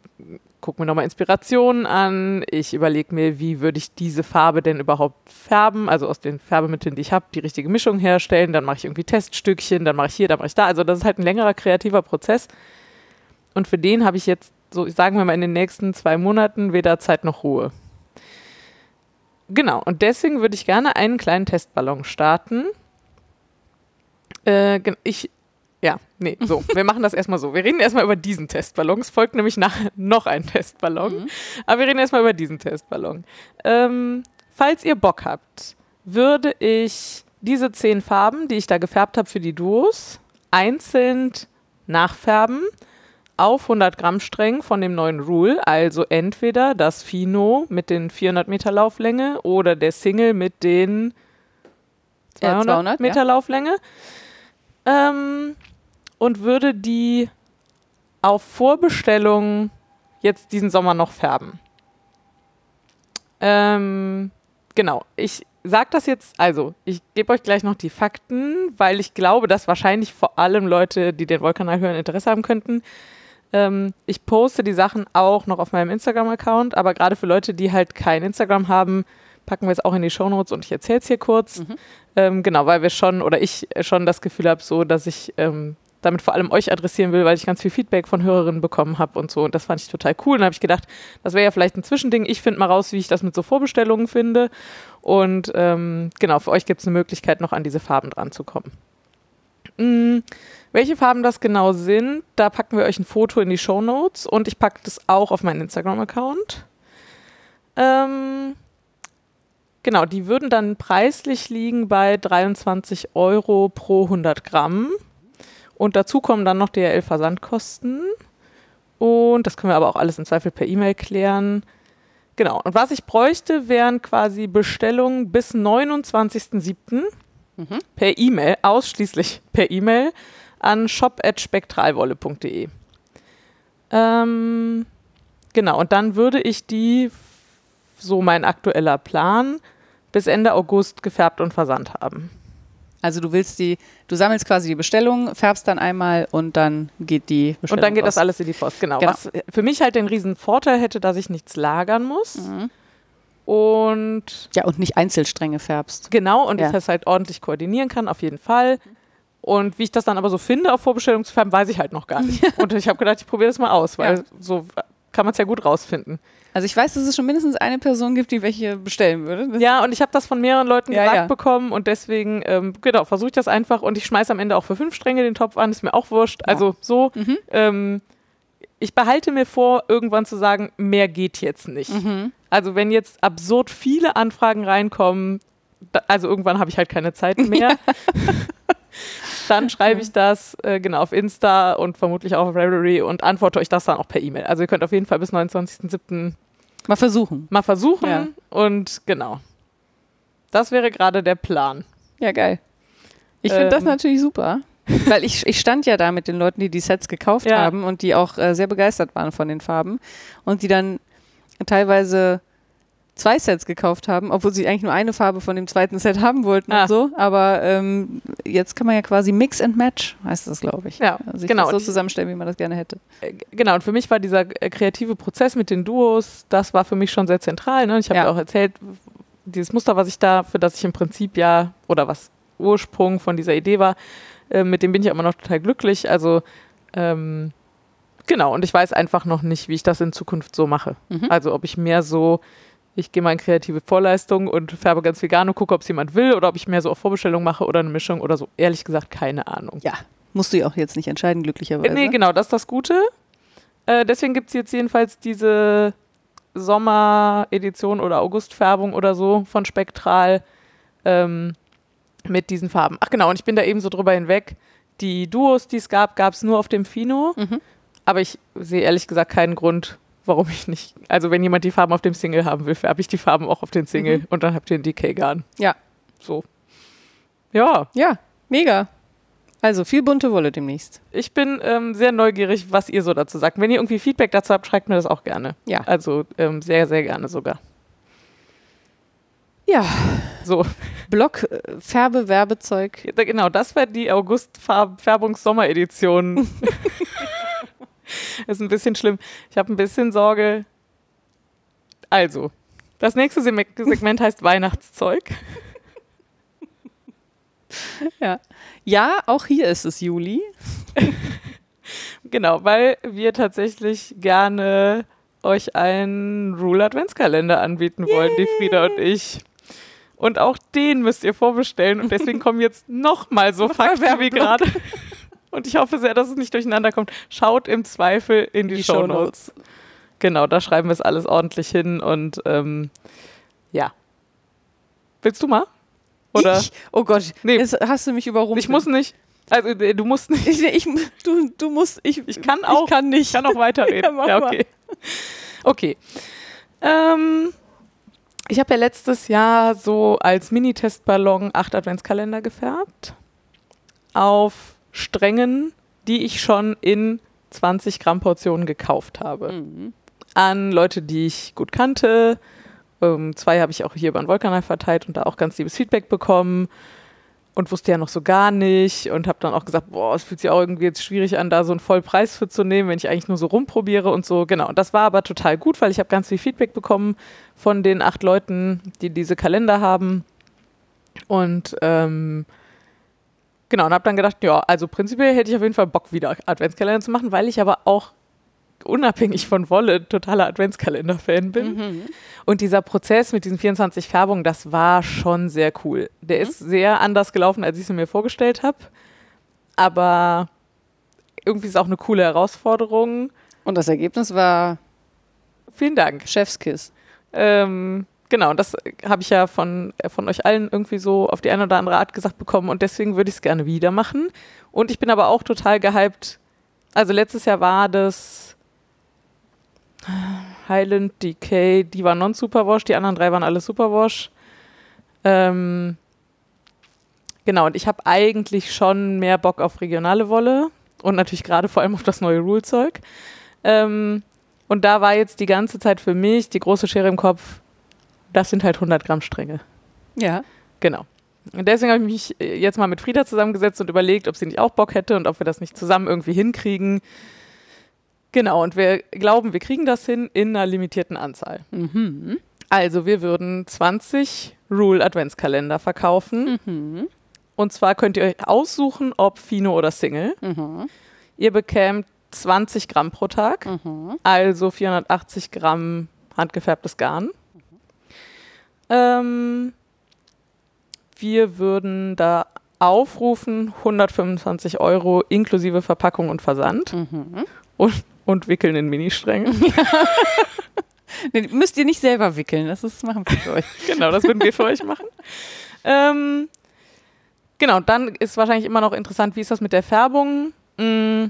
[SPEAKER 2] gucke mir nochmal Inspirationen an, ich überlege mir, wie würde ich diese Farbe denn überhaupt färben, also aus den Färbemitteln, die ich habe, die richtige Mischung herstellen, dann mache ich irgendwie Teststückchen, dann mache ich hier, dann mache ich da. Also das ist halt ein längerer kreativer Prozess. Und für den habe ich jetzt, so sagen wir mal, in den nächsten zwei Monaten weder Zeit noch Ruhe. Genau, und deswegen würde ich gerne einen kleinen Testballon starten. Äh, gen- ich, ja, nee, so, wir machen das erstmal so. Wir reden erstmal über diesen Testballon. Es folgt nämlich nach, *laughs* noch ein Testballon. Aber wir reden erstmal über diesen Testballon. Ähm, falls ihr Bock habt, würde ich diese zehn Farben, die ich da gefärbt habe für die Duos, einzeln nachfärben auf 100 Gramm Strängen von dem neuen Rule, also entweder das Fino mit den 400 Meter Lauflänge oder der Single mit den
[SPEAKER 1] Ja,
[SPEAKER 2] 200,
[SPEAKER 1] 200, ja.
[SPEAKER 2] Meter Lauflänge ähm, und würde die auf Vorbestellung jetzt diesen Sommer noch färben. Ähm, genau, ich sage das jetzt, also ich gebe euch gleich noch die Fakten, weil ich glaube, dass wahrscheinlich vor allem Leute, die den Wollkanal hören, Interesse haben könnten. Ähm, ich poste die Sachen auch noch auf meinem Instagram-Account, aber gerade für Leute, die halt kein Instagram haben, packen wir es auch in die Shownotes und ich erzähle es hier kurz. Ähm, genau, weil wir schon oder ich schon das Gefühl habe, so dass ich ähm, damit vor allem euch adressieren will, weil ich ganz viel Feedback von Hörerinnen bekommen habe und so. Und das fand ich total cool. Und habe ich gedacht, das wäre ja vielleicht ein Zwischending. Ich finde mal raus, wie ich das mit so Vorbestellungen finde. Und ähm, genau, für euch gibt es eine Möglichkeit, noch an diese Farben dran zu kommen. Mm, welche Farben das genau sind, da packen wir euch ein Foto in die Shownotes und ich packe das auch auf meinen Instagram-Account. Ähm, Genau, die würden dann preislich liegen bei 23 Euro pro 100 Gramm. Und dazu kommen dann noch DRL-Versandkosten. Und das können wir aber auch alles im Zweifel per E-Mail klären. Genau. Und was ich bräuchte, wären quasi Bestellungen bis 29.07. per E-Mail, ausschließlich per E-Mail an shop.spektralwolle.de. Ähm, genau, und dann würde ich die, so mein aktueller Plan, bis Ende August gefärbt und versandt haben.
[SPEAKER 1] Also du willst die, du sammelst quasi die Bestellung, färbst dann einmal und dann geht die Bestellung
[SPEAKER 2] Und dann geht
[SPEAKER 1] raus.
[SPEAKER 2] das alles in die Post, genau.
[SPEAKER 1] Genau.
[SPEAKER 2] Was für mich halt den riesen Vorteil hätte, dass ich nichts lagern muss.
[SPEAKER 1] Mhm.
[SPEAKER 2] Und
[SPEAKER 1] Ja, und nicht Einzelstränge färbst.
[SPEAKER 2] genau, und
[SPEAKER 1] Ja.
[SPEAKER 2] ich das halt ordentlich koordinieren kann, auf jeden Fall. Und wie ich das dann aber so finde, auf Vorbestellung zu färben, weiß ich halt noch gar
[SPEAKER 1] *laughs*
[SPEAKER 2] nicht. Und ich habe gedacht, ich probiere das mal aus, weil
[SPEAKER 1] Ja.
[SPEAKER 2] so kann man es ja gut rausfinden.
[SPEAKER 1] Also ich weiß, dass es schon mindestens eine Person gibt, die welche bestellen würde.
[SPEAKER 2] Ja, und ich habe das von mehreren Leuten
[SPEAKER 1] Ja,
[SPEAKER 2] gesagt
[SPEAKER 1] ja.
[SPEAKER 2] bekommen und deswegen, ähm, genau, versuche ich das einfach und ich schmeiße am Ende auch für fünf Stränge den Topf an, ist mir auch wurscht. Also so,
[SPEAKER 1] Mhm.
[SPEAKER 2] ähm, ich behalte mir vor, irgendwann zu sagen, mehr geht jetzt nicht.
[SPEAKER 1] Mhm.
[SPEAKER 2] Also wenn jetzt absurd viele Anfragen reinkommen, da, also irgendwann habe ich halt keine Zeit
[SPEAKER 1] *laughs*
[SPEAKER 2] mehr. *laughs* Dann schreibe ich das äh, genau auf Insta und vermutlich auch auf Ravelry und antworte euch das dann auch per E-Mail. Also ihr könnt auf jeden Fall bis 29.07
[SPEAKER 1] Mal versuchen.
[SPEAKER 2] mal versuchen
[SPEAKER 1] Ja.
[SPEAKER 2] und genau. Das wäre gerade der Plan.
[SPEAKER 1] Ja, geil. Ich finde das
[SPEAKER 2] Ähm.
[SPEAKER 1] natürlich super. Weil ich, ich stand ja da mit den Leuten, die die Sets gekauft
[SPEAKER 2] Ja.
[SPEAKER 1] haben und die auch äh, sehr begeistert waren von den Farben und die dann teilweise zwei Sets gekauft haben, obwohl sie eigentlich nur eine Farbe von dem zweiten Set haben wollten
[SPEAKER 2] Ah.
[SPEAKER 1] und so. Aber ähm, jetzt kann man ja quasi Mix and Match, heißt das, glaube ich.
[SPEAKER 2] Ja,
[SPEAKER 1] also ich
[SPEAKER 2] genau.
[SPEAKER 1] so zusammenstellen, wie man das gerne hätte.
[SPEAKER 2] Äh, g- Genau, und für mich war dieser äh, kreative Prozess mit den Duos, das war für mich schon sehr zentral. Ne? Ich habe
[SPEAKER 1] Ja.
[SPEAKER 2] ja. auch erzählt, dieses Muster, was ich da, für das ich im Prinzip ja, oder was Ursprung von dieser Idee war, äh, mit dem bin ich immer noch total glücklich. Also, ähm, genau, und ich weiß einfach noch nicht, wie ich das in Zukunft so mache. Also, ob ich mehr so ich gehe mal in kreative Vorleistung und färbe ganz vegan und gucke, ob es jemand will oder ob ich mehr so auf Vorbestellung mache oder eine Mischung oder so. Ehrlich gesagt, keine Ahnung.
[SPEAKER 1] Ja. Musst du ja auch jetzt nicht entscheiden, glücklicherweise.
[SPEAKER 2] Nee, genau, das ist das Gute. Äh, deswegen gibt es jetzt jedenfalls diese Sommeredition oder Augustfärbung oder so von Spektral ähm, mit diesen Farben. Ach genau, und ich bin da eben so drüber hinweg. Die Duos, die es gab, gab es nur auf dem Fino. Aber ich sehe ehrlich gesagt keinen Grund, warum ich nicht. Also, wenn jemand die Farben auf dem Single haben will, färbe ich die Farben auch auf den Single und dann habt ihr einen DK-Garn.
[SPEAKER 1] Ja.
[SPEAKER 2] So. Ja,
[SPEAKER 1] Ja, mega. Also viel bunte Wolle demnächst.
[SPEAKER 2] ich bin ähm, sehr neugierig, was ihr so dazu sagt. Wenn ihr irgendwie Feedback dazu habt, schreibt mir das auch gerne.
[SPEAKER 1] Ja.
[SPEAKER 2] Also ähm, sehr, sehr gerne sogar.
[SPEAKER 1] Ja,
[SPEAKER 2] So, *laughs*
[SPEAKER 1] Blog, äh, Färbe, Werbezeug.
[SPEAKER 2] ja, genau, das war die August-Färbungs-Sommer-Edition. Ist ein bisschen schlimm. Ich habe ein bisschen Sorge. Also, das nächste Sem- Segment heißt Weihnachtszeug.
[SPEAKER 1] Ja. ja, auch hier ist es Juli.
[SPEAKER 2] Genau, weil wir tatsächlich gerne euch einen Rule Adventskalender anbieten wollen, die Frieda und ich. Und auch den müsst ihr vorbestellen und deswegen kommen jetzt nochmal so Fakten wie gerade. Und ich hoffe sehr, dass es nicht durcheinander kommt. Schaut im Zweifel in die,
[SPEAKER 1] Die
[SPEAKER 2] Show
[SPEAKER 1] Shownotes.
[SPEAKER 2] Notes. Genau, da schreiben wir es alles ordentlich hin und ähm, ja. Willst du mal? Oder?
[SPEAKER 1] Ich? Oh Gott,
[SPEAKER 2] Nee.
[SPEAKER 1] jetzt hast du mich überrumpelt.
[SPEAKER 2] ich muss nicht. Also, äh, du musst
[SPEAKER 1] *laughs*
[SPEAKER 2] nicht.
[SPEAKER 1] Ich, ich, du, du musst. Ich,
[SPEAKER 2] Ich kann auch.
[SPEAKER 1] Ich kann nicht.
[SPEAKER 2] Ich kann
[SPEAKER 1] *laughs*
[SPEAKER 2] auch
[SPEAKER 1] Ja,
[SPEAKER 2] weiterreden.
[SPEAKER 1] mach
[SPEAKER 2] ja,
[SPEAKER 1] mal.
[SPEAKER 2] okay. Okay. Ähm, ich habe ja letztes Jahr so als Mini-Testballon acht Adventskalender gefärbt. Auf Strängen, die ich schon in 20 Gramm Portionen gekauft habe.
[SPEAKER 1] Mhm.
[SPEAKER 2] An Leute, die ich gut kannte. Ähm, zwei habe ich auch hier über den Wollkanal verteilt und da auch ganz liebes Feedback bekommen. Und wusste ja noch so gar nicht und habe dann auch gesagt, boah, es fühlt sich auch irgendwie jetzt schwierig an, da so einen Vollpreis für zu nehmen, wenn ich eigentlich nur so rumprobiere und so. Genau, und das war aber total gut, weil ich habe ganz viel Feedback bekommen von den acht Leuten, die diese Kalender haben. Und ähm, genau, und habe dann gedacht, ja, also prinzipiell hätte ich auf jeden Fall Bock, wieder Adventskalender zu machen, weil ich aber auch unabhängig von Wolle totaler Adventskalender-Fan bin. Und dieser Prozess mit diesen 24 Färbungen, das war schon sehr cool. Der ist sehr anders gelaufen, als ich es mir vorgestellt habe. Aber irgendwie ist es auch eine coole Herausforderung.
[SPEAKER 1] Und das Ergebnis war
[SPEAKER 2] Vielen Dank.
[SPEAKER 1] Chefskiss.
[SPEAKER 2] Ähm, genau, das habe ich ja von, äh, von euch allen irgendwie so auf die eine oder andere Art gesagt bekommen und deswegen würde ich es gerne wieder machen. Und ich bin aber auch total gehypt. Also letztes Jahr war das Highland, Decay, die waren non-Superwash, die anderen drei waren alle Superwash. Ähm, genau, und ich habe eigentlich schon mehr Bock auf regionale Wolle und natürlich gerade vor allem auf das neue Rule-Zeug. Ähm, und da war jetzt die ganze Zeit für mich die große Schere im Kopf, das sind halt 100 Gramm Stränge.
[SPEAKER 1] Ja.
[SPEAKER 2] Genau. Und deswegen habe ich mich äh, jetzt mal mit Frieda zusammengesetzt und überlegt, ob sie nicht auch Bock hätte und ob wir das nicht zusammen irgendwie hinkriegen. Genau, und wir glauben, wir kriegen das hin in einer limitierten Anzahl.
[SPEAKER 1] Mhm.
[SPEAKER 2] Also wir würden 20 Rule Adventskalender verkaufen.
[SPEAKER 1] Mhm.
[SPEAKER 2] Und zwar könnt ihr euch aussuchen, ob Fino oder Single.
[SPEAKER 1] Mhm.
[SPEAKER 2] Ihr bekämt 20 Gramm pro Tag,
[SPEAKER 1] Mhm.
[SPEAKER 2] also 480 Gramm handgefärbtes Garn. Ähm, wir würden da aufrufen 125 Euro inklusive Verpackung und Versand
[SPEAKER 1] Mhm.
[SPEAKER 2] und, und wickeln in Ministränge.
[SPEAKER 1] Nee, müsst ihr nicht selber wickeln, das ist, machen wir für euch.
[SPEAKER 2] genau, das würden wir für euch machen. Ähm, genau, dann ist wahrscheinlich immer noch interessant, wie ist das mit der Färbung? Mm,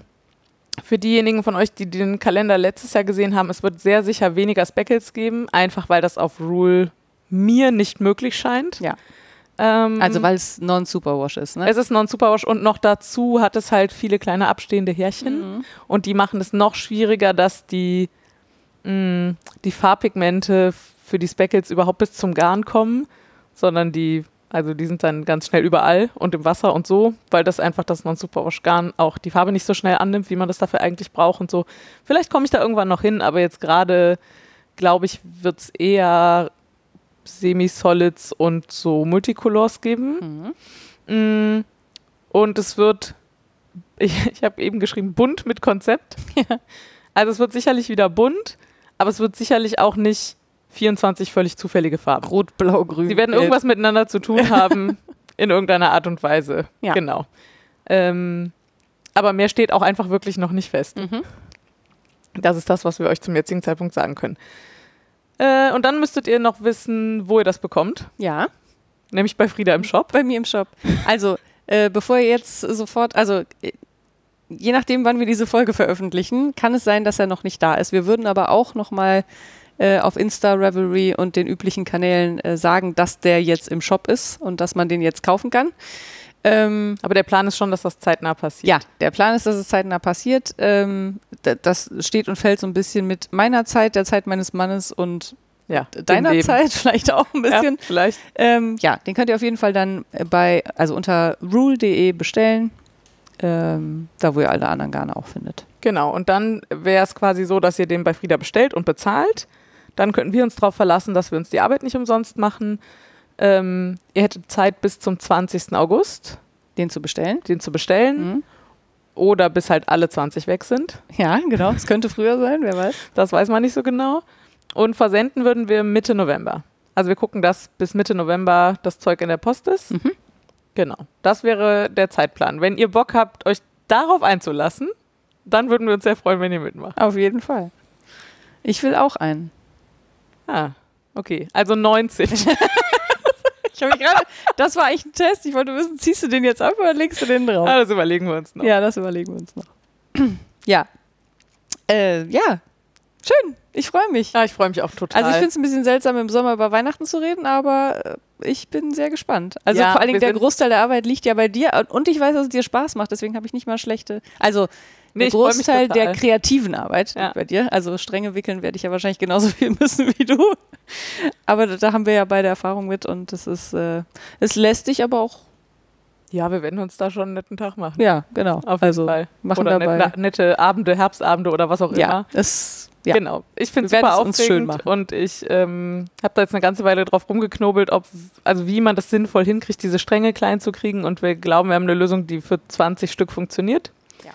[SPEAKER 2] Für diejenigen von euch, die den Kalender letztes Jahr gesehen haben, es wird sehr sicher weniger Speckles geben, einfach weil das auf Rule mir nicht möglich scheint.
[SPEAKER 1] Ja.
[SPEAKER 2] Ähm,
[SPEAKER 1] Also, weil es non-superwash ist, ne?
[SPEAKER 2] es ist Non-Superwash und noch dazu hat es halt viele kleine abstehende Härchen und die machen es noch schwieriger, dass die, mh, die Farbpigmente für die Speckles überhaupt bis zum Garn kommen, sondern die, also die sind dann ganz schnell überall und im Wasser und so, weil das einfach das Non-Superwash-Garn auch die Farbe nicht so schnell annimmt, wie man das dafür eigentlich braucht und so. Vielleicht komme ich da irgendwann noch hin, aber jetzt gerade, glaube ich, wird es eher Semi-Solids und so Multicolors geben. Mm, Und es wird, *laughs* ich, ich habe eben geschrieben, bunt mit Konzept. Also es wird sicherlich wieder bunt, aber es wird sicherlich auch nicht 24 völlig zufällige Farben.
[SPEAKER 1] Rot, Blau, Grün.
[SPEAKER 2] Sie werden
[SPEAKER 1] Gelb.
[SPEAKER 2] irgendwas miteinander zu
[SPEAKER 1] *laughs*
[SPEAKER 2] tun haben, in irgendeiner Art und Weise.
[SPEAKER 1] Ja.
[SPEAKER 2] Genau. Ähm, aber mehr steht auch einfach wirklich noch nicht fest.
[SPEAKER 1] Mhm.
[SPEAKER 2] Das ist das, was wir euch zum jetzigen Zeitpunkt sagen können. Äh, und dann müsstet ihr noch wissen, wo ihr das bekommt.
[SPEAKER 1] Ja.
[SPEAKER 2] Nämlich bei Frieda im Shop.
[SPEAKER 1] bei mir im Shop. Also, äh, bevor ihr jetzt sofort, also äh, je nachdem, wann wir diese Folge veröffentlichen, kann es sein, dass er noch nicht da ist. Wir würden aber auch nochmal äh, auf Insta, Revelry und den üblichen Kanälen äh, sagen, dass der jetzt im Shop ist und dass man den jetzt kaufen kann. Ähm,
[SPEAKER 2] Aber der Plan ist schon, dass das zeitnah passiert.
[SPEAKER 1] ja, der Plan ist, dass es zeitnah passiert. Ähm, d- das steht und fällt so ein bisschen mit meiner Zeit, der Zeit meines Mannes und
[SPEAKER 2] ja,
[SPEAKER 1] deiner Zeit *laughs* vielleicht auch ein bisschen.
[SPEAKER 2] Ja, vielleicht.
[SPEAKER 1] Ähm, ja, den könnt ihr auf jeden Fall dann bei, also unter rule.de bestellen, ähm, da wo ihr alle anderen Garne auch findet.
[SPEAKER 2] Genau. Und dann wäre es quasi so, dass ihr den bei Frieda bestellt und bezahlt. Dann könnten wir uns darauf verlassen, dass wir uns die Arbeit nicht umsonst machen. Ähm, ihr hättet Zeit bis zum 20. August,
[SPEAKER 1] Den zu bestellen. *laughs*
[SPEAKER 2] den zu bestellen.
[SPEAKER 1] Mhm.
[SPEAKER 2] Oder bis halt alle 20 weg sind.
[SPEAKER 1] Ja, genau. Es könnte früher sein, wer weiß.
[SPEAKER 2] Das weiß man nicht so genau. Und versenden würden wir Mitte November. Also wir gucken, dass bis Mitte November das Zeug in der Post ist. Genau. Das wäre der Zeitplan. Wenn ihr Bock habt, euch darauf einzulassen, dann würden wir uns sehr freuen, wenn ihr mitmacht.
[SPEAKER 1] Auf jeden Fall. Ich will auch einen.
[SPEAKER 2] Ah, okay. Also 19.
[SPEAKER 1] *laughs* Ich habe gerade, das war eigentlich ein Test. Ich wollte wissen, ziehst du den jetzt ab oder legst du den drauf?
[SPEAKER 2] ah, das überlegen wir uns noch.
[SPEAKER 1] Ja, das überlegen wir uns noch. Äh, ja. Äh, ja. Schön. Ich freue mich.
[SPEAKER 2] Ah, ich freue mich auch total.
[SPEAKER 1] Also ich finde es ein bisschen seltsam, im Sommer über Weihnachten zu reden, aber äh, ich bin sehr gespannt. Also
[SPEAKER 2] Ja,
[SPEAKER 1] vor allen Dingen
[SPEAKER 2] wir
[SPEAKER 1] der
[SPEAKER 2] sind-
[SPEAKER 1] Großteil der Arbeit liegt ja bei dir und- und ich weiß, dass es dir Spaß macht, deswegen habe ich nicht mal schlechte. Also
[SPEAKER 2] Nee,
[SPEAKER 1] der
[SPEAKER 2] ich freu mich
[SPEAKER 1] Großteil der
[SPEAKER 2] total.
[SPEAKER 1] kreativen Arbeit
[SPEAKER 2] Ja.
[SPEAKER 1] liegt bei dir. Also Stränge wickeln werde ich ja wahrscheinlich genauso *laughs* viel müssen wie du. Aber da, da haben wir ja beide Erfahrung mit und das ist, äh, es lässt dich aber auch,
[SPEAKER 2] ja, wir werden uns da schon einen netten Tag machen.
[SPEAKER 1] ja, genau.
[SPEAKER 2] Auf jeden
[SPEAKER 1] also
[SPEAKER 2] Fall.
[SPEAKER 1] machen
[SPEAKER 2] oder
[SPEAKER 1] dabei.
[SPEAKER 2] Nette, nette Abende, Herbstabende oder was auch immer.
[SPEAKER 1] ja, es, ja.
[SPEAKER 2] Genau. Ich finde es
[SPEAKER 1] Wir werden
[SPEAKER 2] super
[SPEAKER 1] es uns schön
[SPEAKER 2] aufregend
[SPEAKER 1] machen.
[SPEAKER 2] und ich ähm, habe da jetzt eine ganze Weile drauf rumgeknobelt, ob, also wie man das sinnvoll hinkriegt, diese Stränge klein zu kriegen und wir glauben, wir haben eine Lösung, die für 20 Stück funktioniert.
[SPEAKER 1] Ja.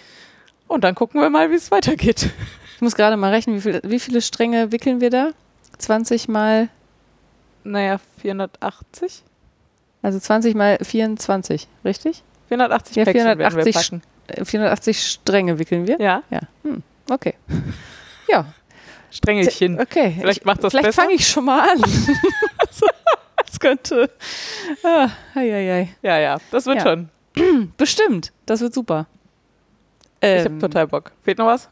[SPEAKER 2] Und dann gucken wir mal, wie es weitergeht. *laughs*
[SPEAKER 1] Ich muss gerade mal rechnen, wie, viel, wie viele Stränge wickeln wir da? 20 mal
[SPEAKER 2] Naja, 480?
[SPEAKER 1] Also 20 mal 24, richtig?
[SPEAKER 2] 480
[SPEAKER 1] Ja,
[SPEAKER 2] Päckchen werden wir
[SPEAKER 1] 480
[SPEAKER 2] packen.
[SPEAKER 1] Äh, 480 Stränge wickeln wir. Hm,
[SPEAKER 2] Ja, *laughs*
[SPEAKER 1] Okay. Ja,
[SPEAKER 2] Strängelchen.
[SPEAKER 1] okay.
[SPEAKER 2] Vielleicht macht das
[SPEAKER 1] Vielleicht
[SPEAKER 2] besser.
[SPEAKER 1] fange ich schon mal
[SPEAKER 2] *laughs*
[SPEAKER 1] an. das könnte. Ah, ei, ei, ei.
[SPEAKER 2] Ja, ja, das wird
[SPEAKER 1] Ja.
[SPEAKER 2] schon.
[SPEAKER 1] Bestimmt. Das wird super.
[SPEAKER 2] Ich
[SPEAKER 1] Ähm,
[SPEAKER 2] habe total Bock. Fehlt noch was?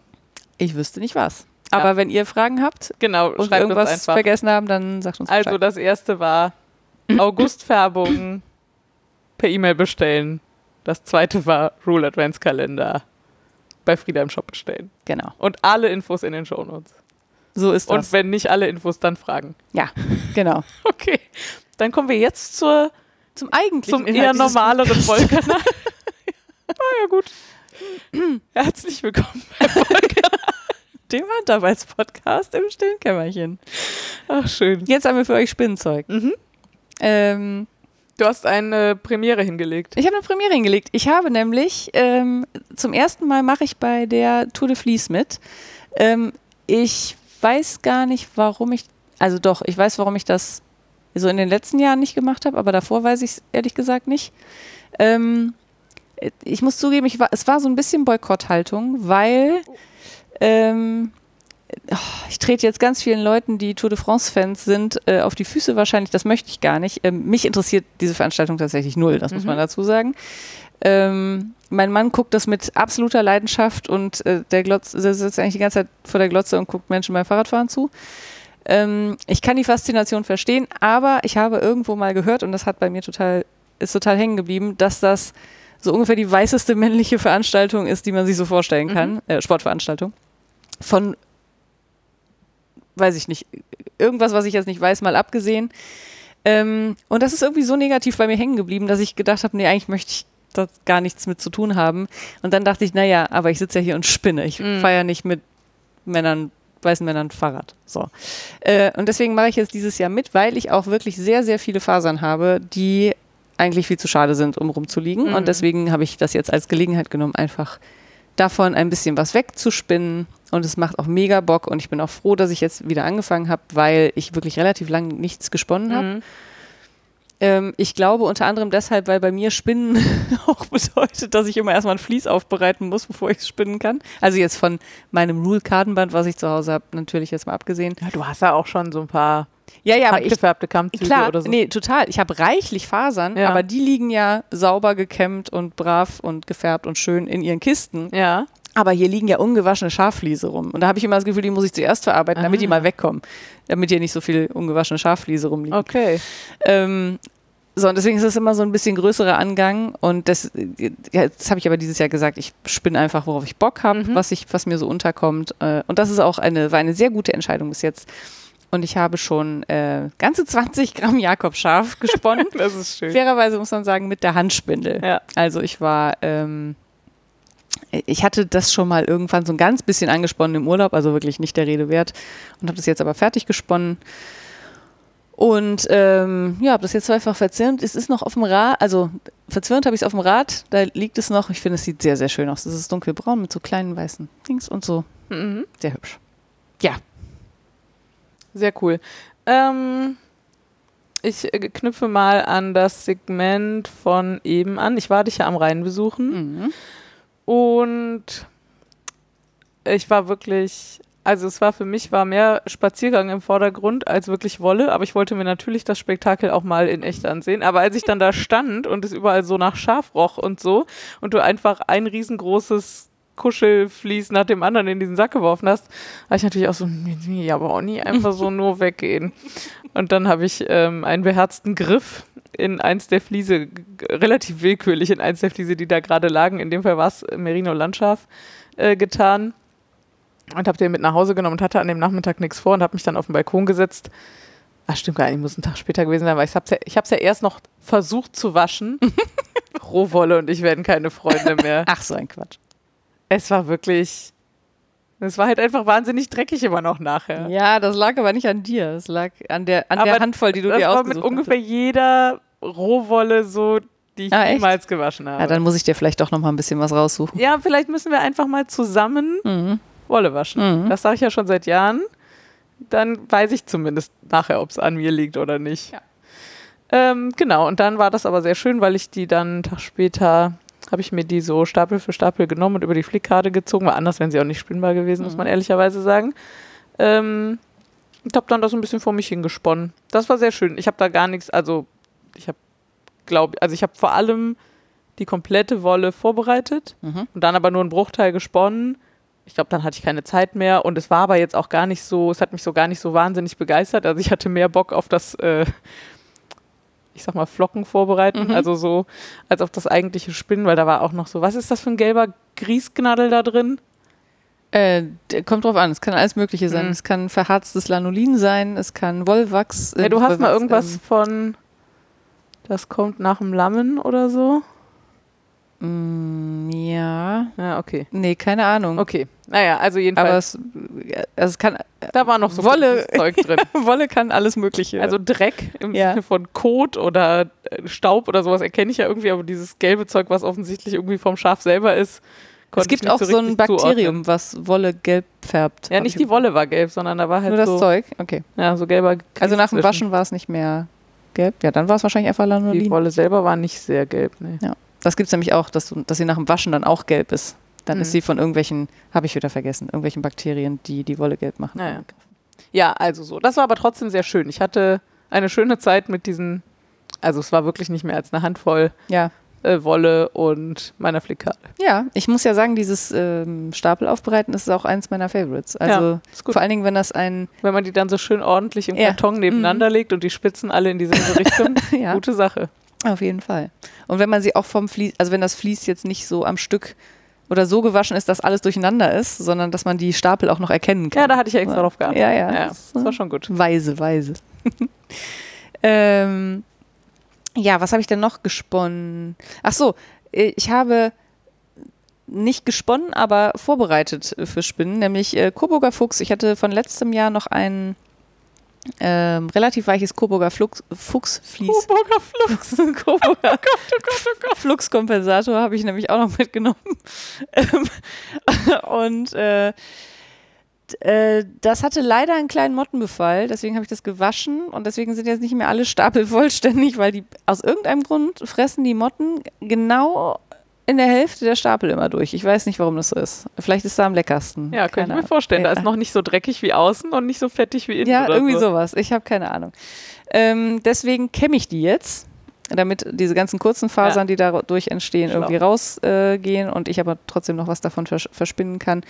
[SPEAKER 1] ich wüsste nicht was. Aber wenn ihr Fragen habt
[SPEAKER 2] Genau,
[SPEAKER 1] und
[SPEAKER 2] schreibt uns
[SPEAKER 1] irgendwas
[SPEAKER 2] einfach.
[SPEAKER 1] vergessen haben, dann sagt uns Bescheid.
[SPEAKER 2] Also das
[SPEAKER 1] *laughs*
[SPEAKER 2] erste war Augustfärbung per E-Mail bestellen. Das zweite war Rule Adventskalender bei Frieda im Shop bestellen.
[SPEAKER 1] genau.
[SPEAKER 2] Und alle Infos in den Shownotes.
[SPEAKER 1] So ist
[SPEAKER 2] Und
[SPEAKER 1] das.
[SPEAKER 2] wenn nicht alle Infos, dann fragen. *laughs*
[SPEAKER 1] ja, genau.
[SPEAKER 2] Okay. Dann kommen wir jetzt zur,
[SPEAKER 1] Zum eigentlichen
[SPEAKER 2] zum
[SPEAKER 1] Inhalt
[SPEAKER 2] eher
[SPEAKER 1] dieses
[SPEAKER 2] normaleren
[SPEAKER 1] Podcasts. *laughs*
[SPEAKER 2] *laughs* Vollkanal. Na ja,
[SPEAKER 1] *clears throat*
[SPEAKER 2] gut. Herzlich willkommen.
[SPEAKER 1] Dem Handarbeitspodcast im stillen Kämmerchen.
[SPEAKER 2] Ach, schön.
[SPEAKER 1] Jetzt haben wir für euch Spinnenzeug.
[SPEAKER 2] Mhm.
[SPEAKER 1] Ähm,
[SPEAKER 2] Du hast eine Premiere hingelegt.
[SPEAKER 1] ich habe eine Premiere hingelegt. Ich habe nämlich ähm, zum ersten Mal mache ich bei der Tour de Vlies mit. Ähm, ich weiß gar nicht, warum ich, also doch, ich weiß, warum ich das so in den letzten Jahren nicht gemacht habe, aber davor weiß ich es ehrlich gesagt nicht. Ähm, ich muss zugeben, ich war, es war so ein bisschen Boykotthaltung, weil ähm, oh, ich trete jetzt ganz vielen Leuten, die Tour de France-Fans sind, äh, auf die Füße wahrscheinlich. Das möchte ich gar nicht. Ähm, mich interessiert diese Veranstaltung tatsächlich null, das muss man dazu sagen. Ähm, mein Mann guckt das mit absoluter Leidenschaft und äh, der Glotz, der sitzt eigentlich die ganze Zeit vor der Glotze und guckt Menschen beim Fahrradfahren zu. Ähm, ich kann die Faszination verstehen, aber ich habe irgendwo mal gehört und das hat bei mir total, ist total hängen geblieben, dass das so ungefähr die weißeste männliche Veranstaltung ist, die man sich so vorstellen kann, äh, Sportveranstaltung. Von, weiß ich nicht, irgendwas, was ich jetzt nicht weiß, mal abgesehen. Ähm, und das ist irgendwie so negativ bei mir hängen geblieben, dass ich gedacht habe, nee, eigentlich möchte ich das gar nichts mit zu tun haben. Und dann dachte ich, naja, aber ich sitze ja hier und spinne. Ich
[SPEAKER 2] Mhm.
[SPEAKER 1] feiere nicht mit Männern, weißen Männern Fahrrad. So. Äh, und deswegen mache ich jetzt dieses Jahr mit, weil ich auch wirklich sehr, sehr viele Fasern habe, die eigentlich viel zu schade sind, um rumzuliegen. Und deswegen habe ich das jetzt als Gelegenheit genommen, einfach davon ein bisschen was wegzuspinnen. Und es macht auch mega Bock. Und ich bin auch froh, dass ich jetzt wieder angefangen habe, weil ich wirklich relativ lang nichts gesponnen
[SPEAKER 2] Mhm.
[SPEAKER 1] habe. Ähm, ich glaube unter anderem deshalb, weil bei mir Spinnen *laughs* auch bedeutet, dass ich immer erstmal ein Vlies aufbereiten muss, bevor ich spinnen kann. Also jetzt von meinem Rule-Kartenband, was ich zu Hause habe, natürlich jetzt mal abgesehen.
[SPEAKER 2] Ja, du hast ja auch schon so ein paar
[SPEAKER 1] Ja, ja, aber ich,
[SPEAKER 2] handgefärbte Kammzüge
[SPEAKER 1] Klar,
[SPEAKER 2] oder so.
[SPEAKER 1] nee, total. Ich habe reichlich Fasern,
[SPEAKER 2] Ja.
[SPEAKER 1] aber die liegen ja sauber gekämmt und brav und gefärbt und schön in ihren Kisten.
[SPEAKER 2] Ja.
[SPEAKER 1] Aber hier liegen ja ungewaschene Schafliese rum. Und da habe ich immer das Gefühl, die muss ich zuerst verarbeiten, damit die mal wegkommen. Damit hier nicht so viel ungewaschene Schafliese rumliegen.
[SPEAKER 2] Okay.
[SPEAKER 1] Ähm, so, und deswegen ist es immer so ein bisschen größerer Angang. Und das, ja, jetzt habe ich aber dieses Jahr gesagt, ich spinne einfach, worauf ich Bock habe, was ich, was mir so unterkommt. Äh, Und das ist auch eine, war eine sehr gute Entscheidung bis jetzt. Und ich habe schon äh, ganze 20 Gramm Jakobschaf gesponnen.
[SPEAKER 2] Das ist schön.
[SPEAKER 1] Fairerweise muss man sagen, mit der Handspindel.
[SPEAKER 2] Ja.
[SPEAKER 1] Also ich war, ähm, ich hatte das schon mal irgendwann so ein ganz bisschen angesponnen im Urlaub, also wirklich nicht der Rede wert und habe das jetzt aber fertig gesponnen. Und ähm, ja, habe das jetzt zweifach verzwirnt. Es ist noch auf dem Rad, also verzwirnt habe ich es auf dem Rad, da liegt es noch. Ich finde, es sieht sehr, sehr schön aus. Es ist dunkelbraun mit so kleinen weißen Dings und so.
[SPEAKER 2] Mhm.
[SPEAKER 1] Sehr hübsch.
[SPEAKER 2] Sehr cool. Ähm, ich äh, knüpfe mal an das Segment von eben an. Ich war dich ja am Rhein besuchen und ich war wirklich, also es war für mich war mehr Spaziergang im Vordergrund als wirklich Wolle, aber ich wollte mir natürlich das Spektakel auch mal in echt ansehen. Aber als ich dann da stand und es überall so nach Schaf roch und so und du einfach ein riesengroßes Kuschelflies nach dem anderen in diesen Sack geworfen hast, war ich natürlich auch so, nee, nee, aber auch nie einfach so nur weggehen. Und dann habe ich ähm, einen beherzten Griff in eins der Fliese, g- g- relativ willkürlich in eins der Fliese, die da gerade lagen, in dem Fall war es Merino Landschaf, äh, getan und habe den mit nach Hause genommen und hatte an dem Nachmittag nichts vor und habe mich dann auf den Balkon gesetzt. Ach, stimmt gar nicht, muss ein Tag später gewesen sein, weil ich hab's ja, ich habe es ja erst noch versucht zu waschen. Rohwolle und ich werden keine Freunde mehr.
[SPEAKER 1] Ach, so ein Quatsch.
[SPEAKER 2] Es war wirklich. Es war halt einfach wahnsinnig dreckig immer noch nachher.
[SPEAKER 1] Ja, das lag aber nicht an dir. Das lag an der, an der
[SPEAKER 2] Aber
[SPEAKER 1] Handvoll, die du
[SPEAKER 2] das
[SPEAKER 1] dir
[SPEAKER 2] war
[SPEAKER 1] ausgesucht
[SPEAKER 2] mit
[SPEAKER 1] hast.
[SPEAKER 2] ungefähr jeder Rohwolle so, die ich
[SPEAKER 1] Ah, echt?
[SPEAKER 2] jemals gewaschen habe.
[SPEAKER 1] Ja, dann muss ich dir vielleicht doch noch mal ein bisschen was raussuchen.
[SPEAKER 2] Ja, vielleicht müssen wir einfach mal zusammen
[SPEAKER 1] Mhm.
[SPEAKER 2] Wolle waschen.
[SPEAKER 1] Mhm.
[SPEAKER 2] Das sage ich ja schon seit Jahren. Dann weiß ich zumindest nachher, ob es an mir liegt oder nicht.
[SPEAKER 1] Ja.
[SPEAKER 2] Ähm, genau, und dann war das aber sehr schön, weil ich die dann einen Tag später, habe ich mir die so Stapel für Stapel genommen und über die Flickkarte gezogen. War anders, wenn sie auch nicht spinnbar gewesen,
[SPEAKER 1] Mhm.
[SPEAKER 2] muss man ehrlicherweise sagen. Ähm, ich habe dann das so ein bisschen vor mich hingesponnen. Das war sehr schön. Ich habe da gar nichts, also ich habe, glaube also ich habe vor allem die komplette Wolle vorbereitet
[SPEAKER 1] Mhm.
[SPEAKER 2] und dann aber nur einen Bruchteil gesponnen Ich glaube, dann hatte ich keine Zeit mehr und es war aber jetzt auch gar nicht so, es hat mich so gar nicht so wahnsinnig begeistert. Also ich hatte mehr Bock auf das, äh, ich sag mal, Flocken vorbereiten,
[SPEAKER 1] Mhm.
[SPEAKER 2] also so, als auf das eigentliche Spinnen, weil da war auch noch so, was ist das für ein gelber Grießknaddel da drin?
[SPEAKER 1] Äh, d- kommt drauf an, es kann alles Mögliche sein.
[SPEAKER 2] Mhm.
[SPEAKER 1] Es kann verharztes Lanolin sein, es kann Wollwachs. äh,
[SPEAKER 2] Ja, du
[SPEAKER 1] nicht
[SPEAKER 2] hast mal
[SPEAKER 1] Wollwachs,
[SPEAKER 2] irgendwas von, das kommt nach dem Lammen oder so?
[SPEAKER 1] Ähm, ja.
[SPEAKER 2] Ja, okay.
[SPEAKER 1] Nee, keine Ahnung.
[SPEAKER 2] Okay, naja, also
[SPEAKER 1] Aber
[SPEAKER 2] jedenfalls,
[SPEAKER 1] es, also es kann,
[SPEAKER 2] da war noch so
[SPEAKER 1] Wolle.
[SPEAKER 2] gutes Zeug drin.
[SPEAKER 1] *laughs* Wolle kann alles Mögliche.
[SPEAKER 2] Also Dreck im
[SPEAKER 1] Ja.
[SPEAKER 2] Sinne von Kot oder äh, Staub oder sowas erkenne ich ja irgendwie, aber dieses gelbe Zeug, was offensichtlich irgendwie vom Schaf selber ist, konnte
[SPEAKER 1] es gibt
[SPEAKER 2] ich nicht
[SPEAKER 1] auch so ein
[SPEAKER 2] richtig zuordnen.
[SPEAKER 1] Bakterium, was Wolle gelb färbt.
[SPEAKER 2] Ja,
[SPEAKER 1] Hab
[SPEAKER 2] nicht
[SPEAKER 1] ich-
[SPEAKER 2] die Wolle war gelb, sondern da war halt
[SPEAKER 1] Nur das
[SPEAKER 2] so,
[SPEAKER 1] Zeug, okay.
[SPEAKER 2] Ja, so gelber Kies
[SPEAKER 1] Also nach dem
[SPEAKER 2] zwischen.
[SPEAKER 1] Waschen war es nicht mehr gelb. Ja, dann war es wahrscheinlich einfach
[SPEAKER 2] Die
[SPEAKER 1] Lanolin.
[SPEAKER 2] Wolle selber war nicht sehr gelb, nee.
[SPEAKER 1] Das gibt es nämlich auch, dass, du, dass sie nach dem Waschen dann auch gelb ist. Dann
[SPEAKER 2] Mhm.
[SPEAKER 1] ist sie von irgendwelchen, habe ich wieder vergessen, irgendwelchen Bakterien, die die Wolle gelb machen.
[SPEAKER 2] Naja. Ah, Ja, also so. Das war aber trotzdem sehr schön. Ich hatte eine schöne Zeit mit diesen, also es war wirklich nicht mehr als eine Handvoll
[SPEAKER 1] Ja.
[SPEAKER 2] äh, Wolle und meiner Flickade.
[SPEAKER 1] ja, ich muss ja sagen, dieses ähm, Stapel aufbereiten ist auch eins meiner Favorites. Also
[SPEAKER 2] ja, ist gut.
[SPEAKER 1] vor allen Dingen, wenn das ein,
[SPEAKER 2] Wenn man die dann so schön ordentlich im
[SPEAKER 1] Ja.
[SPEAKER 2] Karton nebeneinander legt und die Spitzen alle in dieselbe Richtung, *laughs*
[SPEAKER 1] ja,
[SPEAKER 2] Mhm. gute Sache.
[SPEAKER 1] Auf jeden Fall. Und wenn man sie auch vom Vlies, also wenn das Vlies jetzt nicht so am Stück oder so gewaschen ist, dass alles durcheinander ist, sondern dass man die Stapel auch noch erkennen kann.
[SPEAKER 2] Ja, da hatte ich ja extra drauf geachtet.
[SPEAKER 1] Ja, ja.
[SPEAKER 2] das war schon gut.
[SPEAKER 1] Weise, weise. *laughs* ähm, ja, was habe ich denn noch gesponnen? Ach so, äh, ich habe nicht gesponnen, aber vorbereitet äh, für Spinnen, nämlich äh, Coburger Fuchs. Ich hatte von letztem Jahr noch ein ähm, relativ weiches Coburger Flux, Fuchsvlies.
[SPEAKER 2] Coburger Flux. Oh
[SPEAKER 1] Coburger Fluxkompensator habe ich nämlich auch noch mitgenommen. Ähm, Und äh, d- äh, das hatte leider einen kleinen Mottenbefall, deswegen habe ich das gewaschen und deswegen sind jetzt nicht mehr alle Stapel *laughs* vollständig, weil die aus irgendeinem Grund fressen die Motten genau in der Hälfte der Stapel immer durch. Ich weiß nicht, warum das so ist. Vielleicht ist da am leckersten.
[SPEAKER 2] Ja, kann
[SPEAKER 1] Keine
[SPEAKER 2] ich mir vorstellen. Da
[SPEAKER 1] Ja.
[SPEAKER 2] ist noch nicht so dreckig wie außen und nicht so fettig *laughs* wie innen.
[SPEAKER 1] Ja,
[SPEAKER 2] oder
[SPEAKER 1] irgendwie
[SPEAKER 2] so.
[SPEAKER 1] sowas. Ich habe keine Ahnung. Ähm, deswegen kämme ich die jetzt, damit diese ganzen kurzen Fasern,
[SPEAKER 2] Ja.
[SPEAKER 1] die dadurch entstehen,
[SPEAKER 2] Schlau.
[SPEAKER 1] irgendwie rausgehen äh, gehen und ich aber trotzdem noch was davon vers verspinnen kann.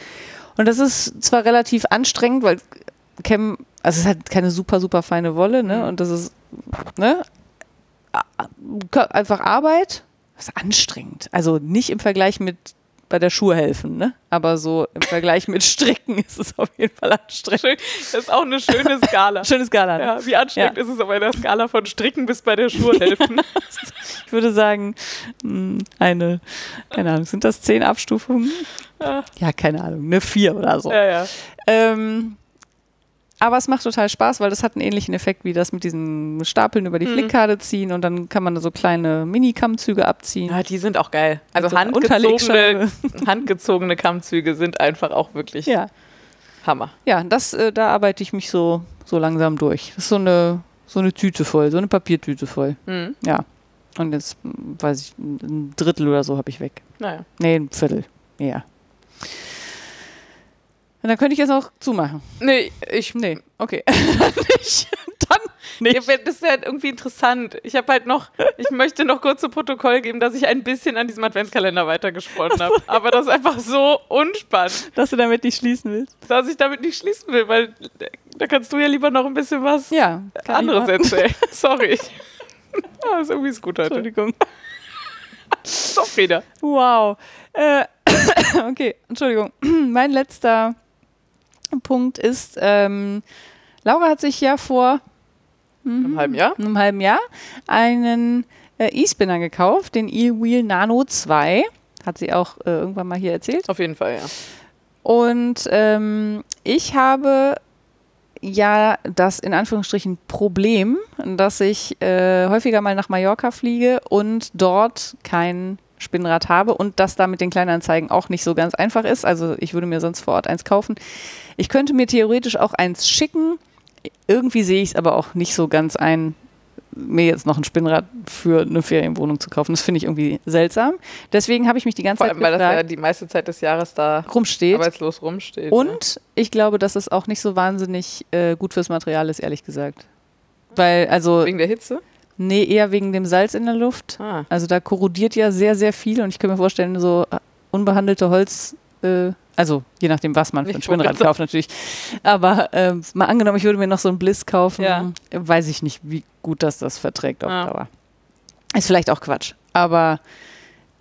[SPEAKER 1] Und das ist zwar relativ anstrengend, weil Kämmen, also es ist halt keine super, super feine Wolle, ne?
[SPEAKER 2] Mhm.
[SPEAKER 1] Und das ist, ne? A- a- Kö- Einfach Arbeit. Das ist anstrengend. Also nicht im Vergleich mit bei der Schuhe helfen, ne? Aber so im Vergleich mit Stricken *laughs* ist es auf jeden Fall anstrengend.
[SPEAKER 2] Schön, das ist auch eine schöne
[SPEAKER 1] *laughs*
[SPEAKER 2] Skala.
[SPEAKER 1] Schönes Skala. ne?
[SPEAKER 2] Ja, wie anstrengend ist es auf einer Skala von Stricken bis bei
[SPEAKER 1] *laughs*
[SPEAKER 2] der Schuhhälften?
[SPEAKER 1] Ich würde sagen, mh, eine, keine Ahnung, sind das zehn Abstufungen?
[SPEAKER 2] Ja.
[SPEAKER 1] Ja, keine Ahnung, eine vier oder so.
[SPEAKER 2] Ah. ja, ja.
[SPEAKER 1] Ähm, aber es macht total Spaß, weil das hat einen ähnlichen Effekt wie das mit diesen Stapeln
[SPEAKER 2] Mhm.
[SPEAKER 1] über die Flickkarte ziehen und dann kann man da so kleine Mini-Kammzüge abziehen.
[SPEAKER 2] ja, die sind auch geil. Also
[SPEAKER 1] so einer
[SPEAKER 2] handgezogene,
[SPEAKER 1] Unterlegscheibe.
[SPEAKER 2] handgezogene Kammzüge sind einfach auch wirklich
[SPEAKER 1] Ja,
[SPEAKER 2] Hammer.
[SPEAKER 1] ja das, äh, da arbeite ich mich so, so langsam durch. Das ist so eine, so eine Tüte voll, so eine Papiertüte voll.
[SPEAKER 2] Mhm.
[SPEAKER 1] Ja. Und jetzt, mh, weiß ich, ein Drittel oder so habe ich weg.
[SPEAKER 2] Naja.
[SPEAKER 1] Nee, ein Viertel. Ja. Und dann könnte ich jetzt auch zumachen.
[SPEAKER 2] Nee, ich
[SPEAKER 1] Nee, okay. *laughs* nicht. Dann nicht.
[SPEAKER 2] Ja, das ist halt irgendwie interessant. Ich habe halt noch, ich möchte noch kurz zu Protokoll geben, dass ich ein bisschen an diesem Adventskalender weitergesponnen habe. Aber das ist einfach so unspannend,
[SPEAKER 1] Dass du damit nicht schließen willst.
[SPEAKER 2] dass ich damit nicht schließen will, weil da kannst du ja lieber noch ein bisschen was
[SPEAKER 1] Ja. kann
[SPEAKER 2] anderes
[SPEAKER 1] ich machen.
[SPEAKER 2] *laughs* erzählen. Sorry. Ja, ist irgendwie ist gut heute.
[SPEAKER 1] Entschuldigung.
[SPEAKER 2] So, Frieda.
[SPEAKER 1] Wow. Äh, *coughs* okay, Entschuldigung. *coughs* Mein letzter Punkt ist, ähm, Laura hat sich ja vor
[SPEAKER 2] Im halben Jahr?
[SPEAKER 1] einem halben Jahr einen äh, E-Spinner gekauft, den E-Wheel Nano 2. Hat sie auch äh, irgendwann mal hier erzählt.
[SPEAKER 2] Auf jeden Fall, ja.
[SPEAKER 1] Und ähm, ich habe ja das in Anführungsstrichen Problem, dass ich äh, häufiger mal nach Mallorca fliege und dort kein Spinnrad habe und das da mit den Kleinanzeigen auch nicht so ganz einfach ist. Also ich würde mir sonst vor Ort eins kaufen. Ich könnte mir theoretisch auch eins schicken. Irgendwie sehe ich es aber auch nicht so ganz ein, mir jetzt noch ein Spinnrad für eine Ferienwohnung zu kaufen. Das finde ich irgendwie seltsam. Deswegen habe ich mich die ganze
[SPEAKER 2] Vor
[SPEAKER 1] Zeit
[SPEAKER 2] allem, weil das ja
[SPEAKER 1] gefragt,
[SPEAKER 2] die meiste Zeit des Jahres da
[SPEAKER 1] rumsteht.
[SPEAKER 2] arbeitslos rumsteht. ne?
[SPEAKER 1] Und ich glaube, dass es auch nicht so wahnsinnig äh, gut fürs Material ist, ehrlich gesagt. Weil, also,
[SPEAKER 2] Wegen der Hitze?
[SPEAKER 1] nee, eher wegen dem Salz in der Luft.
[SPEAKER 2] Ah.
[SPEAKER 1] Also da korrodiert ja sehr, sehr viel und ich kann mir vorstellen, so äh, unbehandelte Holz, äh, also je nachdem, was man für ein
[SPEAKER 2] Nicht
[SPEAKER 1] Spinnrad
[SPEAKER 2] Buckelze.
[SPEAKER 1] kauft natürlich. Aber ähm, mal angenommen, ich würde mir noch so einen Bliss kaufen,
[SPEAKER 2] Ja.
[SPEAKER 1] äh, weiß ich nicht, wie gut das das verträgt auf
[SPEAKER 2] Ja.
[SPEAKER 1] Dauer. Ist vielleicht auch Quatsch, aber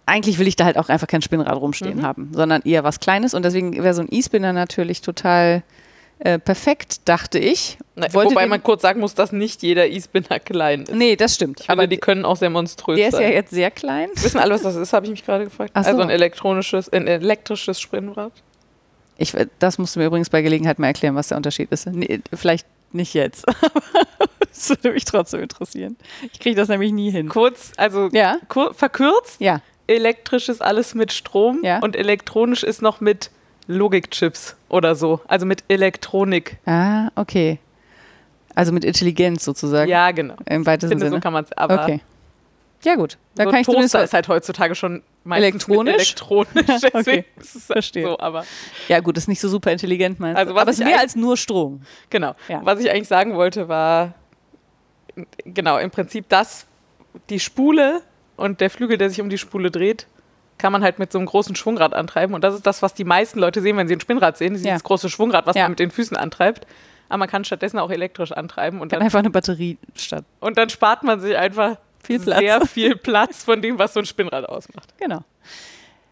[SPEAKER 1] eigentlich will ich da halt auch einfach kein Spinnrad rumstehen
[SPEAKER 2] Mhm.
[SPEAKER 1] haben, sondern eher was Kleines und deswegen wäre so ein E-Spinner natürlich total äh, perfekt, dachte ich.
[SPEAKER 2] Na,
[SPEAKER 1] Wollte
[SPEAKER 2] wobei
[SPEAKER 1] den-
[SPEAKER 2] man kurz sagen muss, dass nicht jeder E-Spinner klein ist.
[SPEAKER 1] Nee, das stimmt.
[SPEAKER 2] Ich finde, die können auch sehr monströs
[SPEAKER 1] der ist ja
[SPEAKER 2] sein.
[SPEAKER 1] jetzt sehr klein.
[SPEAKER 2] Wissen alle, was das ist, habe ich mich gerade gefragt.
[SPEAKER 1] Ach so.
[SPEAKER 2] Also ein elektronisches, ein elektrisches Spinnrad.
[SPEAKER 1] Ich, das musst du mir übrigens bei Gelegenheit mal erklären, was der Unterschied ist. Nee, vielleicht nicht jetzt. *laughs* das würde mich trotzdem interessieren. Ich kriege das nämlich nie hin.
[SPEAKER 2] Kurz, also
[SPEAKER 1] Ja,
[SPEAKER 2] kur verkürzt,
[SPEAKER 1] ja.
[SPEAKER 2] elektrisch ist alles mit Strom
[SPEAKER 1] Ja.
[SPEAKER 2] und elektronisch ist noch mit Logikchips oder so. Also mit Elektronik.
[SPEAKER 1] Ah, okay. Also mit Intelligenz sozusagen.
[SPEAKER 2] Ja, genau.
[SPEAKER 1] Im
[SPEAKER 2] Ich
[SPEAKER 1] weitesten
[SPEAKER 2] finde, so
[SPEAKER 1] Sinne.
[SPEAKER 2] kann man es. Aber
[SPEAKER 1] okay. Ja, gut. Da
[SPEAKER 2] so
[SPEAKER 1] kann
[SPEAKER 2] ein
[SPEAKER 1] ich zumindest.
[SPEAKER 2] Toaster
[SPEAKER 1] Was,
[SPEAKER 2] ist halt heutzutage schon meistens
[SPEAKER 1] Elektronisch?
[SPEAKER 2] Mit *laughs* elektronisch. Deswegen
[SPEAKER 1] Okay, *laughs*
[SPEAKER 2] ist es
[SPEAKER 1] verstehe.
[SPEAKER 2] so. Aber
[SPEAKER 1] ja, gut, ist nicht so super intelligent, meinst
[SPEAKER 2] Also
[SPEAKER 1] du?
[SPEAKER 2] was
[SPEAKER 1] Aber es ist
[SPEAKER 2] ich
[SPEAKER 1] mehr
[SPEAKER 2] eigentlich-
[SPEAKER 1] als nur Strom.
[SPEAKER 2] Genau.
[SPEAKER 1] Ja.
[SPEAKER 2] Was ich eigentlich sagen wollte, war genau im Prinzip das, die Spule und der Flügel, der sich um die Spule dreht, kann man halt mit so einem großen Schwungrad antreiben. Und das ist das, was die meisten Leute sehen, wenn sie ein Spinnrad sehen. Sie sehen
[SPEAKER 1] Ja.
[SPEAKER 2] das große Schwungrad, was
[SPEAKER 1] Ja.
[SPEAKER 2] man mit den Füßen antreibt. Aber man kann stattdessen auch elektrisch antreiben und
[SPEAKER 1] Kann
[SPEAKER 2] dann,
[SPEAKER 1] einfach eine Batterie statt.
[SPEAKER 2] und dann spart man sich einfach
[SPEAKER 1] Viel Platz.
[SPEAKER 2] sehr *laughs* viel Platz von dem, was so ein Spinnrad ausmacht.
[SPEAKER 1] Genau.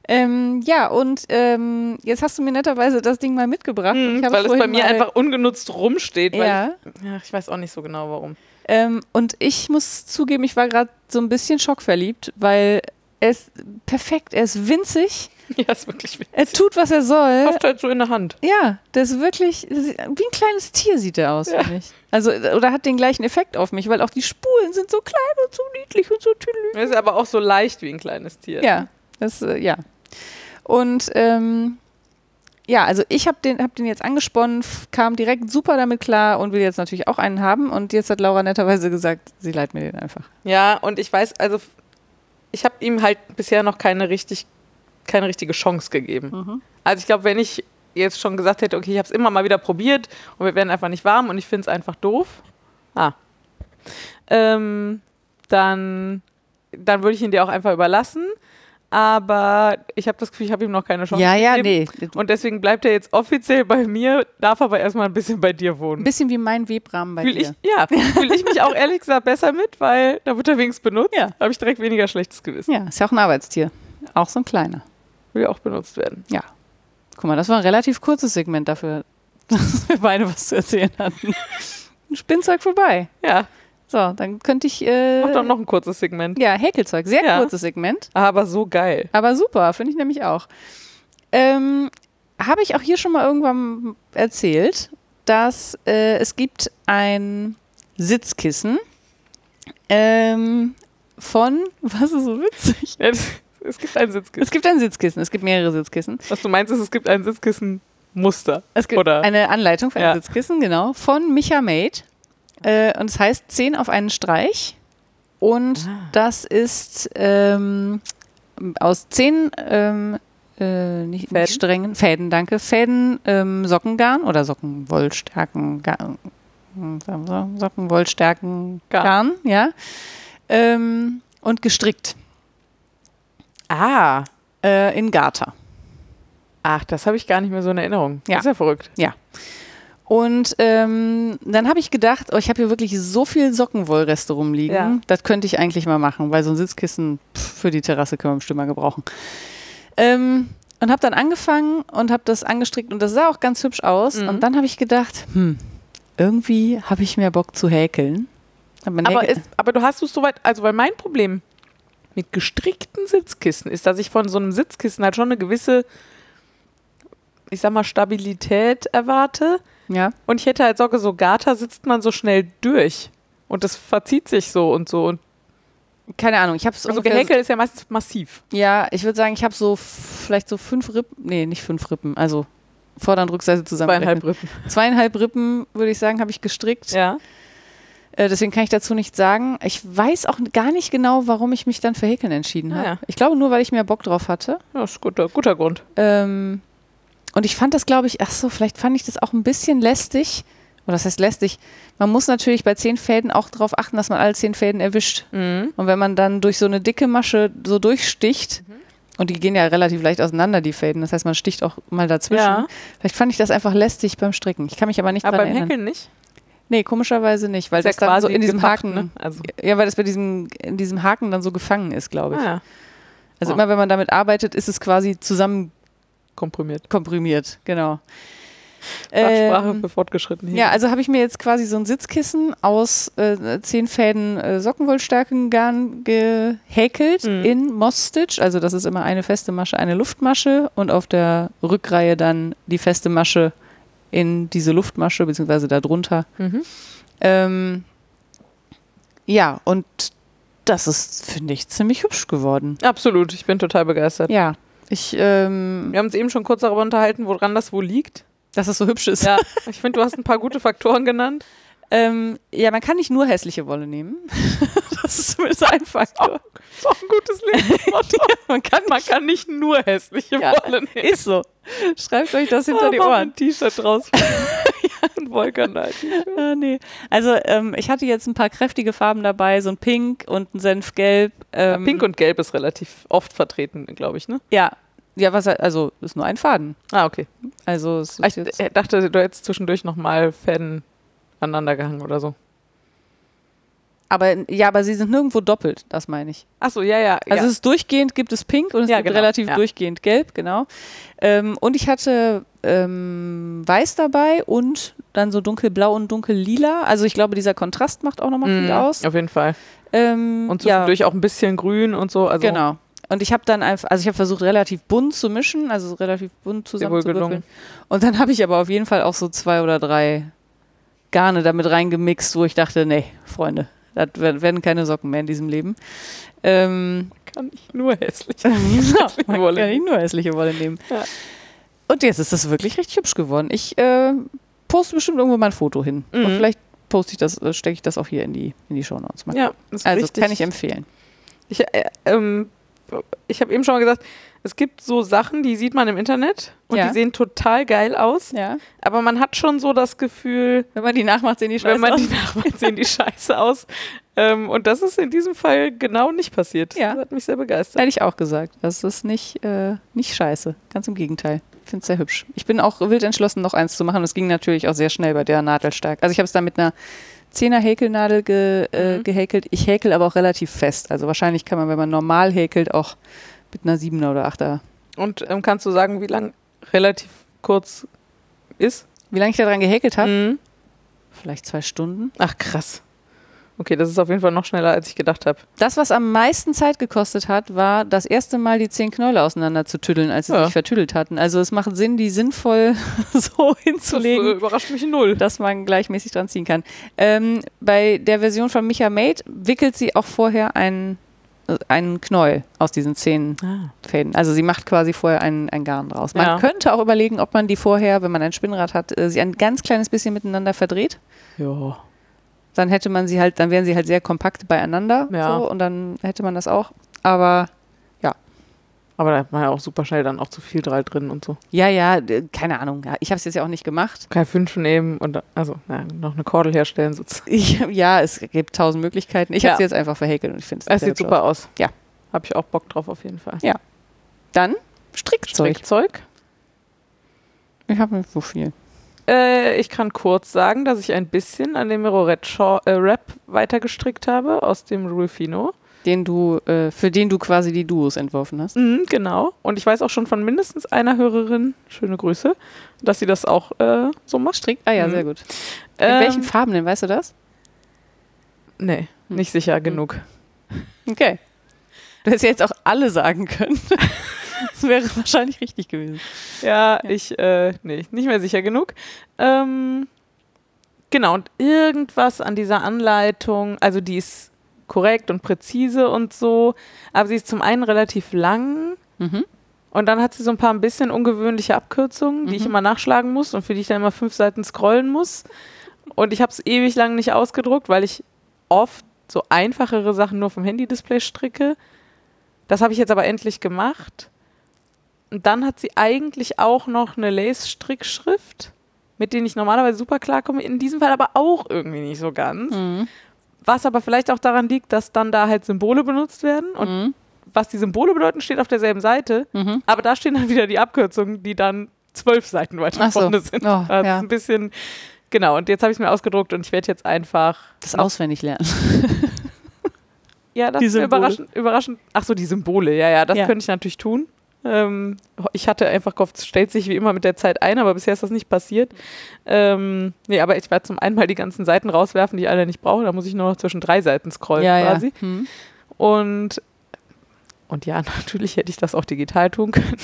[SPEAKER 1] Ähm, ja, und ähm, jetzt hast du mir netterweise das Ding mal mitgebracht. Ich habe
[SPEAKER 2] Mhm, Weil es bei
[SPEAKER 1] vorhin
[SPEAKER 2] mir
[SPEAKER 1] mal-
[SPEAKER 2] einfach ungenutzt rumsteht. Weil
[SPEAKER 1] Ja.
[SPEAKER 2] Ich, ja, ich weiß auch nicht so genau, warum. *laughs*
[SPEAKER 1] Ähm, und ich muss zugeben, ich war gerade so ein bisschen schockverliebt, weil er ist perfekt, er ist winzig,
[SPEAKER 2] Ja, ist wirklich witzig.
[SPEAKER 1] er tut, was er soll.
[SPEAKER 2] Passt halt so in der Hand.
[SPEAKER 1] Ja, der ist wirklich, das ist- wie ein kleines Tier sieht er aus,
[SPEAKER 2] Ja.
[SPEAKER 1] finde ich. Also, oder hat den gleichen Effekt auf mich, weil auch die Spulen sind so klein und so niedlich und so tüdelü.
[SPEAKER 2] Er ist aber auch so leicht wie ein kleines Tier.
[SPEAKER 1] Ja, das, äh, ja. Und, ähm, ja, also ich habe den, hab den jetzt angesponnen, f- kam direkt super damit klar und will jetzt natürlich auch einen haben. Und jetzt hat Laura netterweise gesagt, sie leiht mir den einfach.
[SPEAKER 2] Ja, und ich weiß, also ich habe ihm halt bisher noch keine, richtig, keine richtige Chance gegeben.
[SPEAKER 1] Mhm.
[SPEAKER 2] Also ich glaube, wenn ich jetzt schon gesagt hätte, okay, ich habe es immer mal wieder probiert und wir werden einfach nicht warm und ich finde es einfach doof, ah, ähm, dann, dann würde ich ihn dir auch einfach überlassen. Aber ich habe das Gefühl, ich habe ihm noch keine Chance
[SPEAKER 1] Ja, ja,
[SPEAKER 2] gegeben.
[SPEAKER 1] nee.
[SPEAKER 2] Und deswegen bleibt er jetzt offiziell bei mir, darf aber erstmal ein bisschen bei dir wohnen.
[SPEAKER 1] Ein bisschen wie mein Webrahmen bei
[SPEAKER 2] Fühl
[SPEAKER 1] dir.
[SPEAKER 2] ich, ja, fühle ich mich auch ehrlich gesagt besser mit, weil da wird er wenigstens benutzt.
[SPEAKER 1] Ja.
[SPEAKER 2] Habe ich direkt weniger schlechtes Gewissen.
[SPEAKER 1] Ja, ist ja auch ein Arbeitstier. Auch so ein kleiner.
[SPEAKER 2] Will ja auch benutzt werden.
[SPEAKER 1] Ja. Guck mal, das war ein relativ kurzes Segment dafür, *laughs* dass wir beide was zu erzählen hatten. Ein Spinnzeug vorbei.
[SPEAKER 2] Ja,
[SPEAKER 1] So, dann könnte ich. Äh,
[SPEAKER 2] mach doch noch ein kurzes Segment.
[SPEAKER 1] Ja, Häkelzeug. Sehr
[SPEAKER 2] Ja.
[SPEAKER 1] kurzes Segment.
[SPEAKER 2] Aber so geil.
[SPEAKER 1] Aber super, finde ich nämlich auch. Ähm, Habe ich auch hier schon mal irgendwann erzählt, dass äh, es gibt ein Sitzkissen ähm, von, *laughs* was ist so witzig?
[SPEAKER 2] Ja, das, es gibt ein Sitzkissen.
[SPEAKER 1] Es gibt ein Sitzkissen, es gibt mehrere Sitzkissen.
[SPEAKER 2] Was du meinst, ist, es gibt ein Sitzkissenmuster.
[SPEAKER 1] Es gibt
[SPEAKER 2] Oder?
[SPEAKER 1] eine Anleitung für ein
[SPEAKER 2] Ja.
[SPEAKER 1] Sitzkissen, genau, von Micha Made. Äh, und es heißt 10 auf einen Streich. Und
[SPEAKER 2] Ah.
[SPEAKER 1] das ist ähm, aus 10 ähm, äh, nicht,
[SPEAKER 2] Fäden?
[SPEAKER 1] nicht strengen Fäden, danke. Fäden, ähm, Sockengarn oder Sockenwollstärken, hm, Garn, Sockenwollstärken,
[SPEAKER 2] Garn.
[SPEAKER 1] Garn, ja. Ähm, und gestrickt
[SPEAKER 2] Ah,
[SPEAKER 1] äh, in Garter.
[SPEAKER 2] ach, das habe ich gar nicht mehr so in Erinnerung.
[SPEAKER 1] Ja.
[SPEAKER 2] Ist ja verrückt.
[SPEAKER 1] Und ähm, dann habe ich gedacht, oh, ich habe hier wirklich so viel Sockenwollreste rumliegen.
[SPEAKER 2] Ja.
[SPEAKER 1] Das könnte ich eigentlich mal machen, weil so ein Sitzkissen pff, für die Terrasse können wir bestimmt mal gebrauchen. Ähm, und habe dann angefangen und habe das angestrickt und das sah auch ganz hübsch aus. Und dann habe ich gedacht, hm, irgendwie habe ich mehr Bock zu häkeln. Hab mein
[SPEAKER 2] Aber,
[SPEAKER 1] Häkel-
[SPEAKER 2] ist, aber du hast es soweit, also weil mein Problem mit gestrickten Sitzkissen ist, dass ich von so einem Sitzkissen halt schon eine gewisse, ich sag mal, Stabilität erwarte.
[SPEAKER 1] ja.
[SPEAKER 2] Und ich hätte halt Sorge, so Garter sitzt man so schnell durch. Und das verzieht sich so und so. Und
[SPEAKER 1] Keine Ahnung, ich habe es
[SPEAKER 2] also Gehäkel ist ja meistens massiv.
[SPEAKER 1] Ja, ich würde sagen, ich habe so f- vielleicht so fünf Rippen, nee, nicht fünf Rippen, also Vorder- und Rückseite zusammen.
[SPEAKER 2] Zweieinhalb Rippen.
[SPEAKER 1] Zweieinhalb Rippen, würde ich sagen, habe ich gestrickt.
[SPEAKER 2] Ja.
[SPEAKER 1] Äh, deswegen kann ich dazu nichts sagen. Ich weiß auch gar nicht genau, warum ich mich dann für Häkeln entschieden
[SPEAKER 2] Ah,
[SPEAKER 1] habe.
[SPEAKER 2] ja.
[SPEAKER 1] Ich glaube nur, weil ich mehr Bock drauf hatte.
[SPEAKER 2] Ja, ist guter, guter Grund.
[SPEAKER 1] Ähm, und ich fand das, glaube ich, ach so, vielleicht fand ich das auch ein bisschen lästig. Oder das heißt lästig. Man muss natürlich bei zehn Fäden auch darauf achten, Mhm.
[SPEAKER 2] Mhm.
[SPEAKER 1] dass man alle zehn Fäden erwischt. Und wenn man dann durch so eine dicke Masche so durchsticht Und die gehen ja relativ leicht auseinander, die Fäden. Das heißt, man sticht auch mal dazwischen.
[SPEAKER 2] Ja.
[SPEAKER 1] Vielleicht fand ich das einfach lästig beim Stricken. Ich kann mich aber nicht
[SPEAKER 2] Aber
[SPEAKER 1] dran
[SPEAKER 2] beim
[SPEAKER 1] erinnern.
[SPEAKER 2] Häkeln nicht.
[SPEAKER 1] Nee, komischerweise nicht, weil
[SPEAKER 2] Ist ja
[SPEAKER 1] das dann so
[SPEAKER 2] quasi
[SPEAKER 1] in diesem
[SPEAKER 2] gepackt,
[SPEAKER 1] Haken.
[SPEAKER 2] ne? Also.
[SPEAKER 1] Ja, weil das bei diesem, in diesem Haken dann so gefangen ist, glaube ich.
[SPEAKER 2] Ah, ja.
[SPEAKER 1] Also
[SPEAKER 2] Oh.
[SPEAKER 1] immer wenn man damit arbeitet, ist es quasi zusammen
[SPEAKER 2] Komprimiert.
[SPEAKER 1] komprimiert, genau.
[SPEAKER 2] Fachsprache
[SPEAKER 1] Ähm,
[SPEAKER 2] für fortgeschritten.
[SPEAKER 1] ja, also habe ich mir jetzt quasi so ein Sitzkissen aus äh, zehn Fäden äh, Sockenwollstärkengarn gehäkelt
[SPEAKER 2] Mhm.
[SPEAKER 1] in Moss-Stitch. Also das ist immer eine feste Masche, eine Luftmasche und auf der Rückreihe dann die feste Masche in diese Luftmasche, beziehungsweise darunter.
[SPEAKER 2] Mhm.
[SPEAKER 1] Ähm, ja, und das ist, finde ich, ziemlich hübsch geworden.
[SPEAKER 2] Absolut, ich bin total begeistert.
[SPEAKER 1] Ja, ich, ähm,
[SPEAKER 2] Wir haben uns eben schon kurz darüber unterhalten, woran das wo liegt.
[SPEAKER 1] dass es so hübsch ist.
[SPEAKER 2] Ja, *laughs* ich finde, du hast ein paar gute Faktoren genannt.
[SPEAKER 1] Ähm, ja, man kann nicht nur hässliche Wolle nehmen. *laughs* das ist zumindest ein Faktor.
[SPEAKER 2] Ist auch ein gutes Lebensmotto.
[SPEAKER 1] man kann
[SPEAKER 2] *laughs* Man kann nicht nur hässliche
[SPEAKER 1] Ja.
[SPEAKER 2] Wolle nehmen.
[SPEAKER 1] Ist so. Schreibt euch das hinter die
[SPEAKER 2] Mach
[SPEAKER 1] Ohren.
[SPEAKER 2] ein T-Shirt draus. *laughs* Und Wolkanleiten.
[SPEAKER 1] Ah, nee. Also, ähm, ich hatte jetzt ein paar kräftige Farben dabei, so ein Pink und ein Senfgelb. Ähm,
[SPEAKER 2] Pink und Gelb ist relativ oft vertreten, glaube ich, ne?
[SPEAKER 1] Ja. Ja, was, also, ist nur ein Faden.
[SPEAKER 2] Ah, okay.
[SPEAKER 1] Also, es ist
[SPEAKER 2] Ich
[SPEAKER 1] jetzt,
[SPEAKER 2] äh, dachte, du hättest zwischendurch nochmal Fäden aneinander gehangen oder so.
[SPEAKER 1] aber, ja, aber sie sind nirgendwo doppelt, das meine ich.
[SPEAKER 2] Achso, ja, ja.
[SPEAKER 1] Also
[SPEAKER 2] ja.
[SPEAKER 1] es ist durchgehend gibt es pink und es
[SPEAKER 2] Ja,
[SPEAKER 1] gibt
[SPEAKER 2] genau,
[SPEAKER 1] relativ
[SPEAKER 2] ja.
[SPEAKER 1] durchgehend gelb, genau. Ähm, und ich hatte ähm, weiß dabei und dann so dunkelblau und dunkellila. Also ich glaube, dieser Kontrast macht auch nochmal viel
[SPEAKER 2] Mhm,
[SPEAKER 1] aus.
[SPEAKER 2] Auf jeden Fall.
[SPEAKER 1] Ähm,
[SPEAKER 2] Und
[SPEAKER 1] ja,
[SPEAKER 2] zwischendurch auch ein bisschen grün und so. Also
[SPEAKER 1] genau. Und ich habe dann einfach, also ich habe versucht, relativ bunt zu mischen, also relativ bunt
[SPEAKER 2] wohl
[SPEAKER 1] zusammenzuwürfeln.
[SPEAKER 2] gelungen.
[SPEAKER 1] Und dann habe ich aber auf jeden Fall auch so zwei oder drei Garne damit reingemixt, wo ich dachte, nee, Freunde, das wer- werden keine Socken mehr in diesem Leben. Ähm,
[SPEAKER 2] kann ich nur *laughs* hässlich.
[SPEAKER 1] Ja, man
[SPEAKER 2] Wolle
[SPEAKER 1] kann nicht
[SPEAKER 2] nehmen.
[SPEAKER 1] nur hässliche Wolle nehmen.
[SPEAKER 2] Ja.
[SPEAKER 1] Und jetzt ist das wirklich richtig hübsch geworden. Ich äh, poste bestimmt irgendwo mal ein Foto hin.
[SPEAKER 2] Mhm.
[SPEAKER 1] Und vielleicht poste ich das, äh, stecke ich das auch hier in die, in die Show Notes. Mal.
[SPEAKER 2] Ja, ist
[SPEAKER 1] also
[SPEAKER 2] richtig.
[SPEAKER 1] kann ich empfehlen.
[SPEAKER 2] Ich, äh, ähm, ich habe eben schon mal gesagt, es gibt so Sachen, die sieht man im Internet und
[SPEAKER 1] Ja.
[SPEAKER 2] die sehen total geil aus.
[SPEAKER 1] Ja.
[SPEAKER 2] Aber man hat schon so das Gefühl,
[SPEAKER 1] Wenn man die nachmacht, sehen die
[SPEAKER 2] wenn
[SPEAKER 1] scheiße
[SPEAKER 2] man die
[SPEAKER 1] aus.
[SPEAKER 2] nachmacht, sehen die scheiße aus. Ähm, und das ist in diesem Fall genau nicht passiert.
[SPEAKER 1] Ja.
[SPEAKER 2] Das hat mich sehr begeistert.
[SPEAKER 1] Hätte ich auch gesagt. Das ist nicht, äh, nicht scheiße. Ganz im Gegenteil. Ich finde es sehr hübsch. Ich bin auch wild entschlossen, noch eins zu machen. Das ging natürlich auch sehr schnell bei der Nadelstärke. Also ich habe es da mit einer 10er Häkelnadel ge, äh,
[SPEAKER 2] Mhm.
[SPEAKER 1] gehäkelt. Ich häkel aber auch relativ fest. Also wahrscheinlich kann man, wenn man normal häkelt, auch mit einer 7er oder 8er.
[SPEAKER 2] Und ähm, kannst du sagen, wie lang relativ kurz ist?
[SPEAKER 1] Wie lange ich daran gehäkelt habe?
[SPEAKER 2] Mhm.
[SPEAKER 1] Vielleicht zwei Stunden.
[SPEAKER 2] Ach krass. Okay, das ist auf jeden Fall noch schneller, als ich gedacht habe.
[SPEAKER 1] Das, was am meisten Zeit gekostet hat, war das erste Mal die zehn Knäule auseinander zu tüddeln, als sie
[SPEAKER 2] Ja.
[SPEAKER 1] sich vertüdelt hatten. Also es macht Sinn, die sinnvoll *laughs* so
[SPEAKER 2] Das
[SPEAKER 1] hinzulegen.
[SPEAKER 2] äh, überrascht mich null.
[SPEAKER 1] *laughs* dass man gleichmäßig dran ziehen kann. Ähm, bei der Version von Micha Made wickelt sie auch vorher einen, äh, einen Knäuel aus diesen zehn
[SPEAKER 2] Ah.
[SPEAKER 1] Fäden. Also sie macht quasi vorher ein, ein Garn draus. Man
[SPEAKER 2] Ja.
[SPEAKER 1] könnte auch überlegen, ob man die vorher, wenn man ein Spinnrad hat, äh, sie ein ganz kleines bisschen miteinander verdreht.
[SPEAKER 2] Ja.
[SPEAKER 1] Dann hätte man sie halt, dann wären sie halt sehr kompakt beieinander
[SPEAKER 2] Ja.
[SPEAKER 1] so, und dann hätte man das auch. Aber
[SPEAKER 2] Aber da hat man ja auch super schnell dann auch zu viel Drall drin und so.
[SPEAKER 1] ja, ja, d- keine Ahnung. Ja, Ich habe es jetzt ja auch nicht gemacht. *laughs*
[SPEAKER 2] Kein fünf nehmen und da- also ja, noch eine Kordel herstellen sozusagen.
[SPEAKER 1] Ich, ja, es gibt tausend Möglichkeiten. Ich
[SPEAKER 2] Ja.
[SPEAKER 1] habe sie jetzt einfach verhäkelt und ich finde es
[SPEAKER 2] Es sieht super aus.
[SPEAKER 1] Ja.
[SPEAKER 2] Habe ich auch Bock drauf auf jeden Fall.
[SPEAKER 1] Dann Strickzeug.
[SPEAKER 2] Strickzeug.
[SPEAKER 1] Ich habe nicht so viel.
[SPEAKER 2] Äh, ich kann kurz sagen, dass ich ein bisschen an dem Mirorette Shaw- äh, Wrap weitergestrickt habe aus dem Rufino.
[SPEAKER 1] Den du, äh, für den du quasi die Duos entworfen hast.
[SPEAKER 2] Mhm, genau. Und ich weiß auch schon von mindestens einer Hörerin, schöne Grüße, dass sie das auch äh, so macht.
[SPEAKER 1] Strickt? Ah ja,
[SPEAKER 2] Mhm.
[SPEAKER 1] sehr gut. In
[SPEAKER 2] Ähm,
[SPEAKER 1] welchen Farben denn, weißt du das?
[SPEAKER 2] Nee,
[SPEAKER 1] Hm.
[SPEAKER 2] nicht sicher genug.
[SPEAKER 1] Okay. Du hättest ja jetzt auch alle sagen können. *laughs* das wäre wahrscheinlich richtig gewesen.
[SPEAKER 2] Ja, ich, äh, nee, nicht mehr sicher genug. Ähm, genau, und irgendwas an dieser Anleitung, also die ist korrekt und präzise und so, aber sie ist zum einen relativ lang
[SPEAKER 1] Mhm.
[SPEAKER 2] und dann hat sie so ein paar ein bisschen ungewöhnliche Abkürzungen, die ich immer nachschlagen muss und für die ich dann immer fünf Seiten scrollen muss. Und ich habe es ewig lang nicht ausgedruckt, weil ich oft so einfachere Sachen nur vom Handy-Display stricke. Das habe ich jetzt aber endlich gemacht. Und dann hat sie eigentlich auch noch eine Lace-Strickschrift, mit denen ich normalerweise super klarkomme, in diesem Fall aber auch irgendwie nicht
[SPEAKER 1] Mhm.
[SPEAKER 2] so ganz. Was aber vielleicht auch daran liegt, dass dann da halt Symbole benutzt werden und
[SPEAKER 1] Mhm.
[SPEAKER 2] was die Symbole bedeuten, steht auf derselben Seite,
[SPEAKER 1] Mhm.
[SPEAKER 2] aber da stehen dann wieder die Abkürzungen, die dann zwölf Seiten weiter
[SPEAKER 1] Ach so.
[SPEAKER 2] vorne sind.
[SPEAKER 1] Oh,
[SPEAKER 2] das ist
[SPEAKER 1] ja.
[SPEAKER 2] ein bisschen, genau, und jetzt habe ich es mir ausgedruckt und ich werde jetzt einfach,
[SPEAKER 1] Das auswendig lernen.
[SPEAKER 2] ja, das
[SPEAKER 1] Die
[SPEAKER 2] ist mir
[SPEAKER 1] Symbole.
[SPEAKER 2] überraschend, überraschend, ach so, die Symbole, ja, ja, das
[SPEAKER 1] Ja.
[SPEAKER 2] könnte ich natürlich tun. Ähm, ich hatte einfach gehofft, es stellt sich wie immer mit der Zeit ein, aber bisher ist das nicht passiert. Ähm, nee, aber ich werde zum einen mal die ganzen Seiten rauswerfen, die ich alle nicht brauche, da muss ich nur noch zwischen drei Seiten scrollen quasi.
[SPEAKER 1] ja. Hm.
[SPEAKER 2] Und, und ja, *laughs* natürlich hätte ich das auch digital tun können.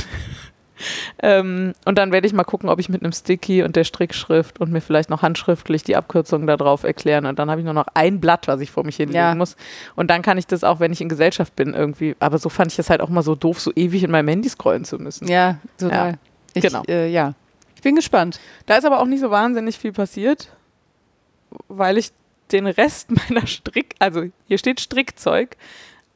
[SPEAKER 2] ähm, und dann werde ich mal gucken, ob ich mit einem Sticky und der Strickschrift und mir vielleicht noch handschriftlich die Abkürzungen da drauf erklären. Und dann habe ich nur noch ein Blatt, was ich vor mich hinlegen
[SPEAKER 1] Ja.
[SPEAKER 2] muss. Und dann kann ich das auch, wenn ich in Gesellschaft bin, irgendwie. Aber so fand ich das halt auch mal so doof, so ewig in meinem Handy scrollen zu müssen.
[SPEAKER 1] Ja, total.
[SPEAKER 2] Ja,
[SPEAKER 1] Ich,
[SPEAKER 2] genau.
[SPEAKER 1] Äh, ja. Ich bin gespannt.
[SPEAKER 2] Da ist aber auch nicht so wahnsinnig viel passiert, weil ich den Rest *laughs* meiner Strick, also hier steht Strickzeug,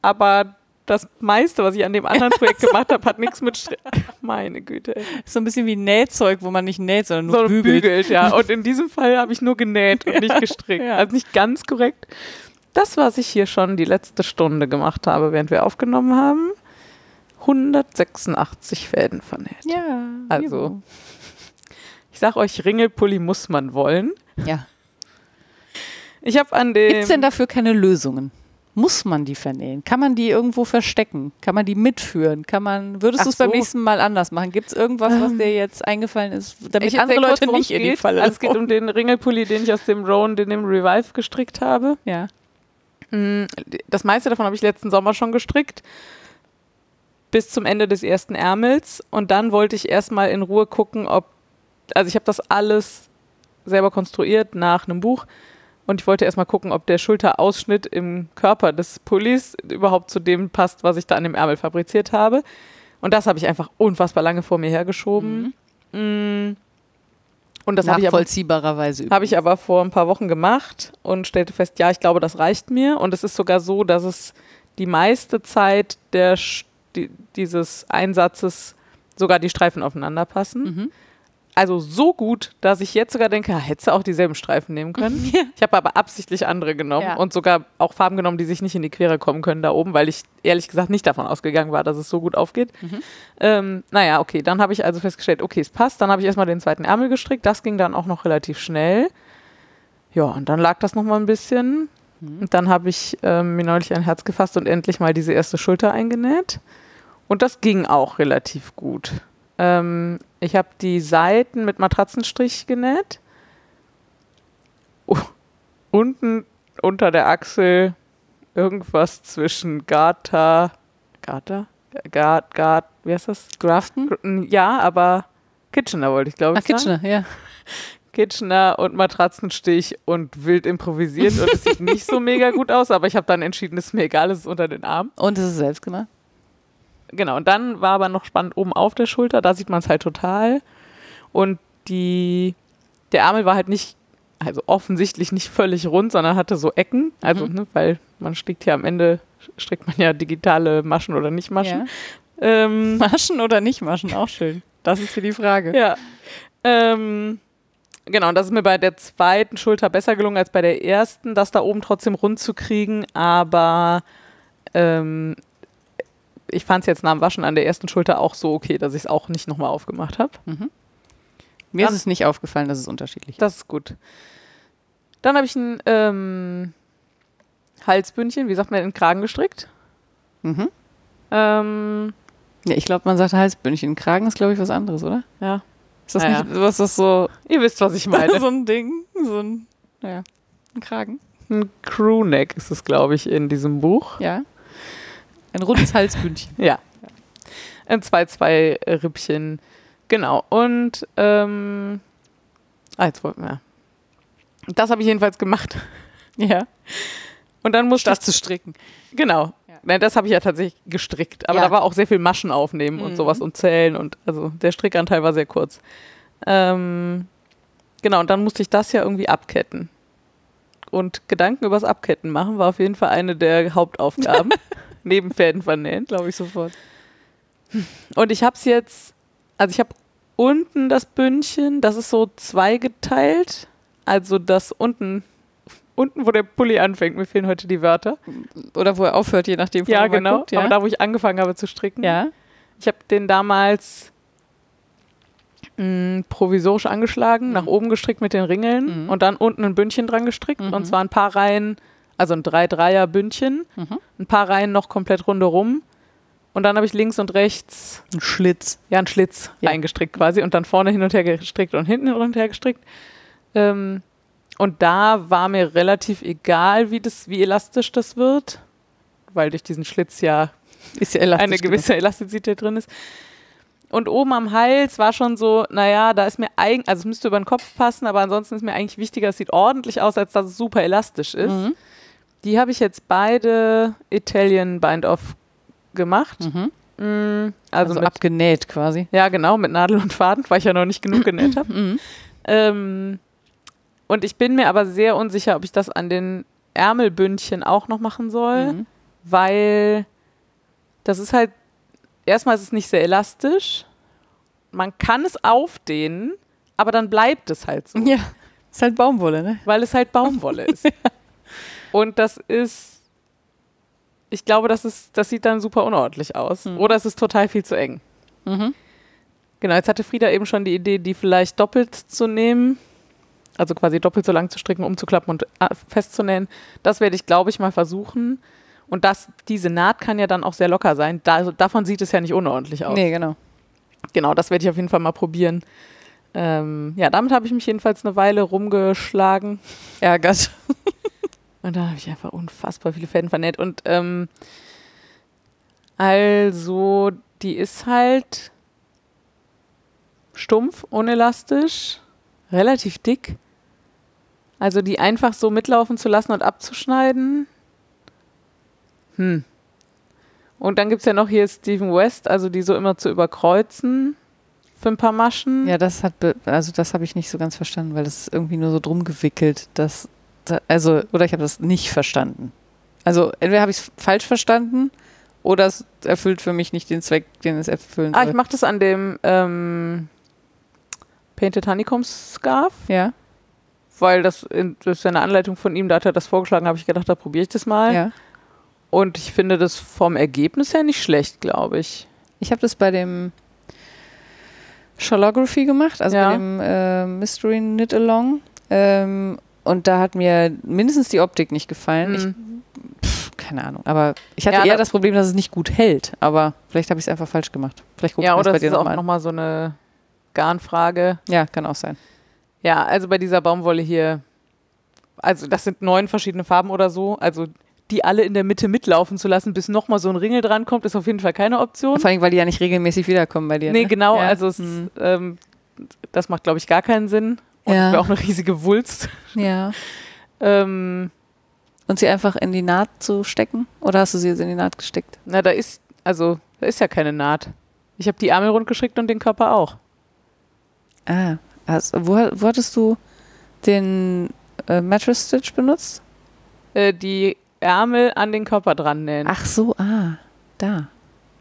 [SPEAKER 2] aber das meiste, was ich an dem
[SPEAKER 1] *laughs*
[SPEAKER 2] anderen Projekt gemacht habe, hat nichts mit Strick. *laughs* Meine Güte. Ey.
[SPEAKER 1] So ein bisschen wie Nähzeug, wo man nicht näht, sondern nur
[SPEAKER 2] So
[SPEAKER 1] bügelt. *laughs*
[SPEAKER 2] bügelt, ja. Und in diesem Fall habe ich nur genäht und nicht gestrickt.
[SPEAKER 1] ja.
[SPEAKER 2] Also nicht ganz korrekt. Das, was ich hier schon die letzte Stunde gemacht habe, während wir aufgenommen haben, 186 Fäden vernäht.
[SPEAKER 1] Ja.
[SPEAKER 2] Also. Ich sag euch, Ringelpulli muss man wollen.
[SPEAKER 1] Ja.
[SPEAKER 2] Ich habe an dem.
[SPEAKER 1] Gibt es denn dafür keine Lösungen? Muss man die vernähen? Kann man die irgendwo verstecken? Kann man die mitführen? Kann man, würdest
[SPEAKER 2] Ach
[SPEAKER 1] du es beim
[SPEAKER 2] so. Ähm.
[SPEAKER 1] nächsten Mal anders machen? Gibt es irgendwas, was dir jetzt eingefallen ist, damit
[SPEAKER 2] Ich erzähl
[SPEAKER 1] andere
[SPEAKER 2] kurz,
[SPEAKER 1] Leute
[SPEAKER 2] worum
[SPEAKER 1] nicht
[SPEAKER 2] es
[SPEAKER 1] in die
[SPEAKER 2] geht.
[SPEAKER 1] Falle
[SPEAKER 2] Also es geht
[SPEAKER 1] laufen?
[SPEAKER 2] um den Ringelpulli, den ich aus dem Roan, den dem Revive gestrickt habe.
[SPEAKER 1] Ja.
[SPEAKER 2] Mm, Das meiste davon habe ich letzten Sommer schon gestrickt. Bis zum Ende des ersten Ärmels. Und dann wollte ich erstmal in Ruhe gucken, ob. Also, ich habe das alles selber konstruiert nach einem Buch. Und ich wollte erstmal gucken, ob der Schulterausschnitt im Körper des Pullis überhaupt zu dem passt, was ich da an dem Ärmel fabriziert habe. Und das habe ich einfach unfassbar lange vor mir hergeschoben. Mm. Und das habe ich aber
[SPEAKER 1] Nachvollziehbarerweise.
[SPEAKER 2] habe ich aber vor ein paar Wochen gemacht und stellte fest, ja, ich glaube, das reicht mir. Und es ist sogar so, dass es die meiste Zeit der, Sch- die, dieses Einsatzes sogar die Streifen aufeinander passen. Also so gut, dass ich jetzt sogar denke, ja, hättest du auch dieselben Streifen nehmen können. ich habe aber absichtlich andere genommen
[SPEAKER 1] Ja.
[SPEAKER 2] und sogar auch Farben genommen, die sich nicht in die Quere kommen können da oben, weil ich ehrlich gesagt nicht davon ausgegangen war, dass es so gut aufgeht. Ähm, naja, okay, dann habe ich also festgestellt, okay, es passt. Dann habe ich erstmal den zweiten Ärmel gestrickt. Das ging dann auch noch relativ schnell. Ja, und dann lag das nochmal ein bisschen. Und dann habe ich ähm, mir neulich ein Herz gefasst und endlich mal diese erste Schulter eingenäht. Und das ging auch relativ gut. Ähm, ich habe die Seiten mit Matratzenstrich genäht. U- Unten unter der Achsel irgendwas zwischen Garter, Garter? Gart, Gart, wie heißt das?
[SPEAKER 1] Grafton?
[SPEAKER 2] Gr- Ja, aber Kitchener wollte ich, glaube ich.
[SPEAKER 1] Ach,
[SPEAKER 2] sagen.
[SPEAKER 1] Kitchener, ja.
[SPEAKER 2] Kitchener und Matratzenstich und wild improvisiert und es sieht nicht so mega gut aus, aber ich habe dann entschieden, es ist mir egal, es ist unter den Arm.
[SPEAKER 1] Und es ist selbst gemacht.
[SPEAKER 2] Genau, und dann war aber noch spannend oben auf der Schulter, da sieht man es halt total. Und die, der Ärmel war halt nicht, also offensichtlich nicht völlig rund, sondern hatte so Ecken, also, ne, weil man strickt ja am Ende, strickt man ja digitale Maschen oder nicht Maschen. Ähm,
[SPEAKER 1] Maschen oder nicht Maschen, auch schön. Das ist hier die Frage.
[SPEAKER 2] Ja. Ähm, genau, und das ist mir bei der zweiten Schulter besser gelungen als bei der ersten, das da oben trotzdem rund zu kriegen, aber ähm, ich fand es jetzt nach dem Waschen an der ersten Schulter auch so okay, dass ich es auch nicht nochmal aufgemacht habe.
[SPEAKER 1] Mir ist
[SPEAKER 2] Dann-
[SPEAKER 1] es nicht aufgefallen, dass es unterschiedlich ist.
[SPEAKER 2] Das ist gut. Dann habe ich ein ähm, Halsbündchen, wie sagt man, in den Kragen gestrickt.
[SPEAKER 1] Mhm.
[SPEAKER 2] Ähm,
[SPEAKER 1] Ja, ich glaube, man sagt Halsbündchen. Kragen ist, glaube ich, was anderes, oder?
[SPEAKER 2] ja,
[SPEAKER 1] Ist das
[SPEAKER 2] Ja, ja.
[SPEAKER 1] nicht was,
[SPEAKER 2] *laughs*
[SPEAKER 1] was so,
[SPEAKER 2] ihr wisst, was ich meine.
[SPEAKER 1] so ein Ding, so ein, ja, ein Kragen?
[SPEAKER 2] *laughs* Ein Crewneck ist es, glaube ich, in diesem Buch.
[SPEAKER 1] Ja. Ein rundes
[SPEAKER 2] *laughs*
[SPEAKER 1] Halsbündchen.
[SPEAKER 2] Ja. Ein 2-2-Rippchen. Genau. Und, ähm, ah, jetzt wollten wir. Das habe ich jedenfalls gemacht.
[SPEAKER 1] ja.
[SPEAKER 2] Und dann musste
[SPEAKER 1] Das
[SPEAKER 2] ich,
[SPEAKER 1] zu stricken.
[SPEAKER 2] genau.
[SPEAKER 1] Ja.
[SPEAKER 2] Nein, das habe ich ja tatsächlich gestrickt. Aber
[SPEAKER 1] Ja. Mhm.
[SPEAKER 2] da war auch sehr viel Maschen aufnehmen und sowas und zählen und, also der Strickanteil war sehr kurz. Ähm, genau. Und dann musste ich das ja irgendwie abketten. Und Gedanken übers Abketten machen war auf jeden Fall eine der Hauptaufgaben.
[SPEAKER 1] *laughs*
[SPEAKER 2] Neben Fäden vernähen.
[SPEAKER 1] Glaube ich sofort.
[SPEAKER 2] Und ich habe es jetzt, also ich habe unten das Bündchen, das ist so zweigeteilt. Also das unten unten, wo der Pulli anfängt, mir fehlen heute die Wörter.
[SPEAKER 1] Oder wo er aufhört, je nachdem, wo
[SPEAKER 2] Ja,
[SPEAKER 1] man mal
[SPEAKER 2] genau.
[SPEAKER 1] guckt, ja.
[SPEAKER 2] Aber da, wo ich angefangen habe zu stricken.
[SPEAKER 1] ja.
[SPEAKER 2] Ich habe den damals mh, provisorisch angeschlagen,
[SPEAKER 1] Mhm.
[SPEAKER 2] nach oben gestrickt mit den Ringeln und dann unten ein Bündchen dran gestrickt.
[SPEAKER 1] Mhm.
[SPEAKER 2] Und zwar ein paar Reihen, also ein 3-3er-Bündchen,
[SPEAKER 1] Mhm.
[SPEAKER 2] ein paar Reihen noch komplett runde rum. Und dann habe ich links und rechts
[SPEAKER 1] Ein Schlitz.
[SPEAKER 2] ja, einen Schlitz
[SPEAKER 1] Ja.
[SPEAKER 2] eingestrickt quasi und dann vorne hin und her gestrickt und hinten hin und her gestrickt. Ähm, und da war mir relativ egal, wie, das, wie elastisch das wird, weil durch diesen Schlitz ja
[SPEAKER 1] Ist ja elastisch.
[SPEAKER 2] eine gewisse Elastizität drin ist. Und oben am Hals war schon so, naja, da ist mir eigentlich, also es müsste über den Kopf passen, aber ansonsten ist mir eigentlich wichtiger, es sieht ordentlich aus, als dass es super elastisch ist.
[SPEAKER 1] Mhm.
[SPEAKER 2] Die habe ich jetzt beide Italian Bind Off gemacht. Mm,
[SPEAKER 1] Mhm. Also,
[SPEAKER 2] Also, mit
[SPEAKER 1] abgenäht quasi.
[SPEAKER 2] ja, genau, mit Nadel und Faden, weil ich ja noch nicht genug genäht habe. ähm, und ich bin mir aber sehr unsicher, ob ich das an den Ärmelbündchen auch noch machen soll, weil das ist halt, erstmal ist es nicht sehr elastisch. Man kann es aufdehnen, aber dann bleibt es halt so
[SPEAKER 1] Ja. Ist halt Baumwolle, ne?
[SPEAKER 2] weil es halt Baumwolle ist. Und das ist, ich glaube, das, ist, das sieht dann super unordentlich aus. Oder es ist total viel zu eng.
[SPEAKER 1] Mhm.
[SPEAKER 2] Genau, jetzt hatte Frieda eben schon die Idee, die vielleicht doppelt zu nehmen. Also quasi doppelt so lang zu stricken, umzuklappen und ah, festzunähen. Das werde ich, glaube ich, mal versuchen. Und das, diese Naht kann ja dann auch sehr locker sein. Da, also davon sieht es ja nicht unordentlich aus
[SPEAKER 1] Nee, genau.
[SPEAKER 2] genau, das werde ich auf jeden Fall mal probieren. Ähm, ja, damit habe ich mich jedenfalls eine Weile rumgeschlagen
[SPEAKER 1] Ärgert.
[SPEAKER 2] und da habe ich einfach unfassbar viele Fäden vernäht. Und ähm, also, die ist halt stumpf, unelastisch, relativ dick. Also die einfach so mitlaufen zu lassen und abzuschneiden. Hm. Und dann gibt es ja noch hier Steven West, also die so immer zu überkreuzen für ein paar Maschen.
[SPEAKER 1] Ja, das hat, be also das habe ich nicht so ganz verstanden, weil das ist irgendwie nur so drum gewickelt, dass, da- also, oder ich habe das nicht verstanden. Also, entweder habe ich es falsch verstanden oder es erfüllt für mich nicht den Zweck, den es erfüllen
[SPEAKER 2] Ah,
[SPEAKER 1] soll.
[SPEAKER 2] ich mache das an dem ähm, Painted Honeycomb Scarf.
[SPEAKER 1] ja,
[SPEAKER 2] weil das, in, das ist ja eine Anleitung von ihm, da hat er das vorgeschlagen, habe ich gedacht, da probiere ich das mal.
[SPEAKER 1] ja.
[SPEAKER 2] Und ich finde das vom Ergebnis her nicht schlecht, glaube ich.
[SPEAKER 1] Ich habe das bei dem Sholography gemacht, also
[SPEAKER 2] Ja.
[SPEAKER 1] bei dem äh, Mystery Knit Along. Ähm, und da hat mir mindestens die Optik nicht gefallen.
[SPEAKER 2] Hm.
[SPEAKER 1] Ich, pff, keine Ahnung. Aber ich hatte
[SPEAKER 2] Mhm. Ja,
[SPEAKER 1] eher
[SPEAKER 2] da-
[SPEAKER 1] das Problem, dass es nicht gut hält. Aber vielleicht habe ich es einfach falsch gemacht. Vielleicht gucke ich
[SPEAKER 2] ja,
[SPEAKER 1] mir das
[SPEAKER 2] oder
[SPEAKER 1] bei
[SPEAKER 2] das
[SPEAKER 1] dir
[SPEAKER 2] ist auch
[SPEAKER 1] nochmal an.
[SPEAKER 2] nochmal so eine Garnfrage.
[SPEAKER 1] Ja, kann auch sein.
[SPEAKER 2] Ja, also bei dieser Baumwolle hier, also das sind neun verschiedene Farben oder so, also die alle in der Mitte mitlaufen zu lassen, bis nochmal so ein Ringel drankommt, ist auf jeden Fall keine Option.
[SPEAKER 1] Vor allem, weil die ja nicht regelmäßig wiederkommen bei dir.
[SPEAKER 2] Nee,
[SPEAKER 1] ne?
[SPEAKER 2] genau,
[SPEAKER 1] Ja.
[SPEAKER 2] also es,
[SPEAKER 1] Hm.
[SPEAKER 2] ähm, das macht, glaube ich, gar keinen Sinn. Und
[SPEAKER 1] Ja.
[SPEAKER 2] wäre auch eine riesige Wulst.
[SPEAKER 1] ja.
[SPEAKER 2] Ähm,
[SPEAKER 1] Und sie einfach in die Naht zu stecken? Oder hast du sie jetzt in die Naht gesteckt?
[SPEAKER 2] Na, da ist, also, da ist ja keine Naht. Ich habe die Ärmel rund geschickt und den Körper auch.
[SPEAKER 1] Ah, also, wo, wo hattest du den äh, Mattress Stitch benutzt?
[SPEAKER 2] Äh, die Ärmel an den Körper dran nähen.
[SPEAKER 1] Ach so, ah, da.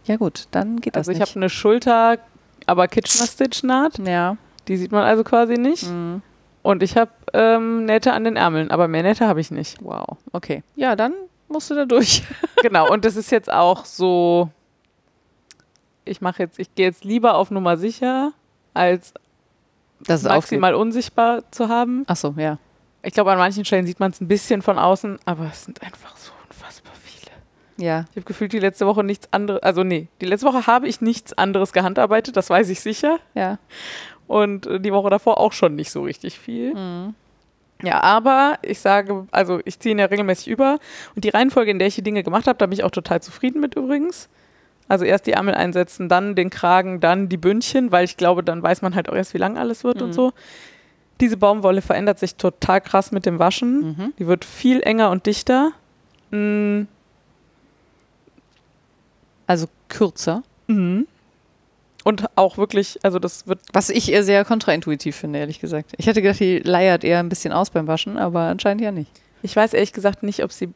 [SPEAKER 1] Ja gut, dann geht
[SPEAKER 2] also
[SPEAKER 1] das
[SPEAKER 2] ich habe
[SPEAKER 1] nicht.
[SPEAKER 2] eine Schulter, aber Kitchener-Stitch-Naht.
[SPEAKER 1] ja,
[SPEAKER 2] Die sieht man also quasi nicht.
[SPEAKER 1] Mhm.
[SPEAKER 2] Und ich habe ähm, Nähte an den Ärmeln, aber mehr Nähte habe ich nicht.
[SPEAKER 1] wow, okay. Ja, dann musst du da durch.
[SPEAKER 2] *laughs* genau, und das ist jetzt auch so, ich mache jetzt, ich gehe jetzt lieber auf Nummer sicher, als
[SPEAKER 1] Das ist aufgeht.
[SPEAKER 2] maximal unsichtbar zu haben.
[SPEAKER 1] Ach so, ja.
[SPEAKER 2] Ich glaube, an manchen Stellen sieht man es ein bisschen von außen, aber es sind einfach so unfassbar viele.
[SPEAKER 1] Ja,
[SPEAKER 2] Ich habe gefühlt die letzte Woche nichts anderes, also nee, die letzte Woche habe ich nichts anderes gehandarbeitet, das weiß ich sicher.
[SPEAKER 1] ja.
[SPEAKER 2] Und äh, die Woche davor auch schon nicht so richtig viel. Ja, aber ich sage, also ich ziehe ihn ja regelmäßig über. Und die Reihenfolge, in der ich die Dinge gemacht habe, da bin ich auch total zufrieden mit übrigens. Also erst die Ärmel einsetzen, dann den Kragen, dann die Bündchen, weil ich glaube, dann weiß man halt auch erst, wie lang alles wird und so. Diese Baumwolle verändert sich total krass mit dem Waschen. Die wird viel enger und dichter. Mm,
[SPEAKER 1] Also kürzer.
[SPEAKER 2] Und auch wirklich, also das wird
[SPEAKER 1] Was ich eher sehr kontraintuitiv finde, ehrlich gesagt. Ich hätte gedacht, die leiert eher ein bisschen aus beim Waschen, aber anscheinend ja nicht.
[SPEAKER 2] Ich weiß ehrlich gesagt nicht, ob sie,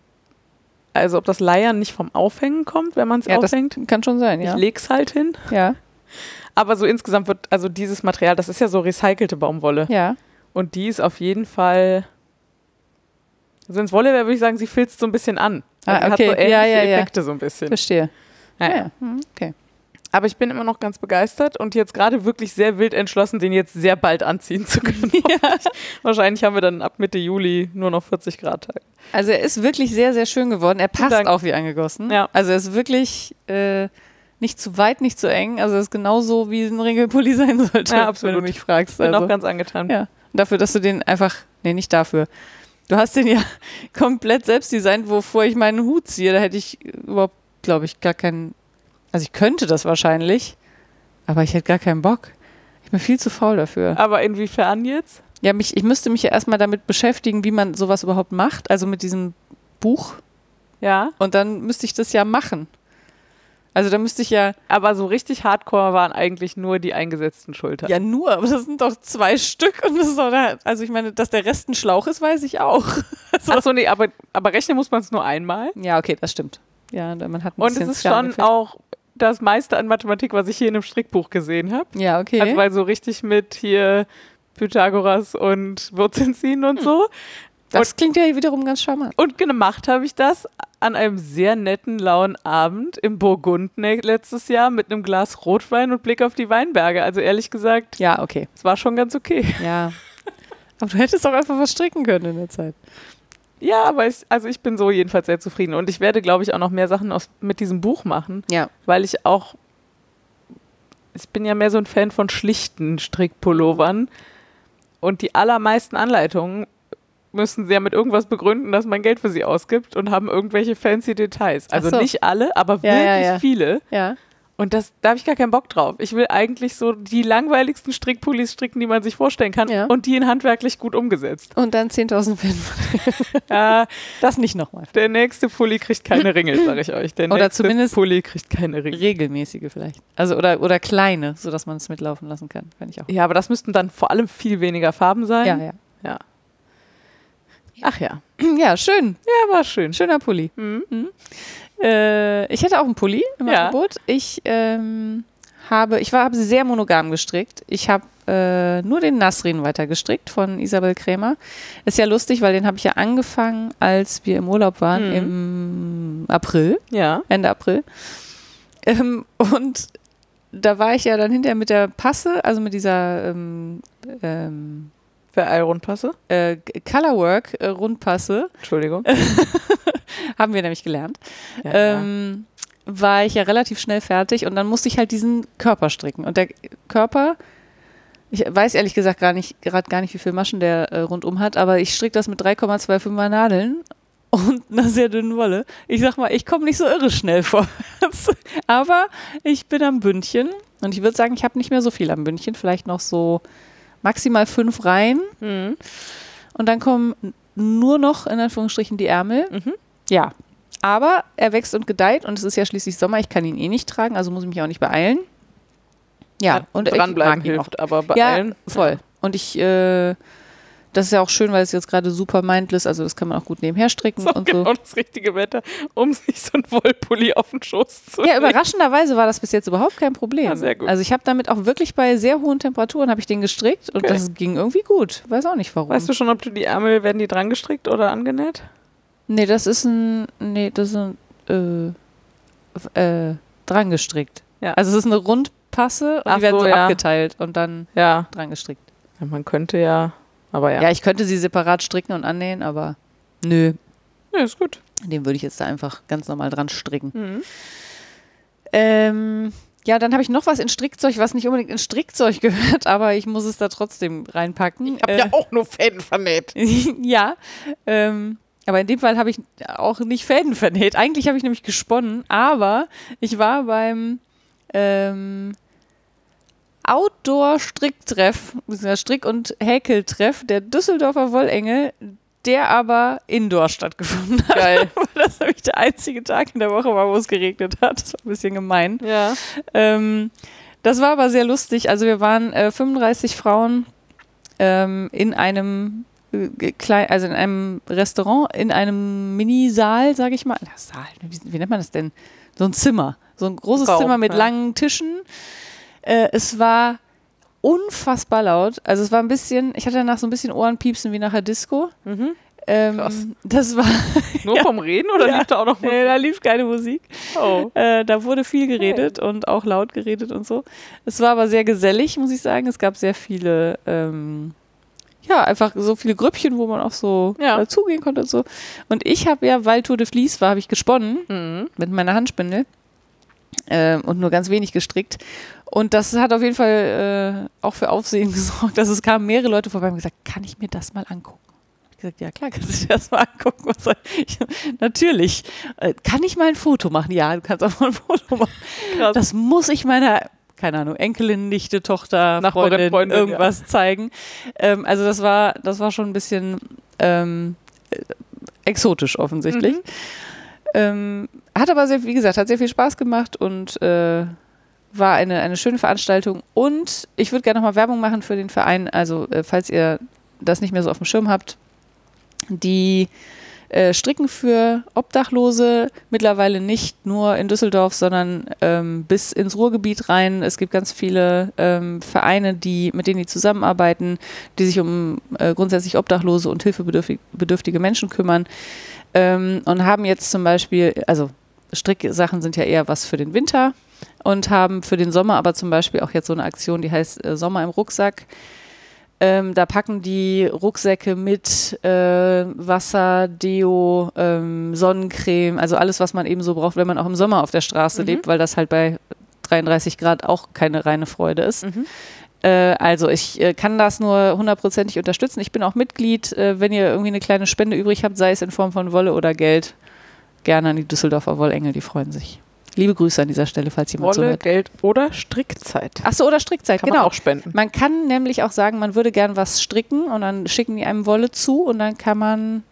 [SPEAKER 2] also ob das Leiern nicht vom Aufhängen kommt, wenn man es
[SPEAKER 1] Ja, das
[SPEAKER 2] aufhängt.
[SPEAKER 1] kann schon sein, ja.
[SPEAKER 2] Ich leg's halt hin.
[SPEAKER 1] Ja,
[SPEAKER 2] Aber so insgesamt wird, also dieses
[SPEAKER 1] *laughs*
[SPEAKER 2] Material, das ist ja so recycelte Baumwolle.
[SPEAKER 1] ja.
[SPEAKER 2] Und die ist auf jeden Fall Also ins Wolle würde ich sagen, sie filzt so ein bisschen an.
[SPEAKER 1] Ah, okay.
[SPEAKER 2] Also Hat so ähnliche
[SPEAKER 1] Ja, ja, ja.
[SPEAKER 2] Effekte so ein bisschen.
[SPEAKER 1] Verstehe.
[SPEAKER 2] Ja,
[SPEAKER 1] Ja,
[SPEAKER 2] ja.
[SPEAKER 1] ja. Hm, Okay.
[SPEAKER 2] Aber ich bin immer noch ganz begeistert und jetzt gerade wirklich sehr wild entschlossen, den jetzt sehr bald anziehen
[SPEAKER 1] *laughs*
[SPEAKER 2] zu können. *laughs* Wahrscheinlich haben wir dann ab Mitte Juli nur noch 40 Grad Tag.
[SPEAKER 1] Also er ist wirklich sehr, sehr schön geworden. Er passt
[SPEAKER 2] Dank.
[SPEAKER 1] auch wie angegossen.
[SPEAKER 2] Ja.
[SPEAKER 1] Also er ist wirklich äh, nicht zu weit, nicht zu eng. Also er ist genauso, wie ein Ringelpulli *laughs* sein sollte,
[SPEAKER 2] Ja,
[SPEAKER 1] wenn
[SPEAKER 2] absolut.
[SPEAKER 1] du mich fragst.
[SPEAKER 2] Bin auch
[SPEAKER 1] Also,
[SPEAKER 2] ganz angetan.
[SPEAKER 1] ja. Und dafür, dass du den einfach, nee, nicht dafür. Du hast den ja *laughs* komplett selbst designt, wovor ich meinen Hut ziehe. Da hätte ich überhaupt, glaube ich, gar keinen, also ich könnte das wahrscheinlich, aber ich hätte gar keinen Bock. Ich bin viel zu faul dafür.
[SPEAKER 2] Aber inwiefern jetzt?
[SPEAKER 1] Ja, mich, ich müsste mich ja erstmal damit beschäftigen, wie man sowas überhaupt macht, also mit diesem Buch.
[SPEAKER 2] Ja.
[SPEAKER 1] Und dann müsste ich das ja machen. Also da müsste ich ja,
[SPEAKER 2] Aber so richtig hardcore waren eigentlich nur die eingesetzten Schultern.
[SPEAKER 1] ja nur, aber das sind doch zwei Stück und das ist doch, da, also ich meine, dass der Rest ein Schlauch ist, weiß ich auch.
[SPEAKER 2] Achso, nee, aber, aber rechnen muss man es nur einmal.
[SPEAKER 1] Ja, okay, das stimmt. Ja, da- man hat ein
[SPEAKER 2] Und es
[SPEAKER 1] bisschen
[SPEAKER 2] ist
[SPEAKER 1] Skala
[SPEAKER 2] schon
[SPEAKER 1] gefehlt.
[SPEAKER 2] auch das meiste an Mathematik, was ich hier in einem Strickbuch gesehen habe.
[SPEAKER 1] Ja, okay.
[SPEAKER 2] Also weil so richtig mit hier Pythagoras und Wurzeln ziehen
[SPEAKER 1] Hm.
[SPEAKER 2] und so.
[SPEAKER 1] das klingt ja wiederum ganz charmant.
[SPEAKER 2] Und gemacht habe ich das an einem sehr netten, lauen Abend im Burgund ne- letztes Jahr mit einem Glas Rotwein und Blick auf die Weinberge. Also ehrlich gesagt,
[SPEAKER 1] Ja, okay.
[SPEAKER 2] es war schon ganz okay.
[SPEAKER 1] Ja. *laughs* aber du hättest auch einfach was stricken können in der Zeit.
[SPEAKER 2] Ja, aber ich, also ich bin so jedenfalls sehr zufrieden. Und ich werde, glaube ich, auch noch mehr Sachen aus, mit diesem Buch machen,
[SPEAKER 1] Ja.
[SPEAKER 2] weil ich auch, ich bin ja mehr so ein Fan von schlichten Strickpullovern. Und die allermeisten Anleitungen müssen sie ja mit irgendwas begründen, dass man Geld für sie ausgibt und haben irgendwelche fancy Details. Also
[SPEAKER 1] so.
[SPEAKER 2] nicht alle, aber
[SPEAKER 1] Ja,
[SPEAKER 2] wirklich
[SPEAKER 1] ja, ja.
[SPEAKER 2] viele.
[SPEAKER 1] Ja.
[SPEAKER 2] Und das, da habe ich gar keinen Bock drauf. Ich will eigentlich so die langweiligsten Strickpullis stricken, die man sich vorstellen kann
[SPEAKER 1] Ja.
[SPEAKER 2] und die in handwerklich gut umgesetzt. *laughs* Äh,
[SPEAKER 1] Und dann 10.000 Pferde.
[SPEAKER 2] Ja,
[SPEAKER 1] *laughs* Das nicht nochmal.
[SPEAKER 2] der nächste Pulli kriegt keine *laughs* Ringel, sage ich euch. Der
[SPEAKER 1] Oder
[SPEAKER 2] nächste
[SPEAKER 1] zumindest-
[SPEAKER 2] Pulli kriegt keine Ringel.
[SPEAKER 1] regelmäßige vielleicht. Also oder, oder kleine, sodass man es mitlaufen lassen kann, fände ich auch.
[SPEAKER 2] Ja, aber das müssten dann vor allem viel weniger Farben sein.
[SPEAKER 1] Ja, ja.
[SPEAKER 2] ja. Ach ja.
[SPEAKER 1] Ja, schön.
[SPEAKER 2] Ja, war schön.
[SPEAKER 1] Schöner Pulli. Mhm. Äh, ich hätte auch einen Pulli im
[SPEAKER 2] Ja.
[SPEAKER 1] Angebot. Ich ähm, habe, ich war habe sehr monogam gestrickt. Ich habe äh, nur den Nasrin weitergestrickt von Isabel Krämer. Ist ja lustig, weil den habe ich ja angefangen, als wir im Urlaub waren im April.
[SPEAKER 2] Ja.
[SPEAKER 1] Ende April. Ähm, und da war ich ja dann hinterher mit der Passe, also mit dieser ähm, ähm,
[SPEAKER 2] Für Eilrundpasse.
[SPEAKER 1] äh, Colorwork-Rundpasse,
[SPEAKER 2] Entschuldigung.
[SPEAKER 1] äh,
[SPEAKER 2] *laughs*
[SPEAKER 1] haben wir nämlich gelernt,
[SPEAKER 2] Ja,
[SPEAKER 1] ähm, war ich ja relativ schnell fertig und dann musste ich halt diesen Körper stricken. Und der Körper, ich weiß ehrlich gesagt gar nicht, gerade gar nicht, wie viel Maschen der äh, rundum hat, aber ich stricke das mit 3,25er Nadeln und *laughs* einer sehr dünnen Wolle. Ich sag mal, ich komme nicht so irre schnell vorwärts. *laughs* Aber ich bin am Bündchen und ich würde sagen, ich habe nicht mehr so viel am Bündchen, vielleicht noch so maximal fünf Reihen.
[SPEAKER 2] Mhm.
[SPEAKER 1] Und dann kommen nur noch in Anführungsstrichen die Ärmel.
[SPEAKER 2] Mhm.
[SPEAKER 1] Ja. Aber er wächst und gedeiht und es ist ja schließlich Sommer. Ich kann ihn eh nicht tragen, also muss ich mich auch nicht beeilen. Ja,
[SPEAKER 2] Ja,
[SPEAKER 1] und ich
[SPEAKER 2] dranbleiben
[SPEAKER 1] mag ihn auch.
[SPEAKER 2] hilft, aber bei
[SPEAKER 1] Ja,
[SPEAKER 2] allen.
[SPEAKER 1] voll.
[SPEAKER 2] *laughs*
[SPEAKER 1] Und ich, äh, das ist ja auch schön, weil es jetzt gerade super mindless, also das kann man auch gut nebenher stricken
[SPEAKER 2] So,
[SPEAKER 1] und so.
[SPEAKER 2] genau das richtige Wetter, um sich so ein Wollpulli auf den Schoß zu
[SPEAKER 1] Ja,
[SPEAKER 2] legen.
[SPEAKER 1] überraschenderweise war das bis jetzt überhaupt kein Problem.
[SPEAKER 2] Ja, Ah, sehr gut.
[SPEAKER 1] Also ich habe damit auch wirklich bei sehr hohen Temperaturen habe ich den gestrickt und
[SPEAKER 2] Okay.
[SPEAKER 1] das ging irgendwie gut. Weiß auch nicht warum.
[SPEAKER 2] Weißt du schon, ob du die Ärmel, werden die dran gestrickt oder angenäht?
[SPEAKER 1] Nee, das ist ein. Nee, das ist ein. Äh, f- äh, dran gestrickt.
[SPEAKER 2] Ja.
[SPEAKER 1] Also es ist eine Rundpasse und
[SPEAKER 2] Ach
[SPEAKER 1] die werden
[SPEAKER 2] so,
[SPEAKER 1] so,
[SPEAKER 2] ja.
[SPEAKER 1] abgeteilt und dann
[SPEAKER 2] Ja.
[SPEAKER 1] dran gestrickt.
[SPEAKER 2] ja man könnte ja, aber ja.
[SPEAKER 1] Ja. ich könnte sie separat stricken und annähen, aber nö.
[SPEAKER 2] Ja, ist gut.
[SPEAKER 1] Den würde ich jetzt da einfach ganz normal dran stricken.
[SPEAKER 2] Mhm.
[SPEAKER 1] Ähm, ja, dann habe ich noch was in Strickzeug, was nicht unbedingt in Strickzeug *laughs* gehört, aber ich muss es da trotzdem reinpacken.
[SPEAKER 2] Hab
[SPEAKER 1] Äh,
[SPEAKER 2] ja auch nur Fäden vernäht.
[SPEAKER 1] *laughs* ja, ähm, aber in dem Fall habe ich auch nicht Fäden vernäht. Eigentlich habe ich nämlich gesponnen, aber ich war beim ähm, Outdoor-Stricktreff, beziehungsweise Strick- und Häkeltreff der Düsseldorfer Wollengel, der aber indoor stattgefunden hat.
[SPEAKER 2] *laughs* Geil.
[SPEAKER 1] Weil das nämlich der einzige Tag in der Woche war, wo es geregnet hat. Das war ein bisschen gemein.
[SPEAKER 2] Ja.
[SPEAKER 1] Ähm, das war aber sehr lustig. Also wir waren äh, 35 Frauen ähm, in einem äh, ge- klein, also in einem Restaurant, in einem Minisaal, sage ich mal. Na, Saal, ne, wie, wie nennt man das denn? So ein Zimmer, so ein großes
[SPEAKER 2] Raum,
[SPEAKER 1] Zimmer mit
[SPEAKER 2] ja.
[SPEAKER 1] langen Tischen. Äh, es war unfassbar laut. Also es war ein bisschen, ich hatte danach so ein bisschen Ohrenpiepsen wie nachher Disco.
[SPEAKER 2] Mhm. Krass.
[SPEAKER 1] Ähm, das war,
[SPEAKER 2] Nur vom Reden oder
[SPEAKER 1] Ja.
[SPEAKER 2] lief da auch noch
[SPEAKER 1] nee, Äh, da lief keine Musik.
[SPEAKER 2] Oh.
[SPEAKER 1] Äh, da wurde viel geredet und auch laut geredet und so. Es war aber sehr gesellig, muss ich sagen. Es gab sehr viele, ähm, ja, einfach so viele Grüppchen, wo man auch so
[SPEAKER 2] Ja.
[SPEAKER 1] dazugehen konnte und so. Und ich habe ja, weil Tour de Vlies war, habe ich gesponnen
[SPEAKER 2] Mhm.
[SPEAKER 1] mit meiner Handspindel ähm, und nur ganz wenig gestrickt. Und das hat auf jeden Fall äh, auch für Aufsehen *laughs* gesorgt, dass es kamen mehrere Leute vorbei und haben gesagt, kann ich mir das mal angucken? Ich hab gesagt, ja klar, kannst du dir das mal angucken. *laughs* Was soll ich? Natürlich. Äh, kann ich mal ein Foto machen? Ja, du kannst auch mal ein Foto machen.
[SPEAKER 2] Krass.
[SPEAKER 1] Das muss ich meiner, keine Ahnung, Enkelin, Nichte, Tochter,
[SPEAKER 2] Nachbarin,
[SPEAKER 1] Freundin,
[SPEAKER 2] Freundin,
[SPEAKER 1] irgendwas zeigen. Ähm, also das war, das war schon ein bisschen ähm, äh, exotisch offensichtlich.
[SPEAKER 2] Mhm.
[SPEAKER 1] Ähm, hat aber, sehr, wie gesagt, hat sehr viel Spaß gemacht und äh, war eine, eine schöne Veranstaltung. Und ich würde gerne nochmal Werbung machen für den Verein. Also, äh, falls ihr das nicht mehr so auf dem Schirm habt, die äh, stricken für Obdachlose mittlerweile nicht nur in Düsseldorf, sondern ähm, bis ins Ruhrgebiet rein. Es gibt ganz viele ähm, Vereine, die, mit denen die zusammenarbeiten, die sich um äh, grundsätzlich Obdachlose und hilfebedürftige bedürftige Menschen kümmern ähm, und haben jetzt zum Beispiel, also Stricksachen sind ja eher was für den Winter und haben für den Sommer aber zum Beispiel auch jetzt so eine Aktion, die heißt äh, Sommer im Rucksack. Ähm, da packen die Rucksäcke mit äh, Wasser, Deo, ähm, Sonnencreme, also alles, was man eben so braucht, wenn man auch im Sommer auf der Straße
[SPEAKER 2] Mhm.
[SPEAKER 1] lebt, weil das halt bei 33 Grad auch keine reine Freude ist.
[SPEAKER 2] Mhm.
[SPEAKER 1] Äh, also ich äh, kann das nur hundertprozentig unterstützen. Ich bin auch Mitglied. Äh, wenn ihr irgendwie eine kleine Spende übrig habt, sei es in Form von Wolle oder Geld, gerne an die Düsseldorfer Wollengel, die freuen sich. Liebe Grüße an dieser Stelle, falls jemand
[SPEAKER 2] Wolle,
[SPEAKER 1] zuhört.
[SPEAKER 2] Geld oder Strickzeit.
[SPEAKER 1] Ach so, oder Strickzeit,
[SPEAKER 2] Kann
[SPEAKER 1] genau.
[SPEAKER 2] man auch spenden.
[SPEAKER 1] Man kann nämlich auch sagen, man würde gern was stricken und dann schicken die einem Wolle zu und dann kann man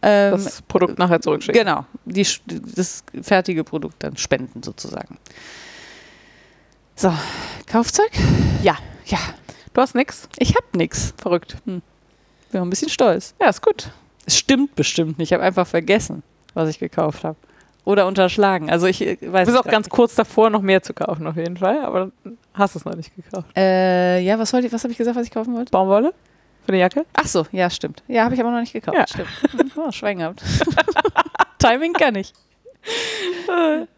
[SPEAKER 1] ähm,
[SPEAKER 2] Das Produkt nachher zurückschicken.
[SPEAKER 1] genau die, sch- das fertige Produkt dann spenden sozusagen. So, Kaufzeug?
[SPEAKER 2] Ja.
[SPEAKER 1] Ja,
[SPEAKER 2] Du hast nix?
[SPEAKER 1] ich hab nix.
[SPEAKER 2] Verrückt. Hm.
[SPEAKER 1] Bin auch ein bisschen stolz.
[SPEAKER 2] Ja, ist gut.
[SPEAKER 1] Es stimmt bestimmt nicht. Ich habe einfach vergessen, was ich gekauft habe. Oder unterschlagen. Also ich äh, weiß
[SPEAKER 2] Du bist
[SPEAKER 1] es
[SPEAKER 2] auch
[SPEAKER 1] grad
[SPEAKER 2] ganz
[SPEAKER 1] nicht.
[SPEAKER 2] kurz davor, noch mehr zu kaufen, auf jeden Fall. Aber hast es noch nicht gekauft.
[SPEAKER 1] Äh, ja, was, wollte ich- was habe ich gesagt, was ich kaufen wollte?
[SPEAKER 2] Baumwolle? Für eine Jacke?
[SPEAKER 1] Ach so, ja, stimmt. Ja, habe ich aber noch nicht gekauft.
[SPEAKER 2] Ja.
[SPEAKER 1] Stimmt. Hm, Oh, Schwein gehabt. *laughs* Timing kann ich.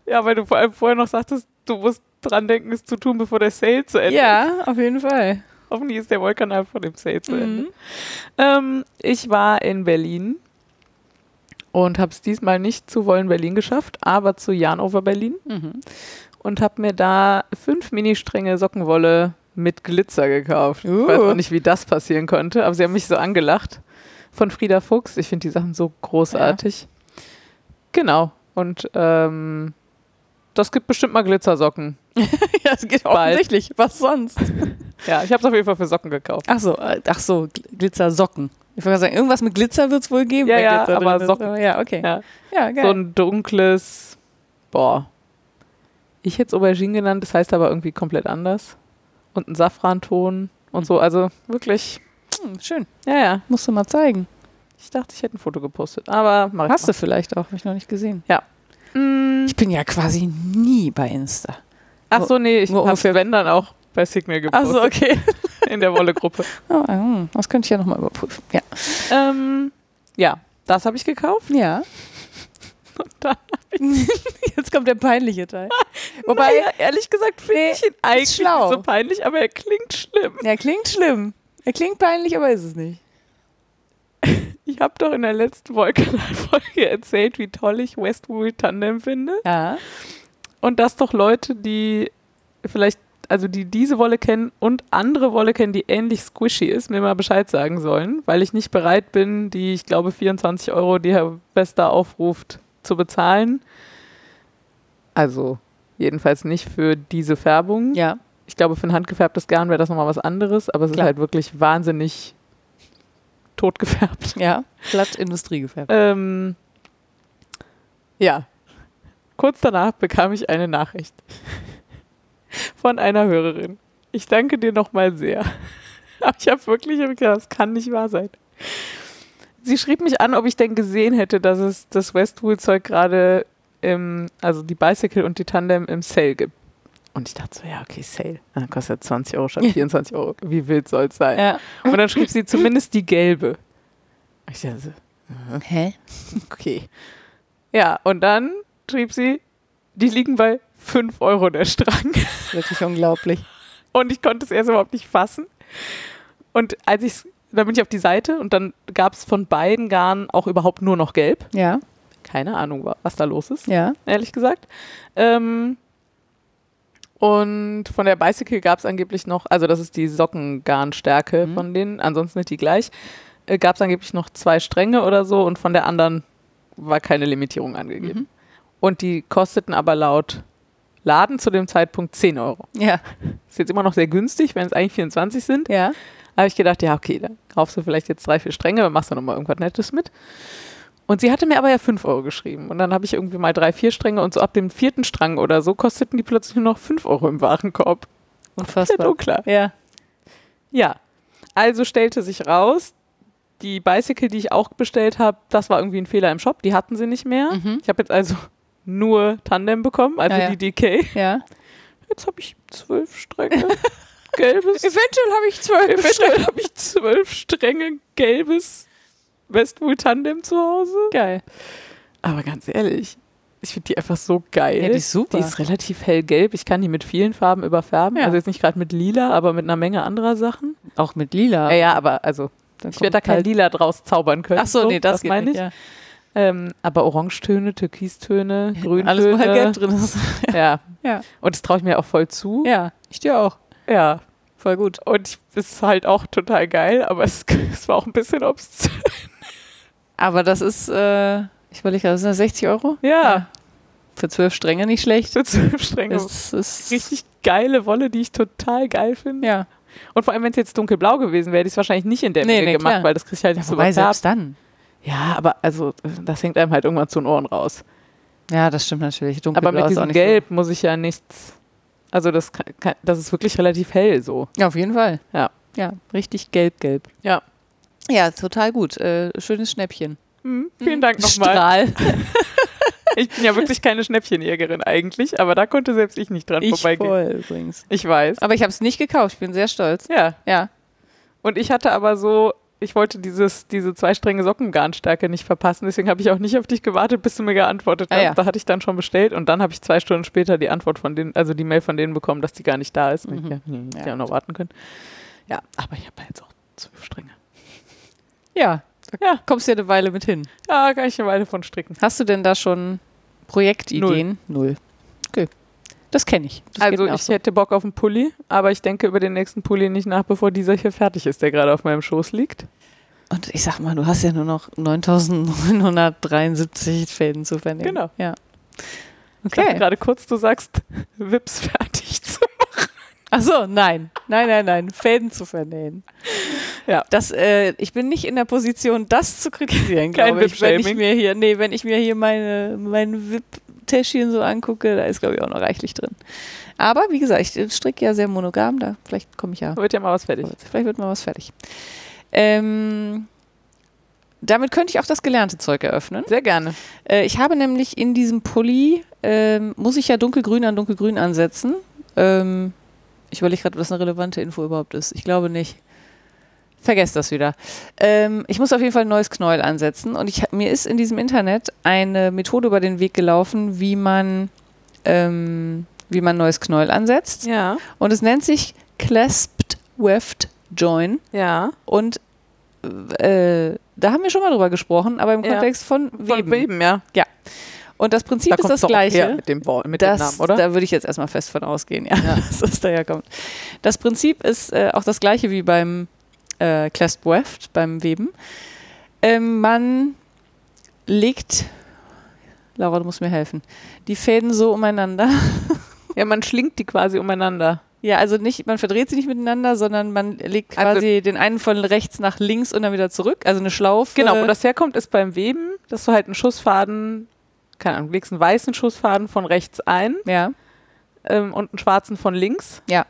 [SPEAKER 2] Ja, weil du vor allem vorher noch sagtest, du musst dran denken, es zu tun, bevor der Sale zu Ende ist.
[SPEAKER 1] Ja, auf jeden Fall.
[SPEAKER 2] Hoffentlich ist der Wollkanal vor dem Sale zu Ende. Mhm. Ähm, ich war in Berlin und habe es diesmal nicht zu Wollen Berlin geschafft, aber zu Janover Berlin
[SPEAKER 1] Mhm.
[SPEAKER 2] und habe mir da fünf Ministränge Sockenwolle mit Glitzer gekauft. Ich
[SPEAKER 1] Uh.
[SPEAKER 2] weiß auch nicht, wie das passieren konnte, aber sie haben mich so angelacht. Von Frieda Fuchs. Ich finde die Sachen so großartig. Genau. Und ähm, das gibt bestimmt mal Glitzersocken.
[SPEAKER 1] *laughs* Ja, es geht
[SPEAKER 2] Bald.
[SPEAKER 1] offensichtlich. Was sonst?
[SPEAKER 2] Ja, ich habe es auf jeden Fall für Socken gekauft.
[SPEAKER 1] Ach so, äh, ach so, Gl- Glitzersocken. Ich wollte gerade sagen, irgendwas mit Glitzer wird es wohl geben.
[SPEAKER 2] Ja,
[SPEAKER 1] wenn
[SPEAKER 2] ja,
[SPEAKER 1] Glitzer drin
[SPEAKER 2] aber
[SPEAKER 1] ist.
[SPEAKER 2] Socken.
[SPEAKER 1] Ja, okay.
[SPEAKER 2] Ja.
[SPEAKER 1] ja
[SPEAKER 2] So ein dunkles, boah. Ich hätte es Aubergine genannt, das heißt aber irgendwie komplett anders. Und ein Safranton und
[SPEAKER 1] Mhm.
[SPEAKER 2] so. Also wirklich,
[SPEAKER 1] hm, schön.
[SPEAKER 2] ja, ja.
[SPEAKER 1] Musst du mal zeigen.
[SPEAKER 2] Ich dachte, ich hätte ein Foto gepostet, aber mach ich
[SPEAKER 1] Hast du vielleicht auch, habe ich noch nicht gesehen.
[SPEAKER 2] mal. Mm,
[SPEAKER 1] Ich bin ja quasi nie bei Insta.
[SPEAKER 2] Ach so, nee, ich
[SPEAKER 1] Nur
[SPEAKER 2] habe
[SPEAKER 1] ungefähr-
[SPEAKER 2] wenn dann auch bei Signal gepostet
[SPEAKER 1] okay.
[SPEAKER 2] *laughs* in der Wolle-Gruppe.
[SPEAKER 1] Oh, hm, das könnte ich ja nochmal überprüfen. Ja.
[SPEAKER 2] *laughs* ähm, ja, das habe ich gekauft.
[SPEAKER 1] Ja.
[SPEAKER 2] *laughs* dann
[SPEAKER 1] *laughs* Jetzt kommt der peinliche Teil. Wobei,
[SPEAKER 2] Naja, ehrlich gesagt finde
[SPEAKER 1] Nee,
[SPEAKER 2] ich ihn eigentlich
[SPEAKER 1] schlau.
[SPEAKER 2] nicht so peinlich, aber er klingt schlimm.
[SPEAKER 1] Ja, klingt schlimm. Er klingt peinlich, aber ist es nicht.
[SPEAKER 2] Ich habe doch in der letzten Wollkanal-Folge *laughs* erzählt, wie toll ich Westwood Tandem finde.
[SPEAKER 1] Ja.
[SPEAKER 2] Und dass doch Leute, die vielleicht, also die diese Wolle kennen und andere Wolle kennen, die ähnlich squishy ist, mir mal Bescheid sagen sollen, weil ich nicht bereit bin, die, ich glaube, 24 Euro, die Herr Bester aufruft, zu bezahlen. Also jedenfalls nicht für diese Färbung.
[SPEAKER 1] Ja.
[SPEAKER 2] Ich glaube, für ein handgefärbtes Garn wäre das nochmal was anderes, aber es
[SPEAKER 1] Klar.
[SPEAKER 2] ist halt wirklich wahnsinnig totgefärbt.
[SPEAKER 1] Ja. Glatt Industriegefärbt.
[SPEAKER 2] Ähm, ja. Kurz danach bekam ich eine Nachricht *laughs* von einer Hörerin. Ich danke dir nochmal sehr. *laughs* Aber ich habe wirklich ich hab gedacht, das kann nicht wahr sein. Sie schrieb mich an, ob ich denn gesehen hätte, dass es das Westwool-Zeug gerade im, also die Bicycle und die Tandem im Sale gibt. Und ich dachte so, ja, okay, Sale. Dann kostet 20 Euro statt 24 Euro. Wie wild soll es sein?
[SPEAKER 1] Ja.
[SPEAKER 2] Und dann schrieb sie zumindest die gelbe. Ich dachte so,
[SPEAKER 1] Hä?
[SPEAKER 2] Okay. Ja, und dann schrieb sie, die liegen bei 5 Euro der Strang. *laughs*
[SPEAKER 1] Wirklich unglaublich.
[SPEAKER 2] Und ich konnte es erst überhaupt nicht fassen. Und als ich dann bin ich auf die Seite und dann gab es von beiden Garnen auch überhaupt nur noch gelb.
[SPEAKER 1] Ja,
[SPEAKER 2] Keine Ahnung, wa- was da los ist,
[SPEAKER 1] ja.
[SPEAKER 2] ehrlich gesagt. Ähm, und von der Bicycle gab es angeblich noch, also das ist die Sockengarnstärke
[SPEAKER 1] Mhm.
[SPEAKER 2] von denen, ansonsten nicht die gleich, äh, gab es angeblich noch zwei Stränge oder so und von der anderen war keine Limitierung angegeben. Und die kosteten aber laut Laden zu dem Zeitpunkt 10 Euro.
[SPEAKER 1] Ja,
[SPEAKER 2] Ist jetzt immer noch sehr günstig, wenn es eigentlich 24 sind.
[SPEAKER 1] ja.
[SPEAKER 2] Habe ich gedacht, ja, okay, dann kaufst du vielleicht jetzt drei, vier Stränge, dann machst du nochmal irgendwas Nettes mit. Und sie hatte mir aber ja 5 Euro geschrieben. Und dann habe ich irgendwie mal drei, vier Stränge und so ab dem vierten Strang oder so kosteten die plötzlich nur noch 5 Euro
[SPEAKER 1] *laughs*
[SPEAKER 2] im Warenkorb. Komplett
[SPEAKER 1] Unfassbar.
[SPEAKER 2] unklar.
[SPEAKER 1] Ja,
[SPEAKER 2] Ja. Also stellte sich raus, die Bicycle, die ich auch bestellt habe, das war irgendwie ein Fehler im Shop, die hatten sie nicht mehr. Ich habe jetzt also nur Tandem bekommen, also
[SPEAKER 1] Mhm. Ja, ja.
[SPEAKER 2] die DK.
[SPEAKER 1] ja.
[SPEAKER 2] Jetzt habe ich zwölf
[SPEAKER 1] *laughs*
[SPEAKER 2] Stränge. Gelbes
[SPEAKER 1] Eventuell habe ich
[SPEAKER 2] *laughs*
[SPEAKER 1] zwölf.
[SPEAKER 2] Eventuell habe ich zwölf Stränge gelbes Westwood Tandem zu Hause.
[SPEAKER 1] Geil.
[SPEAKER 2] Aber ganz ehrlich, ich finde die einfach so geil.
[SPEAKER 1] Ja, die ist super.
[SPEAKER 2] Die ist relativ hellgelb. Ich kann die mit vielen Farben überfärben.
[SPEAKER 1] Ja.
[SPEAKER 2] Also jetzt nicht gerade mit lila, aber mit einer Menge anderer Sachen.
[SPEAKER 1] Auch mit lila.
[SPEAKER 2] Ja, ja, aber also ich werde da kein lila draus zaubern können.
[SPEAKER 1] halt Ach so, nee, das, geht
[SPEAKER 2] meine
[SPEAKER 1] nicht.
[SPEAKER 2] ich.
[SPEAKER 1] Ja.
[SPEAKER 2] Ähm, aber Orangetöne, Türkistöne, Grüntöne.
[SPEAKER 1] Alles, wo halt Gelb drin ist.
[SPEAKER 2] *laughs* Ja.
[SPEAKER 1] Ja.
[SPEAKER 2] Und das traue ich mir auch voll zu.
[SPEAKER 1] ja, ich dir auch.
[SPEAKER 2] ja.
[SPEAKER 1] Voll gut.
[SPEAKER 2] Und ich, ist halt auch total geil, aber es, *laughs* es war auch ein bisschen obszön.
[SPEAKER 1] Aber das ist, äh, ich überlege, das sind das 60 Euro?
[SPEAKER 2] Ja.
[SPEAKER 1] Für zwölf Stränge nicht
[SPEAKER 2] *laughs*
[SPEAKER 1] schlecht.
[SPEAKER 2] Für zwölf Stränge.
[SPEAKER 1] Das ist
[SPEAKER 2] Richtig geile Wolle, die ich total geil finde.
[SPEAKER 1] Ja.
[SPEAKER 2] Und vor allem, wenn es jetzt dunkelblau gewesen wäre, hätte ich es wahrscheinlich nicht in der
[SPEAKER 1] Nee,
[SPEAKER 2] Menge
[SPEAKER 1] nee,
[SPEAKER 2] gemacht,
[SPEAKER 1] klar.
[SPEAKER 2] weil das kriege ich halt nicht so
[SPEAKER 1] Wobei,
[SPEAKER 2] überfärbt.
[SPEAKER 1] selbst dann.
[SPEAKER 2] Ja, aber also das hängt einem halt irgendwann zu den Ohren raus.
[SPEAKER 1] Ja, das stimmt natürlich. Dunkelblau
[SPEAKER 2] Aber mit
[SPEAKER 1] ist auch
[SPEAKER 2] diesem
[SPEAKER 1] nicht
[SPEAKER 2] Gelb muss ich ja nichts. Also das, kann, kann, das ist wirklich relativ hell so.
[SPEAKER 1] So. Ja, auf jeden Fall.
[SPEAKER 2] Ja.
[SPEAKER 1] Ja, richtig gelb-gelb.
[SPEAKER 2] Ja.
[SPEAKER 1] Ja, total gut. Äh, schönes Schnäppchen.
[SPEAKER 2] Hm, vielen Dank nochmal.
[SPEAKER 1] Strahl.
[SPEAKER 2] Ich bin ja wirklich keine Schnäppchenjägerin eigentlich, aber da konnte selbst ich nicht dran
[SPEAKER 1] Ich
[SPEAKER 2] vorbeigehen.
[SPEAKER 1] voll übrigens.
[SPEAKER 2] Ich weiß.
[SPEAKER 1] Aber ich habe es nicht gekauft. Ich bin sehr stolz.
[SPEAKER 2] Ja.
[SPEAKER 1] Ja.
[SPEAKER 2] Und ich hatte aber so, ich wollte dieses, diese zwei strenge Sockengarnstärke nicht verpassen, deswegen habe ich auch nicht auf dich gewartet, bis du mir geantwortet
[SPEAKER 1] Ah,
[SPEAKER 2] hast.
[SPEAKER 1] ja.
[SPEAKER 2] Da hatte ich dann schon bestellt und dann habe ich zwei Stunden später die Antwort von denen, also die Mail von denen bekommen, dass die gar nicht da ist. Und ich, ja, hm, hätte
[SPEAKER 1] Ja,
[SPEAKER 2] ja, auch noch warten können. Ja, aber ich habe da jetzt auch zwölf Stränge.
[SPEAKER 1] Ja.
[SPEAKER 2] Ja.
[SPEAKER 1] Kommst ja eine Weile mit hin.
[SPEAKER 2] Ja, kann ich eine Weile von stricken.
[SPEAKER 1] Hast du denn da schon Projektideen? Null. Okay. Das kenne ich. Das geht
[SPEAKER 2] also
[SPEAKER 1] mir auch
[SPEAKER 2] ich
[SPEAKER 1] so.
[SPEAKER 2] hätte Bock auf einen Pulli, aber ich denke über den nächsten Pulli nicht nach, bevor dieser hier fertig ist, der gerade auf meinem Schoß liegt.
[SPEAKER 1] Und ich sag mal, du hast ja nur noch 9973 Fäden zu vernehmen.
[SPEAKER 2] Genau.
[SPEAKER 1] Ja.
[SPEAKER 2] Ich dachte
[SPEAKER 1] Okay.
[SPEAKER 2] gerade kurz, du sagst, *laughs* Wips fertig zu
[SPEAKER 1] Achso, nein. Nein, nein, nein. Fäden zu vernähen.
[SPEAKER 2] Ja.
[SPEAKER 1] Das, äh, ich bin nicht in der Position, das zu kritisieren,
[SPEAKER 2] *laughs* Kein
[SPEAKER 1] glaube ich. Wenn ich
[SPEAKER 2] Whip-Shaming.
[SPEAKER 1] mir hier, nee, wenn ich mir hier meine, mein Wip-Täschchen so angucke, da ist, glaube ich, auch noch reichlich drin. Aber wie gesagt, ich stricke ja sehr monogam, da vielleicht komme ich ja
[SPEAKER 2] Wird ja mal was fertig.
[SPEAKER 1] Vorwärts. Vielleicht wird mal was fertig. Ähm, damit könnte ich auch das gelernte Zeug eröffnen.
[SPEAKER 2] Sehr gerne.
[SPEAKER 1] Äh, ich habe nämlich in diesem Pulli, ähm, muss ich ja dunkelgrün an dunkelgrün ansetzen. Ähm, ich überlege gerade, ob das eine relevante Info überhaupt ist. Ich glaube nicht. Vergesst das wieder. Ähm, ich muss auf jeden Fall ein neues Knäuel ansetzen und ich, mir ist in diesem Internet eine Methode über den Weg gelaufen, wie man, ähm, wie man neues Knäuel ansetzt.
[SPEAKER 2] Ja,
[SPEAKER 1] Und es nennt sich Clasped Weft Join.
[SPEAKER 2] ja.
[SPEAKER 1] Und äh, da haben wir schon mal drüber gesprochen, aber im
[SPEAKER 2] Ja.
[SPEAKER 1] Kontext von Weben.
[SPEAKER 2] Von Beben, ja.
[SPEAKER 1] Und das Prinzip ist das
[SPEAKER 2] kommt's doch auch her
[SPEAKER 1] gleiche.
[SPEAKER 2] Mit dem, Wort- mit
[SPEAKER 1] Das,
[SPEAKER 2] dem Namen, oder?
[SPEAKER 1] Da würde ich jetzt erstmal fest von ausgehen, ja, *laughs* dass das daherkommt. Das Prinzip ist äh, auch das gleiche wie beim äh, Clasp Weft, beim Weben. Ähm, man legt, Laura, du musst mir helfen, die Fäden so umeinander, *laughs*
[SPEAKER 2] ja, man schlingt die quasi umeinander.
[SPEAKER 1] Ja, also nicht, man verdreht sie nicht miteinander, sondern man legt
[SPEAKER 2] Also-
[SPEAKER 1] quasi den einen von rechts nach links und dann wieder zurück. Also eine Schlaufe.
[SPEAKER 2] Genau, wo das herkommt, ist beim Weben, dass du halt einen Schussfaden, keine Ahnung, legst einen weißen Schussfaden von rechts ein
[SPEAKER 1] Ja,
[SPEAKER 2] ähm, und einen schwarzen von links.
[SPEAKER 1] und dann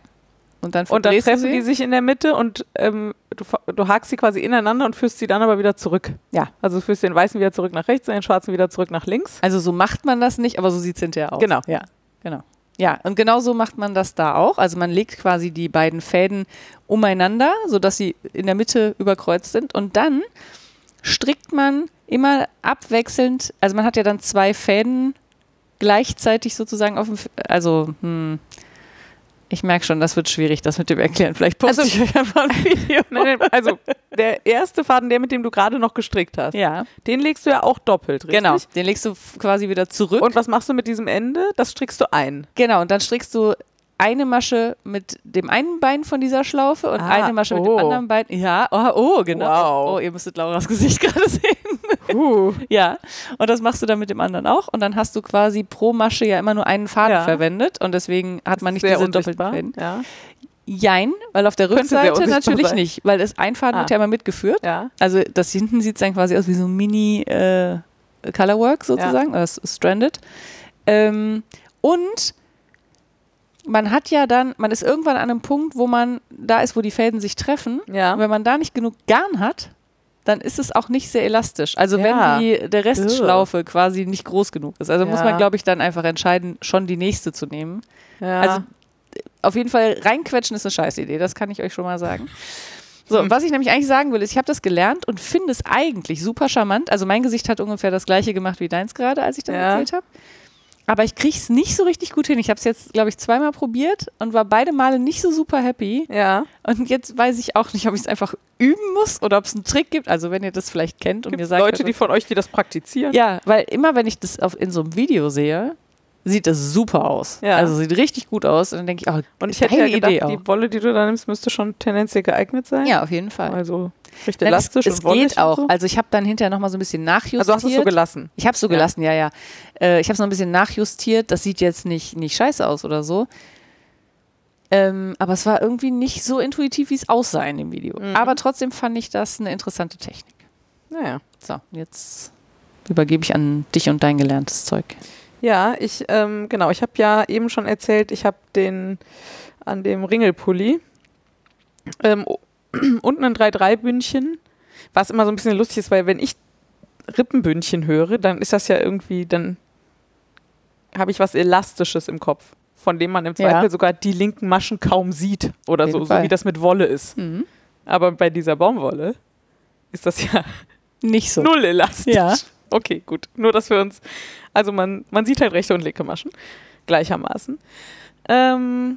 [SPEAKER 2] Und dann
[SPEAKER 1] verdrehst du
[SPEAKER 2] treffen
[SPEAKER 1] sie.
[SPEAKER 2] die sich in der Mitte und ähm, du, fa- du hakst sie quasi ineinander und führst sie dann aber wieder zurück.
[SPEAKER 1] Ja.
[SPEAKER 2] Also du führst den weißen wieder zurück nach rechts und den schwarzen wieder zurück nach links.
[SPEAKER 1] also so macht man das nicht, aber so sieht es hinterher aus.
[SPEAKER 2] Genau.
[SPEAKER 1] Ja, genau. Ja, und genau so macht man das da auch. Also man legt quasi die beiden Fäden umeinander, sodass sie in der Mitte überkreuzt sind. Und dann strickt man immer abwechselnd, also man hat ja dann zwei Fäden gleichzeitig sozusagen auf dem, F also hm, ich merke schon, das wird schwierig, das mit dem Erklären. Vielleicht poste
[SPEAKER 2] Also-
[SPEAKER 1] ich euch einfach ein
[SPEAKER 2] *laughs*
[SPEAKER 1] Video.
[SPEAKER 2] *laughs* Nein, nein, also der erste Faden, der mit dem du gerade noch gestrickt hast,
[SPEAKER 1] Ja,
[SPEAKER 2] den legst du ja auch doppelt, richtig?
[SPEAKER 1] genau. Den legst du f- quasi wieder zurück.
[SPEAKER 2] Und was machst du mit diesem Ende? Das strickst du ein.
[SPEAKER 1] Genau, und dann strickst du eine Masche mit dem einen Bein von dieser Schlaufe und
[SPEAKER 2] Ah,
[SPEAKER 1] eine Masche mit dem
[SPEAKER 2] oh.
[SPEAKER 1] anderen Bein. Ja, oh, oh genau.
[SPEAKER 2] Wow.
[SPEAKER 1] Oh, ihr müsstet Lauras *laughs* Gesicht gerade sehen.
[SPEAKER 2] Uh,
[SPEAKER 1] ja, und das machst du dann mit dem anderen auch. Und dann hast du quasi pro Masche ja immer nur einen Faden
[SPEAKER 2] Ja.
[SPEAKER 1] verwendet und deswegen hat man nicht diese doppelten Fäden.
[SPEAKER 2] Ja.
[SPEAKER 1] Jein, weil auf der
[SPEAKER 2] Könnte sehr
[SPEAKER 1] Rückseite
[SPEAKER 2] unsichtbar
[SPEAKER 1] natürlich
[SPEAKER 2] sein.
[SPEAKER 1] nicht, weil es ein Faden
[SPEAKER 2] Ah.
[SPEAKER 1] wird ja immer mitgeführt.
[SPEAKER 2] ja.
[SPEAKER 1] Also das hinten sieht es dann quasi aus wie so ein Mini äh, Colorwork sozusagen, oder s- Stranded. Ähm, und man hat ja dann, man ist irgendwann an einem Punkt, wo man da ist, wo die Fäden sich treffen.
[SPEAKER 2] Ja.
[SPEAKER 1] Und wenn man da nicht genug Garn hat, dann ist es auch nicht sehr elastisch. Also
[SPEAKER 2] Ja.
[SPEAKER 1] wenn die, der Rest
[SPEAKER 2] Ugh.
[SPEAKER 1] Schlaufe quasi nicht groß genug ist. Also muss
[SPEAKER 2] Ja.
[SPEAKER 1] man, glaube ich, dann einfach entscheiden, schon die nächste zu nehmen.
[SPEAKER 2] ja.
[SPEAKER 1] Also auf jeden Fall reinquetschen ist eine Scheißidee, das kann ich euch schon mal sagen. So,
[SPEAKER 2] Mhm.
[SPEAKER 1] und was ich nämlich eigentlich sagen will, ist, ich habe das gelernt und finde es eigentlich super charmant. Also mein Gesicht hat ungefähr das gleiche gemacht wie deins gerade, als ich das
[SPEAKER 2] Ja.
[SPEAKER 1] erzählt habe. Aber ich kriege es nicht so richtig gut hin. Ich habe es jetzt, glaube ich, zweimal probiert und war beide Male nicht so super happy.
[SPEAKER 2] ja.
[SPEAKER 1] Und jetzt weiß ich auch nicht, ob ich es einfach üben muss oder ob es einen Trick gibt. Also wenn ihr das vielleicht kennt und mir
[SPEAKER 2] Gibt's
[SPEAKER 1] sagt,
[SPEAKER 2] Leute, die von euch, die das praktizieren.
[SPEAKER 1] ja, weil immer, wenn ich das auf, in so einem Video sehe, sieht das super aus.
[SPEAKER 2] Ja.
[SPEAKER 1] Also sieht richtig gut aus. Und dann denke ich, oh,
[SPEAKER 2] Und ich hätte ja
[SPEAKER 1] geile
[SPEAKER 2] gedacht,
[SPEAKER 1] Idee auch.
[SPEAKER 2] die Wolle, die du da nimmst, müsste schon tendenziell geeignet sein.
[SPEAKER 1] Ja, auf jeden Fall.
[SPEAKER 2] Also recht
[SPEAKER 1] Nein,
[SPEAKER 2] elastisch
[SPEAKER 1] es, es
[SPEAKER 2] und wollig.
[SPEAKER 1] geht auch.
[SPEAKER 2] Und so.
[SPEAKER 1] Also ich habe dann hinterher nochmal so ein bisschen nachjustiert.
[SPEAKER 2] Also hast du es so gelassen.
[SPEAKER 1] ich habe es so
[SPEAKER 2] Ja.
[SPEAKER 1] gelassen, ja, ja. Äh, ich habe es noch ein bisschen nachjustiert. Das sieht jetzt nicht, nicht scheiße aus oder so. Ähm, aber es war irgendwie nicht so intuitiv, wie es aussah in dem Video.
[SPEAKER 2] Mhm.
[SPEAKER 1] Aber trotzdem fand ich das eine interessante Technik.
[SPEAKER 2] Naja.
[SPEAKER 1] So, jetzt übergebe ich an dich und dein gelerntes Zeug.
[SPEAKER 2] Ja, ich, ähm, genau, ich habe ja eben schon erzählt, ich habe den an dem Ringelpulli ähm, o- *clears throat* unten ein 3-3-Bündchen, was immer so ein bisschen lustig ist, weil wenn ich Rippenbündchen höre, dann ist das ja irgendwie, dann habe ich was Elastisches im Kopf, von dem man im
[SPEAKER 1] Ja.
[SPEAKER 2] Zweifel sogar die linken Maschen kaum sieht oder
[SPEAKER 1] jeden
[SPEAKER 2] so, so
[SPEAKER 1] Fall.
[SPEAKER 2] wie das mit Wolle ist.
[SPEAKER 1] Mhm.
[SPEAKER 2] Aber bei dieser Baumwolle ist das ja
[SPEAKER 1] Nicht so.
[SPEAKER 2] *laughs* Null
[SPEAKER 1] *laughs*
[SPEAKER 2] elastisch.
[SPEAKER 1] Ja.
[SPEAKER 2] Okay, gut. Nur, dass wir uns. Also, man, man sieht halt rechte und linke Maschen. Gleichermaßen. Ähm,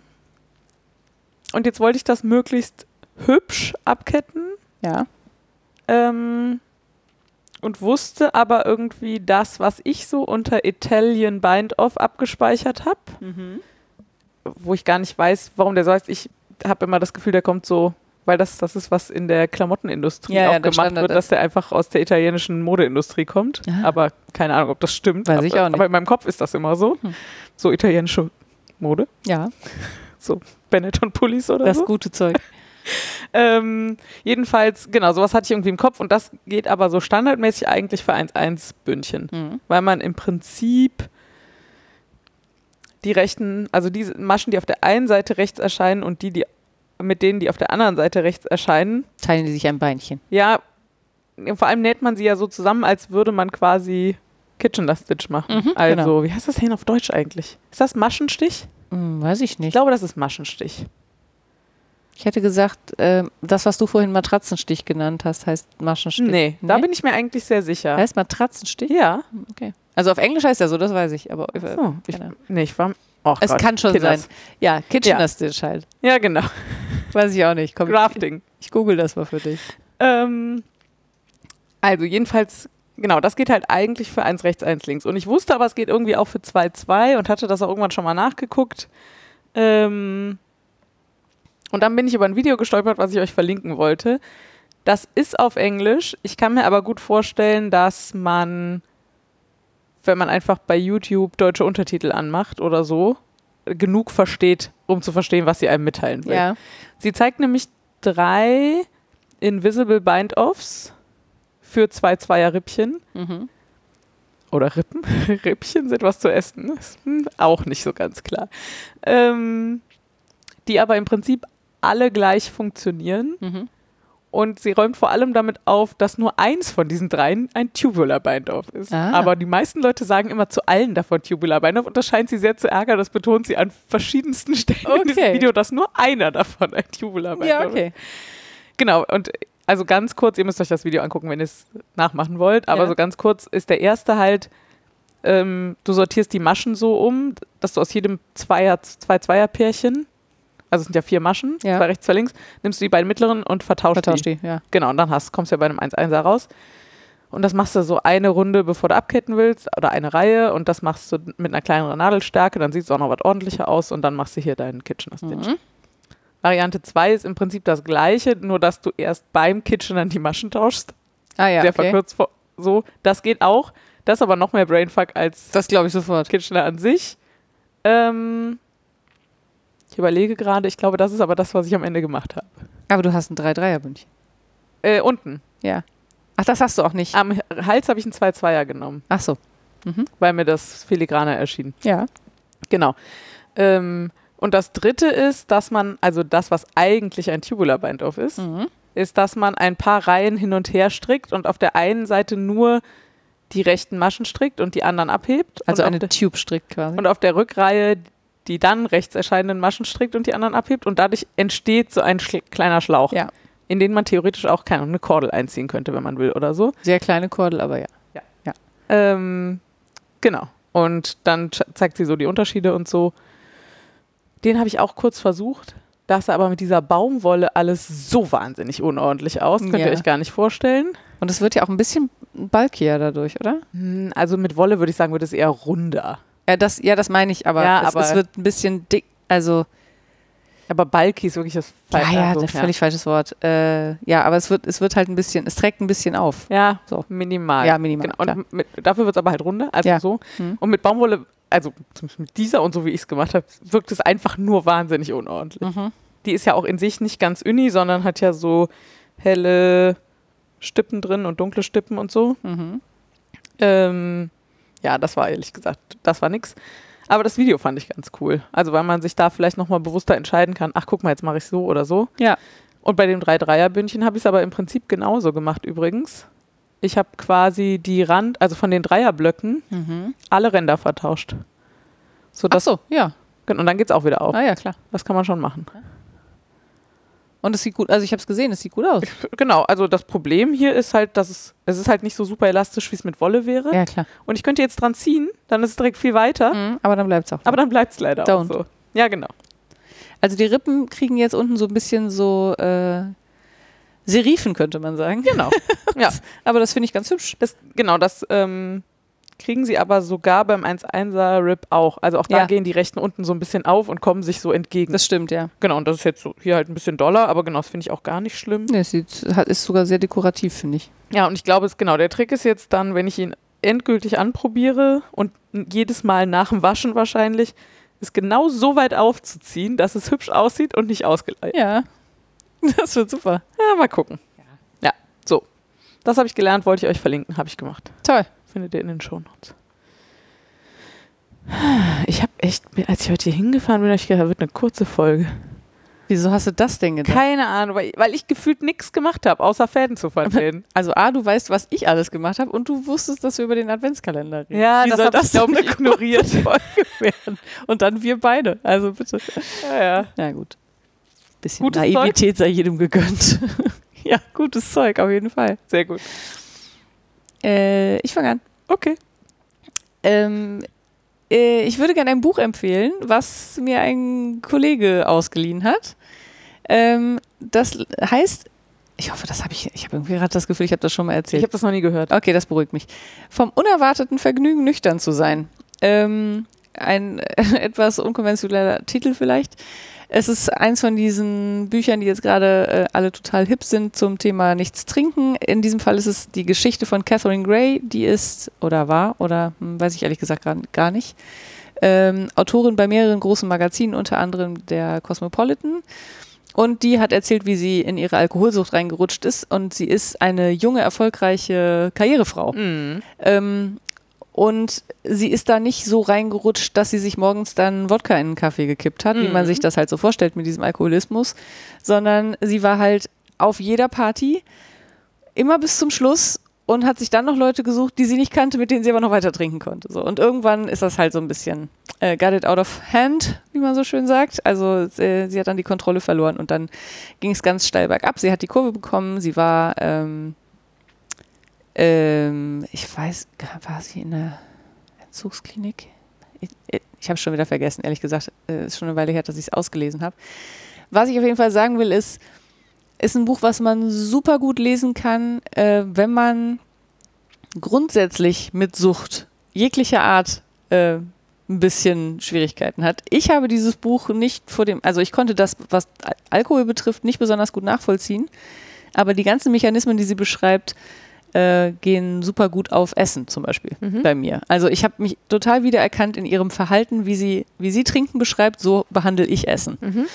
[SPEAKER 2] und jetzt wollte ich das möglichst hübsch abketten.
[SPEAKER 1] Ja.
[SPEAKER 2] Ähm, und wusste aber irgendwie das, was ich so unter Italian Bind Off abgespeichert habe,
[SPEAKER 1] Mhm.
[SPEAKER 2] wo ich gar nicht weiß, warum der so heißt. Ich habe immer das Gefühl, der kommt so, weil das, das ist, was in der Klamottenindustrie
[SPEAKER 1] Ja, ja,
[SPEAKER 2] auch
[SPEAKER 1] der
[SPEAKER 2] gemacht
[SPEAKER 1] Standard
[SPEAKER 2] wird, dass der einfach aus der italienischen Modeindustrie kommt.
[SPEAKER 1] Ah.
[SPEAKER 2] Aber keine Ahnung, ob das stimmt.
[SPEAKER 1] Weiß
[SPEAKER 2] aber,
[SPEAKER 1] ich auch nicht.
[SPEAKER 2] aber in meinem Kopf ist das immer so.
[SPEAKER 1] Hm.
[SPEAKER 2] So italienische Mode,
[SPEAKER 1] Ja,
[SPEAKER 2] Benetton-Pullis oder
[SPEAKER 1] das
[SPEAKER 2] so.
[SPEAKER 1] gute Zeug.
[SPEAKER 2] Ähm, jedenfalls, genau, sowas hatte ich irgendwie im Kopf und das geht aber so standardmäßig eigentlich für 1-1-Bündchen,
[SPEAKER 1] *laughs* Mhm.
[SPEAKER 2] weil man im Prinzip die rechten, also diese Maschen, die auf der einen Seite rechts erscheinen und die, die mit denen, die auf der anderen Seite rechts erscheinen,
[SPEAKER 1] Teilen die sich ein Beinchen.
[SPEAKER 2] ja, vor allem näht man sie ja so zusammen, als würde man quasi Kitchen-Stitch machen.
[SPEAKER 1] Mhm,
[SPEAKER 2] also,
[SPEAKER 1] genau.
[SPEAKER 2] wie heißt das denn auf Deutsch eigentlich? Ist das Maschenstich?
[SPEAKER 1] Hm, weiß ich
[SPEAKER 2] Ich
[SPEAKER 1] nicht.
[SPEAKER 2] glaube, das ist Maschenstich.
[SPEAKER 1] Ich hätte gesagt, äh, das, was du vorhin Matratzenstich genannt hast, heißt Maschenstich.
[SPEAKER 2] Nee, da bin ich mir eigentlich sehr sicher.
[SPEAKER 1] Heißt Matratzenstich?
[SPEAKER 2] ja.
[SPEAKER 1] Okay. Also auf Englisch heißt er so, das weiß ich. Aber äh,
[SPEAKER 2] So, ich,
[SPEAKER 1] keine Ahnung.
[SPEAKER 2] nee, ich war. Oh
[SPEAKER 1] es
[SPEAKER 2] Gott,
[SPEAKER 1] kann schon
[SPEAKER 2] Kinders.
[SPEAKER 1] sein. Ja, Kitchener-Stitch halt. *laughs*
[SPEAKER 2] Ja, genau.
[SPEAKER 1] Weiß ich auch nicht. Komm, ich,
[SPEAKER 2] Grafting.
[SPEAKER 1] ich google das mal für dich.
[SPEAKER 2] Ähm, also, jedenfalls, genau, das geht halt eigentlich für eins rechts, eins links. Und ich wusste aber, es geht irgendwie auch für zwei zwei und hatte das auch irgendwann schon mal nachgeguckt. Ähm, und dann bin ich über ein Video gestolpert, was ich euch verlinken wollte. Das ist auf Englisch. Ich kann mir aber gut vorstellen, dass man, wenn man einfach bei YouTube deutsche Untertitel anmacht oder so, genug versteht, um zu verstehen, was sie einem mitteilen will.
[SPEAKER 1] Ja.
[SPEAKER 2] Sie zeigt nämlich drei Invisible Bind-Offs für zwei Zweier-Rippchen.
[SPEAKER 1] Mhm.
[SPEAKER 2] Oder Rippen? *laughs* Rippchen sind was zu essen. Ist hm, auch nicht so ganz klar. Ähm, die aber im Prinzip alle gleich funktionieren.
[SPEAKER 1] Mhm.
[SPEAKER 2] Und sie räumt vor allem damit auf, dass nur eins von diesen dreien ein Tubular Bind-Off ist.
[SPEAKER 1] Ah.
[SPEAKER 2] Aber die meisten Leute sagen immer zu allen davon Tubular Bind-Off und das scheint sie sehr zu ärgern. Das betont sie an verschiedensten Stellen in diesem
[SPEAKER 1] Okay.
[SPEAKER 2] Video, dass nur einer davon ein Tubular Bind-Off
[SPEAKER 1] Ja,
[SPEAKER 2] ist.
[SPEAKER 1] okay.
[SPEAKER 2] Genau, und also ganz kurz, ihr müsst euch das Video angucken, wenn ihr es nachmachen wollt, aber
[SPEAKER 1] Ja.
[SPEAKER 2] so ganz kurz ist der erste halt, ähm, du sortierst die Maschen so um, dass du aus jedem Zweier, zwei Zweierpärchen, also es sind ja vier Maschen,
[SPEAKER 1] Ja.
[SPEAKER 2] zwei rechts, zwei links, nimmst du die beiden mittleren und vertauscht
[SPEAKER 1] Vertauscht
[SPEAKER 2] die.
[SPEAKER 1] die, ja.
[SPEAKER 2] Genau, und dann hast, kommst du ja bei einem 1-1er raus. Und das machst du so eine Runde, bevor du abketten willst, oder eine Reihe. Und das machst du mit einer kleineren Nadelstärke. Dann sieht es auch noch was ordentlicher aus. Und dann machst du hier deinen Kitchener
[SPEAKER 1] Mhm.
[SPEAKER 2] Stitch. Variante 2 ist im Prinzip das gleiche, nur dass du erst beim Kitchen dann die Maschen tauschst.
[SPEAKER 1] Ah ja,
[SPEAKER 2] Sehr
[SPEAKER 1] okay.
[SPEAKER 2] verkürzt vor- so. Das geht auch. Das ist aber noch mehr Brainfuck als
[SPEAKER 1] Das glaube ich sofort.
[SPEAKER 2] Kitchener an sich. Ähm, ich überlege gerade, ich glaube, das ist aber das, was ich am Ende gemacht habe.
[SPEAKER 1] Aber du hast ein 3-3er-Bündchen.
[SPEAKER 2] Äh, unten.
[SPEAKER 1] Ja. Ah. Ach, das hast du auch nicht.
[SPEAKER 2] Am Hals habe ich einen 2-2er genommen.
[SPEAKER 1] Ach so.
[SPEAKER 2] weil mir das filigraner erschien.
[SPEAKER 1] Ja.
[SPEAKER 2] Genau. Ähm, und das dritte ist, dass man, also das, was eigentlich ein Tubular Bindoff ist,
[SPEAKER 1] Mhm.
[SPEAKER 2] ist, dass man ein paar Reihen hin und her strickt und auf der einen Seite nur die rechten Maschen strickt und die anderen abhebt.
[SPEAKER 1] Also
[SPEAKER 2] und,
[SPEAKER 1] eine
[SPEAKER 2] auf der,
[SPEAKER 1] Tube strickt quasi.
[SPEAKER 2] und auf der Rückreihe die dann rechts erscheinenden Maschen strickt und die anderen abhebt. Und dadurch entsteht so ein schl kleiner Schlauch,
[SPEAKER 1] Ja.
[SPEAKER 2] in den man theoretisch auch keine, eine Kordel einziehen könnte, wenn man will oder so.
[SPEAKER 1] Sehr kleine Kordel, aber ja.
[SPEAKER 2] Ähm, genau. Und dann sch- zeigt sie so die Unterschiede und so. Den habe ich auch kurz versucht. Da sah aber mit dieser Baumwolle alles so wahnsinnig unordentlich aus. Könnt
[SPEAKER 1] Ja.
[SPEAKER 2] ihr euch gar nicht vorstellen.
[SPEAKER 1] Und es wird ja auch ein bisschen bulkier dadurch, oder?
[SPEAKER 2] Hm, Also mit Wolle würde ich sagen, wird es eher runder.
[SPEAKER 1] Ja, das, ja, das meine ich, aber,
[SPEAKER 2] Ja,
[SPEAKER 1] es,
[SPEAKER 2] aber-
[SPEAKER 1] es wird ein bisschen dick. Also,
[SPEAKER 2] Aber Balki ist wirklich das
[SPEAKER 1] ja,
[SPEAKER 2] falsche
[SPEAKER 1] ja,
[SPEAKER 2] also,
[SPEAKER 1] das ist völlig falsches Wort. Äh, ja, aber es wird, es wird halt ein bisschen, es trägt ein bisschen auf.
[SPEAKER 2] Ja,
[SPEAKER 1] So.
[SPEAKER 2] minimal.
[SPEAKER 1] Ja, minimal,
[SPEAKER 2] Genau.
[SPEAKER 1] klar.
[SPEAKER 2] Und mit, dafür wird es aber halt runder, also
[SPEAKER 1] Ja.
[SPEAKER 2] so.
[SPEAKER 1] Mhm.
[SPEAKER 2] Und mit Baumwolle, also zumindest mit dieser und so wie ich es gemacht habe, wirkt es einfach nur wahnsinnig unordentlich.
[SPEAKER 1] Mhm.
[SPEAKER 2] Die ist ja auch in sich nicht ganz uni, sondern hat ja so helle Stippen drin und dunkle Stippen und so.
[SPEAKER 1] Mhm.
[SPEAKER 2] Ähm, ja, das war ehrlich gesagt, das war nix. Aber das Video fand ich ganz cool. Also weil man sich da vielleicht nochmal bewusster entscheiden kann, ach guck mal, jetzt mache ich so oder so.
[SPEAKER 1] Ja.
[SPEAKER 2] Und bei dem 3-3er-Bündchen habe ich es aber im Prinzip genauso gemacht übrigens. Ich habe quasi die Rand, also von den Dreierblöcken,
[SPEAKER 1] Mhm.
[SPEAKER 2] alle Ränder vertauscht. So,
[SPEAKER 1] Ach
[SPEAKER 2] das,
[SPEAKER 1] so, ja.
[SPEAKER 2] Und dann geht's auch wieder auf.
[SPEAKER 1] Ah ja, klar.
[SPEAKER 2] Das kann man schon
[SPEAKER 1] *laughs*
[SPEAKER 2] machen.
[SPEAKER 1] Und es sieht gut, also ich habe es gesehen, es sieht gut aus.
[SPEAKER 2] Genau, also das Problem hier ist halt, dass es, es ist halt nicht so super elastisch, wie es mit Wolle wäre.
[SPEAKER 1] Ja, klar.
[SPEAKER 2] Und ich könnte jetzt dran ziehen, dann ist es direkt viel weiter.
[SPEAKER 1] Mhm. Aber dann bleibt es auch.
[SPEAKER 2] Aber dann bleibt es leider
[SPEAKER 1] Don't.
[SPEAKER 2] auch so. Ja, genau.
[SPEAKER 1] Also die Rippen kriegen jetzt unten so ein bisschen so äh, Serifen, könnte man sagen. *laughs*
[SPEAKER 2] Genau. ja.
[SPEAKER 1] Aber das finde ich ganz hübsch.
[SPEAKER 2] Das, genau, das ähm, kriegen sie aber sogar beim 1-1er Rip auch. Also auch da
[SPEAKER 1] Ja.
[SPEAKER 2] gehen die Rechten unten so ein bisschen auf und kommen sich so entgegen.
[SPEAKER 1] Das stimmt, ja.
[SPEAKER 2] genau, und das ist jetzt so hier halt ein bisschen doller, aber genau, das finde ich auch gar nicht schlimm.
[SPEAKER 1] Nee, es sieht, hat- ist sogar sehr dekorativ, finde ich.
[SPEAKER 2] Ja, und ich glaube, es genau, der Trick ist jetzt dann, wenn ich ihn endgültig anprobiere und n- jedes Mal nach dem Waschen wahrscheinlich, es genau so weit aufzuziehen, dass es hübsch aussieht und nicht ausgeleiert.
[SPEAKER 1] Ja. *laughs* Das wird super.
[SPEAKER 2] Ja, mal gucken. Ja, so. Das habe ich gelernt, wollte ich euch verlinken, habe ich gemacht.
[SPEAKER 1] Toll.
[SPEAKER 2] Findet ihr in den Shownotes. Ich habe echt, als ich heute hier hingefahren bin, habe ich gedacht, das wird eine kurze Folge.
[SPEAKER 1] Wieso hast du das denn gedacht?
[SPEAKER 2] Keine Ahnung, weil, weil ich gefühlt nichts gemacht habe, außer Fäden zu verbinden.
[SPEAKER 1] Also A, du weißt, was ich alles gemacht habe und du wusstest, dass wir über den Adventskalender reden.
[SPEAKER 2] *laughs* Ja,
[SPEAKER 1] Wie
[SPEAKER 2] das
[SPEAKER 1] soll
[SPEAKER 2] hab ich,
[SPEAKER 1] das
[SPEAKER 2] glaub
[SPEAKER 1] denn
[SPEAKER 2] ich,
[SPEAKER 1] eine kurze
[SPEAKER 2] *laughs*
[SPEAKER 1] Folge werden? Und dann wir beide. Also bitte.
[SPEAKER 2] Ja, ja.
[SPEAKER 1] Na gut. Bisschen
[SPEAKER 2] Gutes
[SPEAKER 1] Naivität sei jedem gegönnt. *laughs* ja, gutes Zeug auf jeden Fall.
[SPEAKER 2] Sehr gut.
[SPEAKER 1] Äh, ich fange an.
[SPEAKER 2] Okay.
[SPEAKER 1] Ähm, äh, ich würde gerne ein Buch empfehlen, was mir ein Kollege ausgeliehen hat. Ähm, das l- heißt, ich hoffe, das habe ich, ich habe irgendwie gerade das Gefühl, ich habe das schon mal
[SPEAKER 2] Ich
[SPEAKER 1] erzählt.
[SPEAKER 2] habe das noch nie gehört.
[SPEAKER 1] Okay, das beruhigt mich. Vom unerwarteten Vergnügen nüchtern zu sein. Ähm, ein *laughs* äh, etwas unkonventioneller Titel vielleicht. Es ist eins von diesen Büchern, die jetzt gerade äh, alle total hip sind zum Thema nichts trinken. In diesem Fall ist es die Geschichte von Catherine Gray, die ist oder war oder hm, weiß ich ehrlich gesagt gar, gar nicht. Ähm, Autorin bei mehreren großen Magazinen, unter anderem der Cosmopolitan. Und die hat erzählt, wie sie in ihre Alkoholsucht reingerutscht ist. Und sie ist eine junge, erfolgreiche Karrierefrau. Ähm, und sie ist da nicht so reingerutscht, dass sie sich morgens dann Wodka in den Kaffee gekippt hat, wie man sich das halt so vorstellt mit diesem Alkoholismus, sondern sie war halt auf jeder Party, immer bis zum Schluss und hat sich dann noch Leute gesucht, die sie nicht kannte, mit denen sie aber noch weiter trinken konnte. So. Und irgendwann ist das halt so ein bisschen äh, got it out of hand, wie man so schön sagt. Also sie, sie hat dann die Kontrolle verloren und dann ging es ganz steil bergab. Sie hat die Kurve bekommen, sie war, ähm, ähm, ich weiß, war sie in der Entzugsklinik? Ich, ich habe schon wieder vergessen, ehrlich gesagt, äh, ist schon eine Weile her, dass ich es ausgelesen habe. Was ich auf jeden Fall sagen will, ist, ist ein Buch, was man super gut lesen kann, äh, wenn man grundsätzlich mit Sucht jeglicher Art äh, ein bisschen Schwierigkeiten hat. Ich habe dieses Buch nicht vor dem, also ich konnte das, was Al Alkohol betrifft, nicht besonders gut nachvollziehen, aber die ganzen Mechanismen, die sie beschreibt, äh, gehen super gut auf Essen zum Beispiel
[SPEAKER 2] Mhm.
[SPEAKER 1] bei mir. Also ich habe mich total wiedererkannt in ihrem Verhalten, wie sie, wie sie Trinken beschreibt, so behandle ich Essen.
[SPEAKER 2] Mhm.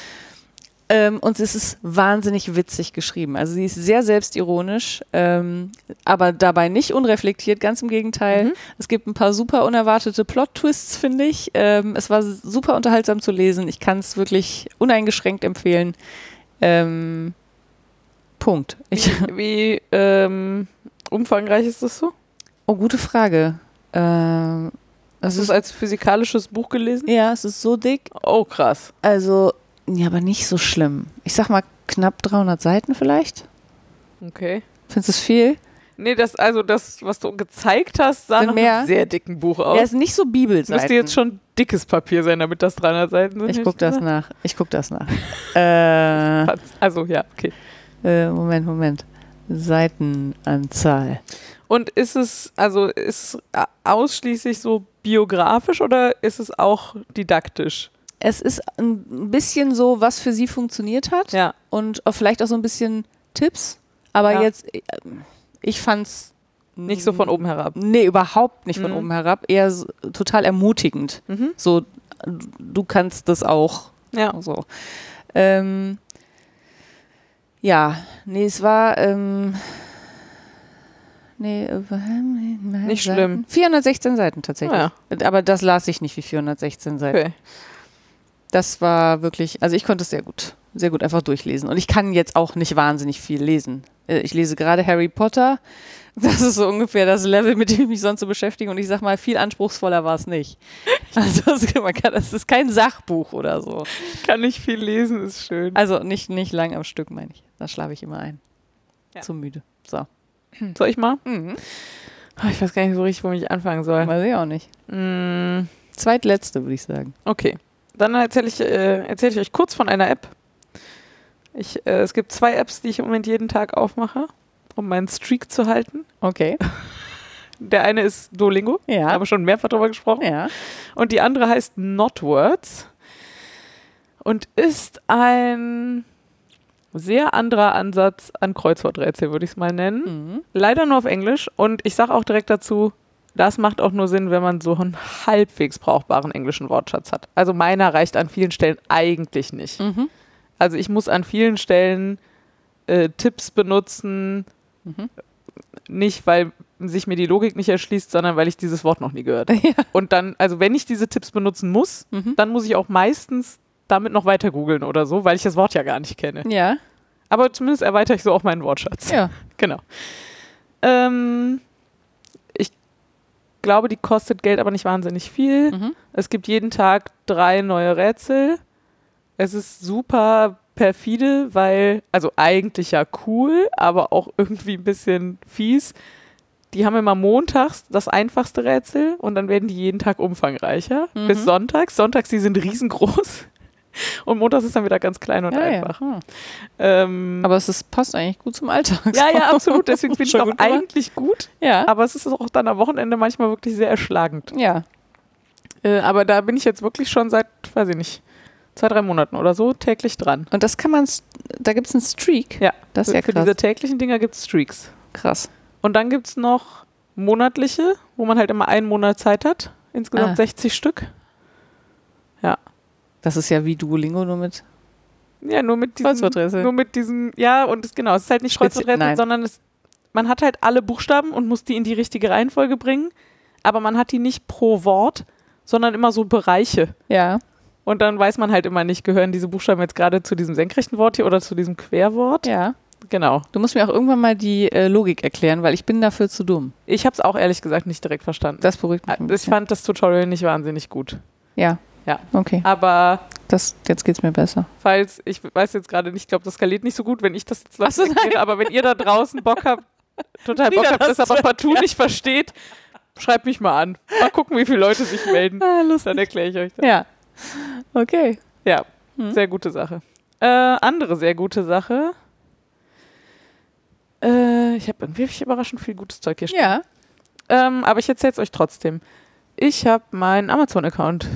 [SPEAKER 1] Ähm, und es ist wahnsinnig witzig geschrieben. Also sie ist sehr selbstironisch, ähm, aber dabei nicht unreflektiert, ganz im Gegenteil.
[SPEAKER 2] Mhm.
[SPEAKER 1] Es gibt ein paar super unerwartete Plot-Twists, finde ich. Ähm, es war super unterhaltsam zu lesen. Ich kann es wirklich uneingeschränkt empfehlen. Ähm, Punkt. Ich,
[SPEAKER 2] Wie ähm, umfangreich ist das so?
[SPEAKER 1] oh, gute Frage. Ähm, es
[SPEAKER 2] Hast du es
[SPEAKER 1] ist,
[SPEAKER 2] als physikalisches Buch gelesen?
[SPEAKER 1] ja, es ist so dick.
[SPEAKER 2] Oh, krass.
[SPEAKER 1] Also, ja, aber nicht so schlimm. Ich sag mal knapp 300 Seiten vielleicht.
[SPEAKER 2] Okay.
[SPEAKER 1] Findest du es viel?
[SPEAKER 2] Nee, das, also das, was du gezeigt hast, sah
[SPEAKER 1] Sind
[SPEAKER 2] nach
[SPEAKER 1] mehr?
[SPEAKER 2] einem sehr dicken Buch aus.
[SPEAKER 1] Er ist nicht so Bibelseiten.
[SPEAKER 2] Müsste jetzt schon dickes Papier sein, damit das 300 Seiten sind.
[SPEAKER 1] ich
[SPEAKER 2] hätte
[SPEAKER 1] guck das
[SPEAKER 2] gesagt.
[SPEAKER 1] nach. Ich guck das nach. *laughs* äh,
[SPEAKER 2] Also ja, okay.
[SPEAKER 1] äh, Moment, Moment. Seitenanzahl.
[SPEAKER 2] Und ist es, also ist es a- ausschließlich so biografisch oder ist es auch didaktisch?
[SPEAKER 1] Es ist ein bisschen so, was für sie funktioniert hat
[SPEAKER 2] Ja.
[SPEAKER 1] und auch vielleicht auch so ein bisschen Tipps. Aber
[SPEAKER 2] Ja.
[SPEAKER 1] jetzt, äh, ich fand's
[SPEAKER 2] Nicht so von oben herab.
[SPEAKER 1] Nee, überhaupt nicht von
[SPEAKER 2] Mhm.
[SPEAKER 1] oben herab. Eher so, total ermutigend.
[SPEAKER 2] Mhm.
[SPEAKER 1] So, du- du kannst das auch.
[SPEAKER 2] Ja.
[SPEAKER 1] So. Ähm, ja, nee, es war. Ähm, nee, äh,
[SPEAKER 2] Nicht
[SPEAKER 1] Seiten.
[SPEAKER 2] schlimm. Ah,
[SPEAKER 1] 416 Seiten tatsächlich.
[SPEAKER 2] Ja.
[SPEAKER 1] Aber das las ich nicht wie 416 Seiten.
[SPEAKER 2] Okay.
[SPEAKER 1] Das war wirklich. Also, ich konnte es sehr gut. Sehr gut einfach durchlesen. Und ich kann jetzt auch nicht wahnsinnig viel lesen. Äh, Ich lese gerade Harry Potter. *laughs* Das ist so ungefähr das Level, mit dem ich mich sonst so beschäftige. Und ich sag mal, viel anspruchsvoller war es nicht.
[SPEAKER 2] *laughs*
[SPEAKER 1] Also, das, man kann, das ist kein Sachbuch oder so.
[SPEAKER 2] Kann ich viel lesen, ist schön.
[SPEAKER 1] Also nicht, nicht lang am Stück, meine ich. Da schlafe ich immer ein.
[SPEAKER 2] Ja.
[SPEAKER 1] Zu müde. So.
[SPEAKER 2] Soll ich mal?
[SPEAKER 1] Mhm.
[SPEAKER 2] Ah, Ich weiß gar nicht so richtig, wo ich anfangen soll.
[SPEAKER 1] Weiß ich auch nicht.
[SPEAKER 2] Mm,
[SPEAKER 1] Zweitletzte, würde ich sagen.
[SPEAKER 2] Okay. Dann erzähle ich, äh, erzähl ich euch kurz von einer App. Ich, äh, es gibt zwei Apps, die ich im Moment jeden Tag aufmache, um meinen Streak zu halten.
[SPEAKER 1] Okay.
[SPEAKER 2] Der eine ist Duolingo,
[SPEAKER 1] Ja.
[SPEAKER 2] haben wir schon mehrfach drüber gesprochen.
[SPEAKER 1] ja.
[SPEAKER 2] Und die andere heißt Not Words und ist ein sehr anderer Ansatz an Kreuzworträtsel, würde ich es mal nennen.
[SPEAKER 1] Mhm.
[SPEAKER 2] Leider nur auf Englisch und ich sage auch direkt dazu, das macht auch nur Sinn, wenn man so einen halbwegs brauchbaren englischen Wortschatz hat. Also meiner reicht an vielen Stellen eigentlich nicht.
[SPEAKER 1] Mhm. *laughs*
[SPEAKER 2] Also ich muss an vielen Stellen äh, Tipps benutzen,
[SPEAKER 1] Mhm.
[SPEAKER 2] nicht weil sich mir die Logik nicht erschließt, sondern weil ich dieses Wort noch nie gehört habe.
[SPEAKER 1] Ja.
[SPEAKER 2] Und dann, also wenn ich diese Tipps benutzen muss,
[SPEAKER 1] Mhm.
[SPEAKER 2] dann muss ich auch meistens damit noch weiter googeln oder so, weil ich das Wort ja gar nicht kenne.
[SPEAKER 1] Ja.
[SPEAKER 2] Aber zumindest erweitere ich so auch meinen Wortschatz.
[SPEAKER 1] Ja.
[SPEAKER 2] Genau. Ähm, ich glaube, die kostet Geld, aber nicht wahnsinnig viel.
[SPEAKER 1] Mhm.
[SPEAKER 2] Es gibt jeden Tag drei neue Rätsel. Es ist super perfide, weil, also eigentlich ja cool, aber auch irgendwie ein bisschen fies. Die haben immer montags das einfachste Rätsel und dann werden die jeden Tag umfangreicher.
[SPEAKER 1] Mhm.
[SPEAKER 2] Bis sonntags. Sonntags, die sind riesengroß. *laughs* Und montags ist dann wieder ganz klein und
[SPEAKER 1] Ja,
[SPEAKER 2] einfach.
[SPEAKER 1] ja. Ah.
[SPEAKER 2] Ähm,
[SPEAKER 1] Aber es ist, passt eigentlich gut zum Alltag.
[SPEAKER 2] ja, ja, absolut. Deswegen finde ich
[SPEAKER 1] Schon
[SPEAKER 2] es auch
[SPEAKER 1] gut gemacht.
[SPEAKER 2] eigentlich gut.
[SPEAKER 1] *laughs* Ja.
[SPEAKER 2] Aber es ist auch dann am Wochenende manchmal wirklich sehr erschlagend.
[SPEAKER 1] Ja.
[SPEAKER 2] Äh, aber da bin ich jetzt wirklich schon seit, weiß ich nicht, zwei, drei Monaten oder so täglich dran.
[SPEAKER 1] Und das kann man, s- da gibt es einen Streak.
[SPEAKER 2] Ja,
[SPEAKER 1] Das ist ja
[SPEAKER 2] für
[SPEAKER 1] krass.
[SPEAKER 2] diese täglichen Dinger gibt es Streaks.
[SPEAKER 1] Krass.
[SPEAKER 2] Und dann gibt es noch monatliche, wo man halt immer einen Monat Zeit hat. Insgesamt
[SPEAKER 1] Ah.
[SPEAKER 2] 60 Stück.
[SPEAKER 1] Das ist ja wie Duolingo nur mit.
[SPEAKER 2] Ja, nur mit diesem,
[SPEAKER 1] Kreuzworträtsel.
[SPEAKER 2] nur mit diesem, ja, und es, genau, es ist halt nicht
[SPEAKER 1] Spezi-
[SPEAKER 2] Kreuzworträtsel,
[SPEAKER 1] nein.
[SPEAKER 2] sondern es, man hat halt alle Buchstaben und muss die in die richtige Reihenfolge bringen, aber man hat die nicht pro Wort, sondern immer so Bereiche.
[SPEAKER 1] Ja.
[SPEAKER 2] Und dann weiß man halt immer nicht, gehören diese Buchstaben jetzt gerade zu diesem senkrechten Wort hier oder zu diesem Querwort.
[SPEAKER 1] Ja.
[SPEAKER 2] Genau.
[SPEAKER 1] Du musst mir auch irgendwann mal die äh, Logik erklären, weil ich bin dafür zu dumm.
[SPEAKER 2] Ich habe es auch ehrlich gesagt nicht direkt verstanden.
[SPEAKER 1] Ah, Das beruhigt mich. ein
[SPEAKER 2] ich
[SPEAKER 1] bisschen.
[SPEAKER 2] fand das Tutorial nicht wahnsinnig gut.
[SPEAKER 1] ja. Ah.
[SPEAKER 2] Ja.
[SPEAKER 1] Okay,
[SPEAKER 2] Aber
[SPEAKER 1] das, jetzt geht's mir besser.
[SPEAKER 2] falls, ich weiß jetzt gerade nicht, ich glaube, das skaliert nicht so gut, wenn ich das jetzt
[SPEAKER 1] Ach so,
[SPEAKER 2] Leuten erkläre, aber wenn ihr da draußen Bock
[SPEAKER 1] *laughs*
[SPEAKER 2] habt, total Bock
[SPEAKER 1] Frieda,
[SPEAKER 2] habt, das,
[SPEAKER 1] das
[SPEAKER 2] aber partout nicht versteht, schreibt mich mal an. Mal gucken, wie viele Leute sich melden.
[SPEAKER 1] Ah, lustig.
[SPEAKER 2] Dann erkläre ich euch das.
[SPEAKER 1] Ja. Okay.
[SPEAKER 2] Ja,
[SPEAKER 1] Hm.
[SPEAKER 2] sehr gute Sache. Äh, andere sehr gute Sache. Äh, ich habe irgendwie hab ich überraschend viel gutes Zeug hier stehen.
[SPEAKER 1] Ja.
[SPEAKER 2] Ähm, aber ich erzähle es euch trotzdem. Ich habe meinen Amazon-Account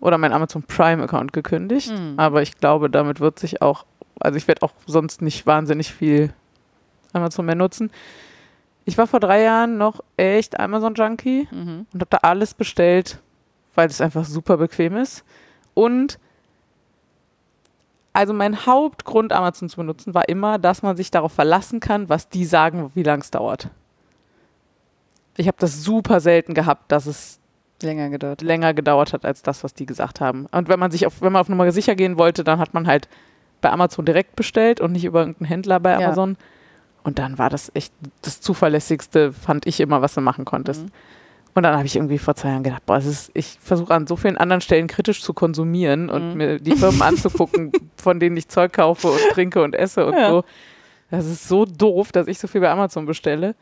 [SPEAKER 2] oder meinen Amazon Prime-Account gekündigt.
[SPEAKER 1] Hm.
[SPEAKER 2] Aber ich glaube, damit wird sich auch, also ich werde auch sonst nicht wahnsinnig viel Amazon mehr nutzen. Ich war vor drei Jahren noch echt Amazon-Junkie
[SPEAKER 1] Mhm.
[SPEAKER 2] und habe da alles bestellt, weil es einfach super bequem ist. Und also mein Hauptgrund, Amazon zu benutzen, war immer, dass man sich darauf verlassen kann, was die sagen, wie lang es dauert. Ich habe das super selten gehabt, dass es
[SPEAKER 1] Länger gedauert.
[SPEAKER 2] äh, länger gedauert hat als das, was die gesagt haben. Und wenn man sich auf, wenn man auf Nummer sicher gehen wollte, dann hat man halt bei Amazon direkt bestellt und nicht über irgendeinen Händler bei
[SPEAKER 1] Ja.
[SPEAKER 2] Amazon. Und dann war das echt das zuverlässigste, fand ich immer, was du machen
[SPEAKER 1] Mhm.
[SPEAKER 2] konntest. Und dann habe ich irgendwie vor zwei Jahren gedacht, boah, es ist, ich versuche an so vielen anderen Stellen kritisch zu konsumieren und
[SPEAKER 1] Mhm.
[SPEAKER 2] mir die Firmen
[SPEAKER 1] *laughs*
[SPEAKER 2] anzugucken, von denen ich Zeug kaufe und trinke und esse und
[SPEAKER 1] Ja.
[SPEAKER 2] so. Das ist so doof, dass ich so viel bei Amazon bestelle.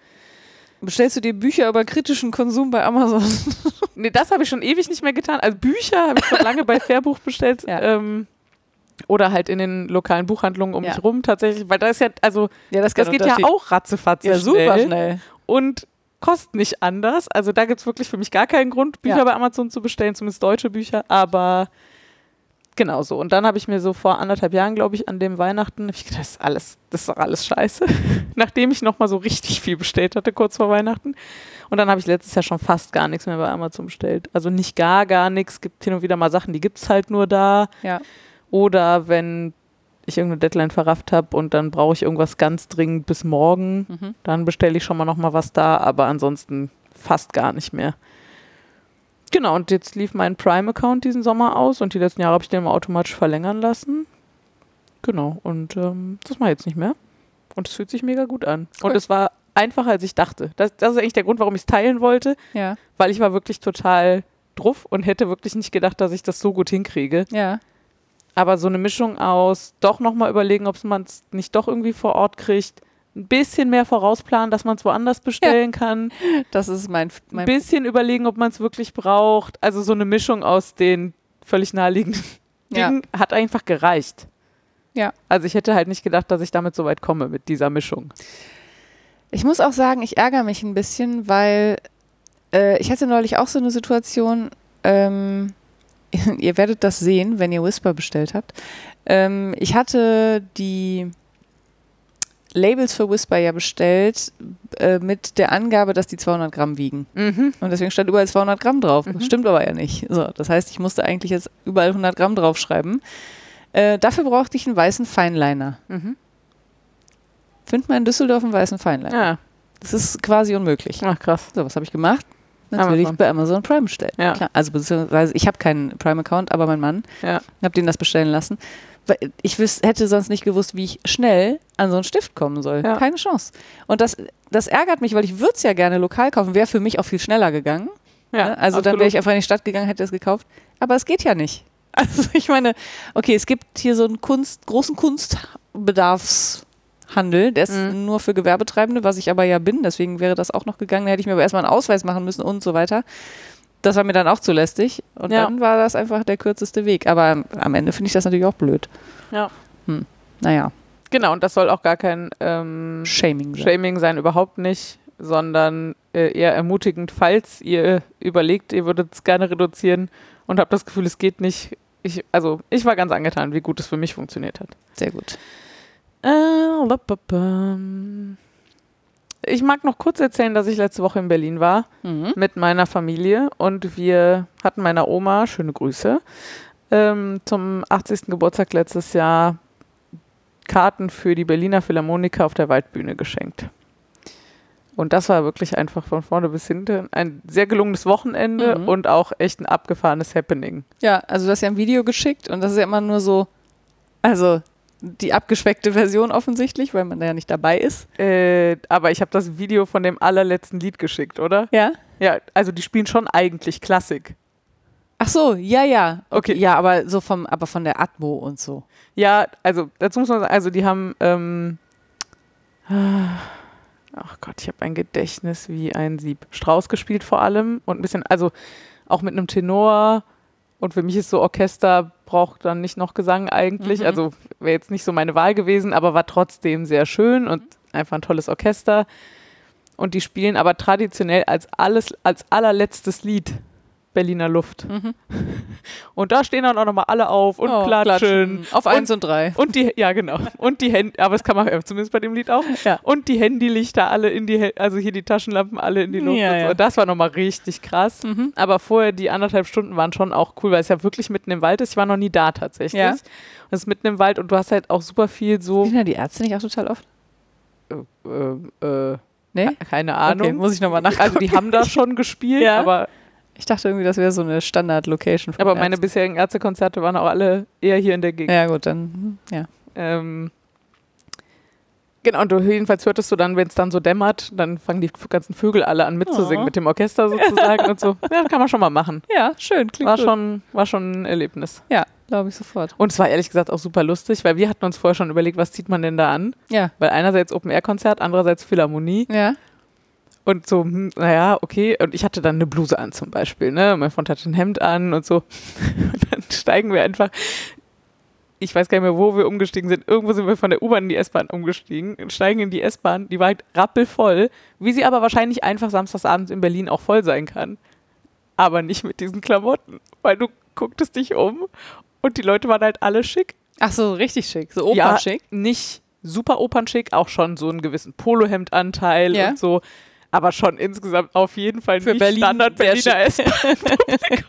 [SPEAKER 1] Bestellst du dir Bücher über kritischen Konsum bei Amazon?
[SPEAKER 2] Nee, das habe ich schon ewig nicht mehr getan. Also Bücher habe ich schon lange
[SPEAKER 1] *laughs*
[SPEAKER 2] bei Fairbuch bestellt.
[SPEAKER 1] Ja.
[SPEAKER 2] Ähm, oder halt in den lokalen Buchhandlungen um
[SPEAKER 1] Ja.
[SPEAKER 2] mich rum tatsächlich. Weil da ist ja, also
[SPEAKER 1] Ja,
[SPEAKER 2] das geht ja auch ratzefatze
[SPEAKER 1] Ja, super
[SPEAKER 2] schnell.
[SPEAKER 1] schnell.
[SPEAKER 2] Und kostet nicht anders. Also da gibt es wirklich für mich gar keinen Grund, Bücher
[SPEAKER 1] Ja.
[SPEAKER 2] bei Amazon zu bestellen, zumindest deutsche Bücher. Aber genau so. Und dann habe ich mir so vor anderthalb Jahren, glaube ich, an dem Weihnachten, hab ich gedacht, das ist, alles, das ist doch alles scheiße. *laughs* Nachdem ich nochmal so richtig viel bestellt hatte, kurz vor Weihnachten. Und dann habe ich letztes Jahr schon fast gar nichts mehr bei Amazon bestellt. Also nicht gar, gar nichts. Gibt hin und wieder mal Sachen, die gibt es halt nur da.
[SPEAKER 1] Ja.
[SPEAKER 2] Oder wenn ich irgendeine Deadline verrafft habe und dann brauche ich irgendwas ganz dringend bis morgen,
[SPEAKER 1] Mhm.
[SPEAKER 2] dann bestelle ich schon mal noch mal was da, aber ansonsten fast gar nicht mehr. Genau, und jetzt lief mein Prime-Account diesen Sommer aus und die letzten Jahre habe ich den immer automatisch verlängern lassen. Genau, und ähm, das mache ich jetzt nicht mehr. Und es fühlt sich mega gut an.
[SPEAKER 1] Cool.
[SPEAKER 2] Und es war einfacher, als ich dachte. Das, das ist eigentlich der Grund, warum ich es teilen wollte,
[SPEAKER 1] Ja.
[SPEAKER 2] weil ich war wirklich total druff und hätte wirklich nicht gedacht, dass ich das so gut hinkriege.
[SPEAKER 1] Ja.
[SPEAKER 2] Aber so eine Mischung aus doch nochmal überlegen, ob man es nicht doch irgendwie vor Ort kriegt, ein bisschen mehr vorausplanen, dass man es woanders bestellen kann,
[SPEAKER 1] Das ist mein,
[SPEAKER 2] ein
[SPEAKER 1] mein
[SPEAKER 2] bisschen überlegen, ob man es wirklich braucht. Also so eine Mischung aus den völlig naheliegenden
[SPEAKER 1] ja.
[SPEAKER 2] Dingen hat einfach gereicht.
[SPEAKER 1] Ja.
[SPEAKER 2] Also ich hätte halt nicht gedacht, dass ich damit so weit komme mit dieser Mischung.
[SPEAKER 1] Ich muss auch sagen, ich ärgere mich ein bisschen, weil äh, ich hatte neulich auch so eine Situation, ähm, *laughs* ihr werdet das sehen, wenn ihr Whisper bestellt habt. Ähm, ich hatte die Labels für Whisper ja bestellt äh, mit der Angabe, dass die 200 Gramm wiegen. Und deswegen stand überall 200 Gramm drauf. Das Stimmt aber ja nicht. So, das heißt, ich musste eigentlich jetzt überall 100 Gramm draufschreiben. Äh, dafür brauchte ich einen weißen Feinliner.
[SPEAKER 2] Mhm.
[SPEAKER 1] Findet man in Düsseldorf einen weißen Feinliner?
[SPEAKER 2] Ja,
[SPEAKER 1] Das ist quasi unmöglich.
[SPEAKER 2] ach krass.
[SPEAKER 1] So, was habe ich gemacht? Natürlich
[SPEAKER 2] Amazon.
[SPEAKER 1] bei Amazon Prime bestellt.
[SPEAKER 2] Ja.
[SPEAKER 1] Klar, also beziehungsweise ich habe keinen Prime-Account, aber mein Mann,
[SPEAKER 2] Ja.
[SPEAKER 1] habe den das bestellen lassen. Weil Ich wüs- hätte sonst nicht gewusst, wie ich schnell an so einen Stift kommen soll.
[SPEAKER 2] Ja.
[SPEAKER 1] Keine Chance. Und das, das ärgert mich, weil ich würde es ja gerne lokal kaufen. Wäre für mich auch viel schneller gegangen.
[SPEAKER 2] Ja,
[SPEAKER 1] Ne? Also dann wäre ich einfach in die Stadt gegangen, hätte es gekauft. Aber es geht ja nicht. *laughs* Also ich meine, okay, es gibt hier so einen Kunst, großen Kunstbedarfshandel, der ist
[SPEAKER 2] Mhm.
[SPEAKER 1] nur für Gewerbetreibende, was ich aber ja bin, deswegen wäre das auch noch gegangen, da hätte ich mir aber erstmal einen Ausweis machen müssen und so weiter. Das war mir dann auch zu lästig und
[SPEAKER 2] Ja.
[SPEAKER 1] dann war das einfach der kürzeste Weg. Aber am Ende finde ich das natürlich auch blöd.
[SPEAKER 2] Ja.
[SPEAKER 1] Hm. Naja,
[SPEAKER 2] absolut. genau, und das soll auch gar kein ähm,
[SPEAKER 1] Shaming. sein.
[SPEAKER 2] Shaming sein überhaupt nicht, sondern äh, eher ermutigend, falls ihr überlegt, ihr würdet es gerne reduzieren und habt das Gefühl, es geht nicht. Ich, also ich war ganz angetan, wie gut es für mich funktioniert hat.
[SPEAKER 1] Sehr gut.
[SPEAKER 2] Äh, lapapam. Ich mag noch kurz erzählen, dass ich letzte Woche in Berlin war
[SPEAKER 1] Mhm.
[SPEAKER 2] mit meiner Familie und wir hatten meiner Oma, schöne Grüße, ähm, zum 80. Geburtstag letztes Jahr Karten für die Berliner Philharmoniker auf der Waldbühne geschenkt. Und das war wirklich einfach von vorne bis hinten ein sehr gelungenes Wochenende
[SPEAKER 1] Mhm.
[SPEAKER 2] und auch echt ein abgefahrenes Happening.
[SPEAKER 1] Ja, also du hast ja ein Video geschickt und das ist ja immer nur so, also die abgespeckte Version offensichtlich, weil man da ja nicht dabei ist.
[SPEAKER 2] Äh, aber ich habe das Video von dem allerletzten Lied geschickt, oder?
[SPEAKER 1] Ja.
[SPEAKER 2] Ja, also die spielen schon eigentlich Klassik.
[SPEAKER 1] Ach so, ja, ja.
[SPEAKER 2] Okay.
[SPEAKER 1] Ja, aber so vom, aber von der Atmo und so.
[SPEAKER 2] Ja, also dazu muss man sagen, also die haben, ähm, ach Gott, ich habe ein Gedächtnis wie ein Sieb. Strauß gespielt vor allem und ein bisschen, also auch mit einem Tenor. Und für mich ist so Orchester braucht dann nicht noch Gesang
[SPEAKER 1] Mhm.
[SPEAKER 2] eigentlich. Also wäre jetzt nicht so meine Wahl gewesen, aber war trotzdem sehr schön und einfach ein tolles Orchester. Und die spielen aber traditionell als alles, als allerletztes Lied Berliner Luft. *laughs* Und da stehen dann auch nochmal alle auf und
[SPEAKER 1] Mhm. Oh,
[SPEAKER 2] klatschen.
[SPEAKER 1] Auf
[SPEAKER 2] Und-
[SPEAKER 1] eins und drei.
[SPEAKER 2] und die, ja genau. Und die Hände, aber es kann man äh, zumindest bei dem Lied auch.
[SPEAKER 1] Ja.
[SPEAKER 2] Und die Handylichter alle in die, Hä- also hier die Taschenlampen alle in die Luft.
[SPEAKER 1] Ja,
[SPEAKER 2] und so.
[SPEAKER 1] ja. Mhm.
[SPEAKER 2] Das war nochmal richtig krass. Aber vorher die anderthalb Stunden waren schon auch cool, weil es ja wirklich mitten im Wald ist. Ich war noch nie da tatsächlich.
[SPEAKER 1] Ja.
[SPEAKER 2] Und es ist mitten im Wald und du hast halt auch super viel so,
[SPEAKER 1] Sehen da die Ärzte nicht auch total oft?
[SPEAKER 2] äh, äh,
[SPEAKER 1] Nee?
[SPEAKER 2] keine
[SPEAKER 1] Mhm. Okay,
[SPEAKER 2] Ahnung.
[SPEAKER 1] muss ich nochmal nachgucken.
[SPEAKER 2] Also die haben da schon gespielt,
[SPEAKER 1] *laughs* Ja.
[SPEAKER 2] aber,
[SPEAKER 1] ich dachte irgendwie, das wäre so eine Standard-Location. von
[SPEAKER 2] aber meine
[SPEAKER 1] Ärzten.
[SPEAKER 2] bisherigen Ärztekonzerte waren auch alle eher hier in der Gegend.
[SPEAKER 1] Ja, gut, dann, hm, ja.
[SPEAKER 2] Ähm, genau, und du, jedenfalls hörtest du dann, wenn es dann so dämmert, dann fangen die ganzen Vögel alle an mitzusingen
[SPEAKER 1] Oh.
[SPEAKER 2] mit dem Orchester sozusagen
[SPEAKER 1] *laughs*
[SPEAKER 2] und so. Ja, kann man schon mal machen.
[SPEAKER 1] Ja, schön, klingt
[SPEAKER 2] War
[SPEAKER 1] gut.
[SPEAKER 2] schon, war schon ein Erlebnis.
[SPEAKER 1] Ja, glaube ich sofort.
[SPEAKER 2] Und es war ehrlich gesagt auch super lustig, weil wir hatten uns vorher schon überlegt, was zieht man denn da an?
[SPEAKER 1] Ja.
[SPEAKER 2] Weil einerseits Open-Air-Konzert, andererseits Philharmonie
[SPEAKER 1] Ja.
[SPEAKER 2] und so, hm, naja, okay. Und ich hatte dann eine Bluse an zum Beispiel, ne? Mein Freund hatte ein Hemd an und so. *laughs* Und dann steigen wir einfach. Ich weiß gar nicht mehr, wo wir umgestiegen sind. Irgendwo sind wir von der U-Bahn in die S-Bahn umgestiegen, und steigen in die S-Bahn. Die war halt rappelvoll, wie sie aber wahrscheinlich einfach samstagsabends in Berlin auch voll sein kann. Aber nicht mit diesen Klamotten, weil du gucktest dich um und die Leute waren halt alle schick.
[SPEAKER 1] Ach so, richtig schick. So Opernschick.
[SPEAKER 2] Ja, nicht super opernschick, auch schon so einen gewissen Polohemdanteil
[SPEAKER 1] Ja.
[SPEAKER 2] und so. Aber schon insgesamt auf jeden Fall
[SPEAKER 1] Für
[SPEAKER 2] nicht
[SPEAKER 1] Berlin
[SPEAKER 2] Standard
[SPEAKER 1] sehr
[SPEAKER 2] Berliner Essen.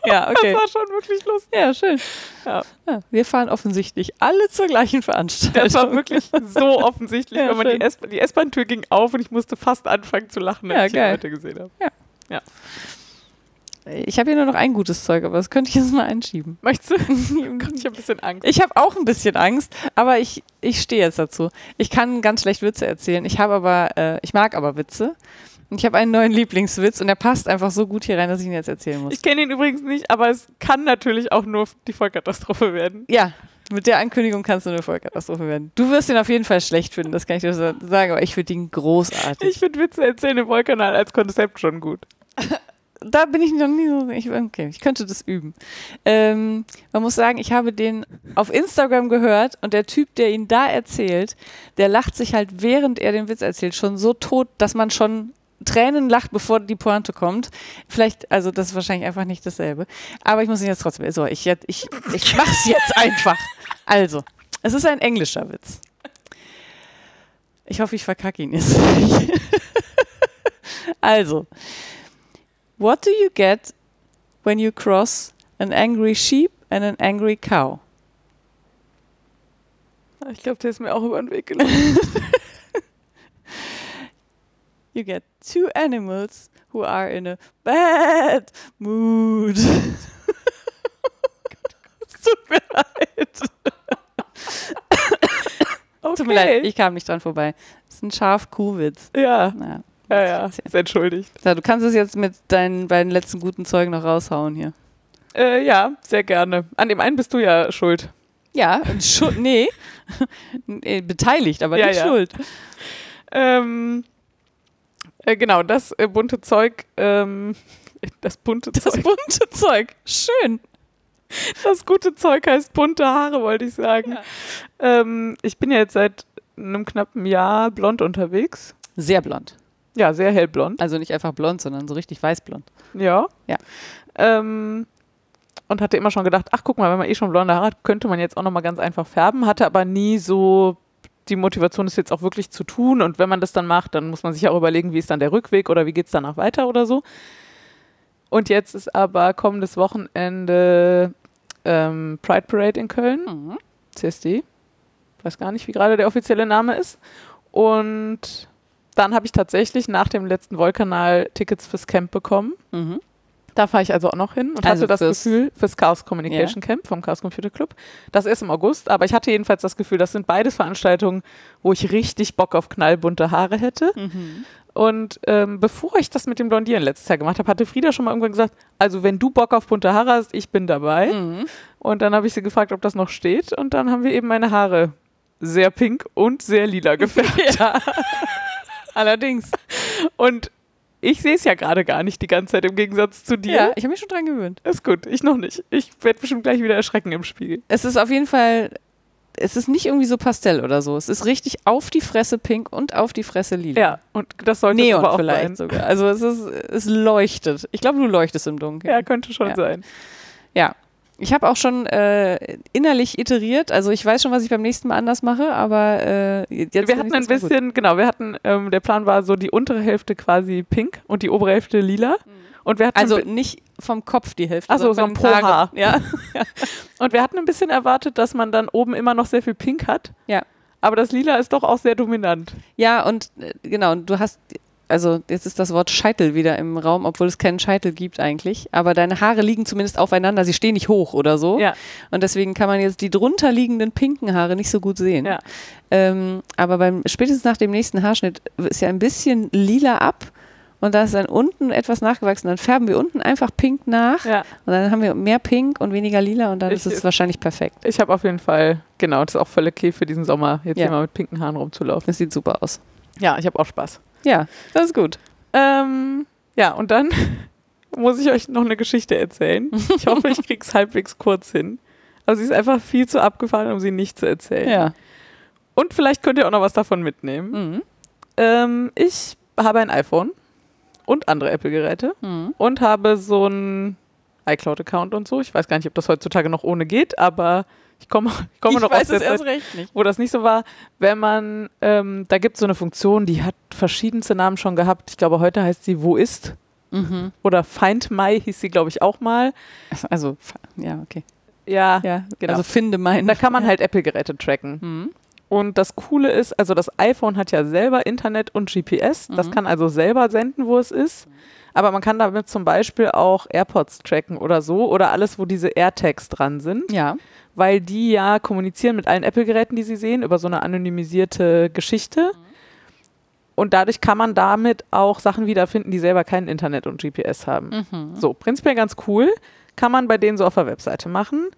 [SPEAKER 1] Ja, *laughs*
[SPEAKER 2] Das war schon wirklich lustig.
[SPEAKER 1] Ja, schön.
[SPEAKER 2] Ja.
[SPEAKER 1] Ja, wir fahren offensichtlich alle zur gleichen Veranstaltung.
[SPEAKER 2] Das war wirklich
[SPEAKER 1] *laughs*
[SPEAKER 2] so offensichtlich,
[SPEAKER 1] Ja,
[SPEAKER 2] wenn man
[SPEAKER 1] schön.
[SPEAKER 2] die S- die S-Bahn-Tür ging auf und ich musste fast anfangen zu lachen, wenn
[SPEAKER 1] Ja,
[SPEAKER 2] ich
[SPEAKER 1] geil.
[SPEAKER 2] die Leute gesehen habe.
[SPEAKER 1] Ich habe hier nur noch ein gutes Zeug, aber das könnte ich jetzt mal einschieben.
[SPEAKER 2] Möchtest du?
[SPEAKER 1] *laughs*
[SPEAKER 2] Gott, ich habe ein bisschen Angst.
[SPEAKER 1] Ich habe auch ein bisschen Angst, aber ich, ich stehe jetzt dazu. Ich kann ganz schlecht Witze erzählen. Ich habe aber, äh, ich mag aber Witze. Und ich habe einen neuen Lieblingswitz und der passt einfach so gut hier rein, dass ich ihn jetzt erzählen muss.
[SPEAKER 2] Ich kenne ihn übrigens nicht, aber es kann natürlich auch nur die Vollkatastrophe werden.
[SPEAKER 1] ja, mit der Ankündigung kannst du eine Vollkatastrophe werden. Du wirst ihn auf jeden Fall schlecht finden, das kann ich dir so sagen, aber ich finde ihn großartig.
[SPEAKER 2] Ich finde Witze erzählen im Wollkanal als Konzept schon gut.
[SPEAKER 1] da bin ich noch nie so. Ich, okay, ich könnte das üben. Ähm, man muss sagen, ich habe den auf Instagram gehört und der Typ, der ihn da erzählt, der lacht sich halt, während er den Witz erzählt, schon so tot, dass man schon Tränen lacht, bevor die Pointe kommt. Vielleicht, also das ist wahrscheinlich einfach nicht dasselbe. Aber ich muss ihn jetzt trotzdem. So, ich, jetzt- ich, ich mach's jetzt einfach. Also, es ist ein englischer Witz. Ich hoffe, ich verkacke ihn jetzt. nicht. *laughs* also, What do you get when you cross an angry sheep and an angry cow?
[SPEAKER 2] Ich glaube, der ist mir auch über den Weg gelaufen.
[SPEAKER 1] You get two animals who are in a bad *laughs* mood. es tut mir leid.
[SPEAKER 2] *laughs* Okay.
[SPEAKER 1] Tut mir leid, ich kam nicht dran vorbei. Das ist ein Schaf-Kuh-Witz.
[SPEAKER 2] ja.
[SPEAKER 1] Ja.
[SPEAKER 2] Ja, ja, ist entschuldigt.
[SPEAKER 1] So, du kannst es jetzt mit deinen beiden letzten guten Zeugen noch raushauen hier.
[SPEAKER 2] Äh, ja, sehr gerne. An dem einen bist du ja schuld.
[SPEAKER 1] Ja, und schu- nee. *laughs* nee, beteiligt, aber
[SPEAKER 2] Ja,
[SPEAKER 1] nicht *laughs*
[SPEAKER 2] ja.
[SPEAKER 1] schuld.
[SPEAKER 2] Ähm, äh, genau, das äh, bunte Zeug, ähm, *laughs* das bunte
[SPEAKER 1] Das *laughs*
[SPEAKER 2] Zeug,
[SPEAKER 1] bunte Zeug, schön.
[SPEAKER 2] das gute Zeug heißt bunte Haare, wollte ich sagen.
[SPEAKER 1] Ja.
[SPEAKER 2] Ähm, ich bin ja jetzt seit einem knappen Jahr blond unterwegs.
[SPEAKER 1] Sehr blond.
[SPEAKER 2] Ja, sehr hellblond.
[SPEAKER 1] Also nicht einfach blond, sondern so richtig weißblond.
[SPEAKER 2] Ja.
[SPEAKER 1] Ja.
[SPEAKER 2] Ähm, und hatte immer schon gedacht, ach guck mal, wenn man eh schon blonde Haare hat, könnte man jetzt auch nochmal ganz einfach färben. Hatte aber nie so die Motivation, es jetzt auch wirklich zu tun. Und wenn man das dann macht, dann muss man sich auch überlegen, wie ist dann der Rückweg oder wie geht es danach weiter oder so. Und jetzt ist aber kommendes Wochenende ähm, Pride Parade in Köln.
[SPEAKER 1] Mhm.
[SPEAKER 2] CSD. Weiß gar nicht, wie gerade der offizielle Name ist. Und dann habe ich tatsächlich nach dem letzten Wollkanal Tickets fürs Camp bekommen.
[SPEAKER 1] Mhm.
[SPEAKER 2] Da fahre ich also auch noch hin und
[SPEAKER 1] Also
[SPEAKER 2] hatte das
[SPEAKER 1] fürs-
[SPEAKER 2] Gefühl fürs Chaos Communication Camp vom Chaos Computer Club. Das ist im August, aber ich hatte jedenfalls das Gefühl, das sind beides Veranstaltungen, wo ich richtig Bock auf knallbunte Haare hätte.
[SPEAKER 1] Hm. Mhm.
[SPEAKER 2] Und ähm, bevor ich das mit dem Blondieren letztes Jahr gemacht habe, hatte Frieda schon mal irgendwann gesagt, also wenn du Bock auf bunte Haare hast, ich bin dabei.
[SPEAKER 1] Hm. Mhm.
[SPEAKER 2] Und dann habe ich sie gefragt, ob das noch steht. Und dann haben wir eben meine Haare sehr pink und
[SPEAKER 1] *laughs*
[SPEAKER 2] sehr lila gefärbt.
[SPEAKER 1] Allerdings.
[SPEAKER 2] Und ich sehe es ja gerade gar nicht die ganze Zeit im Gegensatz zu dir.
[SPEAKER 1] Ja, ich habe mich schon dran gewöhnt.
[SPEAKER 2] Ist gut, ich noch nicht. Ich werde bestimmt gleich wieder erschrecken im Spiegel.
[SPEAKER 1] Es ist auf jeden Fall, es ist nicht irgendwie so Pastell oder so. Es ist richtig auf die Fresse pink und auf die Fresse lila.
[SPEAKER 2] Ja, und das sollte es
[SPEAKER 1] Neon
[SPEAKER 2] aber auch
[SPEAKER 1] vielleicht
[SPEAKER 2] sein.
[SPEAKER 1] sogar. Also es ist, es leuchtet. Ich glaube, du leuchtest im Dunkeln.
[SPEAKER 2] Ja, könnte schon
[SPEAKER 1] Ja.
[SPEAKER 2] sein.
[SPEAKER 1] Ja. Ich habe auch schon äh, innerlich iteriert. Also ich weiß schon, was ich beim nächsten Mal anders mache, aber äh, jetzt
[SPEAKER 2] wir
[SPEAKER 1] finde ich
[SPEAKER 2] hatten ein
[SPEAKER 1] das mal gut.
[SPEAKER 2] bisschen, genau, wir hatten, ähm, der Plan war so die untere Hälfte quasi pink und die obere Hälfte lila. Und wir hatten
[SPEAKER 1] Also
[SPEAKER 2] ein bi-
[SPEAKER 1] nicht vom Kopf die Hälfte.
[SPEAKER 2] Ach so,
[SPEAKER 1] sondern
[SPEAKER 2] so
[SPEAKER 1] von
[SPEAKER 2] ein
[SPEAKER 1] den
[SPEAKER 2] pro
[SPEAKER 1] Haaren. Ja.
[SPEAKER 2] und wir hatten ein bisschen erwartet, dass man dann oben immer noch sehr viel pink hat.
[SPEAKER 1] ja.
[SPEAKER 2] Aber das lila ist doch auch sehr dominant.
[SPEAKER 1] Ja, und äh, genau, und du hast, also jetzt ist das Wort Scheitel wieder im Raum, obwohl es keinen Scheitel gibt eigentlich. Aber deine Haare liegen zumindest aufeinander, sie stehen nicht hoch oder so.
[SPEAKER 2] Ja.
[SPEAKER 1] Und deswegen kann man jetzt die drunter liegenden pinken Haare nicht so gut sehen.
[SPEAKER 2] Ja.
[SPEAKER 1] Ähm, aber beim, spätestens nach dem nächsten Haarschnitt ist ja ein bisschen lila ab. Und da ist dann unten etwas nachgewachsen. Dann färben wir unten einfach pink nach.
[SPEAKER 2] Ja.
[SPEAKER 1] Und dann haben wir mehr pink und weniger lila. Und dann
[SPEAKER 2] Ich-
[SPEAKER 1] ist es wahrscheinlich perfekt.
[SPEAKER 2] Ich habe auf jeden Fall, genau, das ist auch völlig okay für diesen Sommer, jetzt
[SPEAKER 1] Ja.
[SPEAKER 2] immer mit pinken Haaren rumzulaufen.
[SPEAKER 1] Das sieht super aus.
[SPEAKER 2] Ja, ich habe auch Spaß.
[SPEAKER 1] Ja, das ist gut.
[SPEAKER 2] Ähm, ja, und dann *laughs* muss ich euch noch eine Geschichte erzählen. Ich hoffe, ich
[SPEAKER 1] *laughs*
[SPEAKER 2] krieg's halbwegs kurz hin. Aber sie ist einfach viel zu abgefahren, um sie nicht zu erzählen.
[SPEAKER 1] Ja.
[SPEAKER 2] Und vielleicht könnt ihr auch noch was davon mitnehmen.
[SPEAKER 1] Mhm.
[SPEAKER 2] Ähm, ich habe ein iPhone und andere Apple-Geräte
[SPEAKER 1] Mhm.
[SPEAKER 2] und habe so einen iCloud-Account und so. Ich weiß gar nicht, ob das heutzutage noch ohne geht, aber ich komme, *laughs* ich komme
[SPEAKER 1] ich
[SPEAKER 2] noch
[SPEAKER 1] weiß
[SPEAKER 2] aus der
[SPEAKER 1] es
[SPEAKER 2] Zeit,
[SPEAKER 1] erst recht nicht.
[SPEAKER 2] wo das nicht so war. Wenn man, ähm, da gibt es so eine Funktion, die hat verschiedenste Namen schon gehabt. Ich glaube, heute heißt sie Wo ist?
[SPEAKER 1] Mhm.
[SPEAKER 2] oder Find My hieß sie, glaube ich, auch mal.
[SPEAKER 1] Also, fa- ja, okay.
[SPEAKER 2] Ja,
[SPEAKER 1] Ja,
[SPEAKER 2] genau.
[SPEAKER 1] Also finde meinen.
[SPEAKER 2] da kann man halt Apple-Geräte tracken.
[SPEAKER 1] Mhm.
[SPEAKER 2] Und das Coole ist, also das iPhone hat ja selber Internet und GPS. Das kann also selber senden, wo es ist. Aber man kann damit zum Beispiel auch AirPods tracken oder so oder alles, wo diese AirTags dran sind,
[SPEAKER 1] Ja.
[SPEAKER 2] weil die ja kommunizieren mit allen Apple-Geräten, die sie sehen, über so eine anonymisierte Geschichte. Und dadurch kann man damit auch Sachen wiederfinden, die selber kein Internet und GPS haben. So, prinzipiell ganz cool. Kann man bei denen so auf der Webseite machen.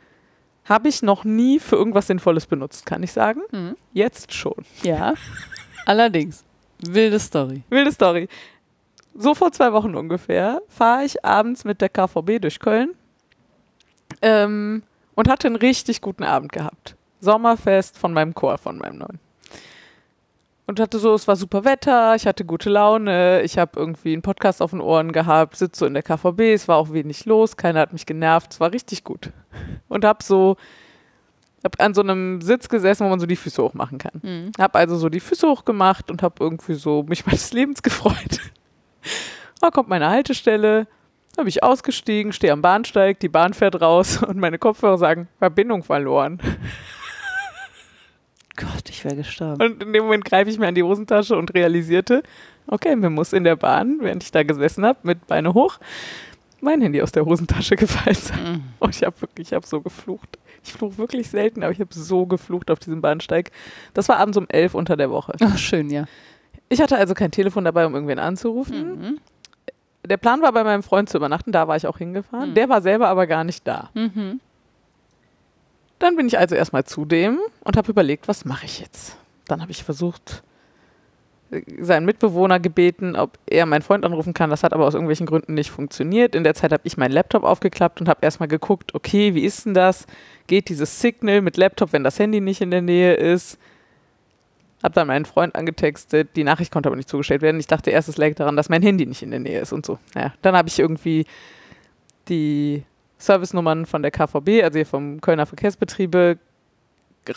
[SPEAKER 2] Habe ich noch nie für irgendwas Sinnvolles benutzt, kann ich sagen.
[SPEAKER 1] Mhm.
[SPEAKER 2] Jetzt schon.
[SPEAKER 1] Ja. *laughs* Allerdings. Wilde Story.
[SPEAKER 2] Wilde Story. So vor zwei Wochen ungefähr fahre ich abends mit der KVB durch Köln ähm, und hatte einen richtig guten Abend gehabt. Sommerfest von meinem Chor, von meinem neuen. Und hatte so, es war super Wetter, ich hatte gute Laune, ich habe irgendwie einen Podcast auf den Ohren gehabt, sitze so in der KVB, es war auch wenig los, keiner hat mich genervt, es war richtig gut. Und habe so, habe an so einem Sitz gesessen, wo man so die Füße hochmachen kann. Habe also so die Füße hochgemacht und habe irgendwie so mich *laughs* meines Lebens gefreut. da kommt meine Haltestelle, da bin ich ausgestiegen, stehe am Bahnsteig, die Bahn fährt raus *laughs* und meine Kopfhörer sagen, Verbindung verloren.
[SPEAKER 1] Gott, ich wäre gestorben.
[SPEAKER 2] Und in dem Moment greife ich mir an die Hosentasche und realisierte, okay, mir muss in der Bahn, während ich da gesessen habe, mit Beine hoch, mein Handy aus der Hosentasche *laughs* gefallen
[SPEAKER 1] Äh,
[SPEAKER 2] sein.
[SPEAKER 1] Mhm.
[SPEAKER 2] Und ich habe wirklich, ich habe so geflucht. Ich fluche wirklich selten, aber ich habe so geflucht auf diesem Bahnsteig. Das war abends um elf unter der Woche.
[SPEAKER 1] Ach, schön, ja.
[SPEAKER 2] Ich hatte also kein Telefon dabei, um irgendwen
[SPEAKER 1] Mhm.
[SPEAKER 2] anzurufen. Der Plan war, bei meinem Freund zu übernachten, da war ich auch hingefahren. Der war selber aber gar nicht da.
[SPEAKER 1] mhm.
[SPEAKER 2] Dann bin ich also erstmal zu dem und habe überlegt, was mache ich jetzt? Dann habe ich versucht, äh, seinen Mitbewohner gebeten, ob er meinen Freund anrufen kann. Das hat aber aus irgendwelchen Gründen nicht funktioniert. In der Zeit habe ich meinen Laptop aufgeklappt und habe erstmal geguckt, okay, wie ist denn das? Geht dieses Signal mit Laptop, wenn das Handy nicht in der Nähe ist? Hab dann meinen Freund angetextet, die Nachricht konnte aber nicht zugestellt werden. Ich dachte erst, es lag daran, dass mein Handy nicht in der Nähe ist und so. Naja, dann habe ich irgendwie die Servicenummern von der KVB, also hier vom Kölner Verkehrsbetriebe,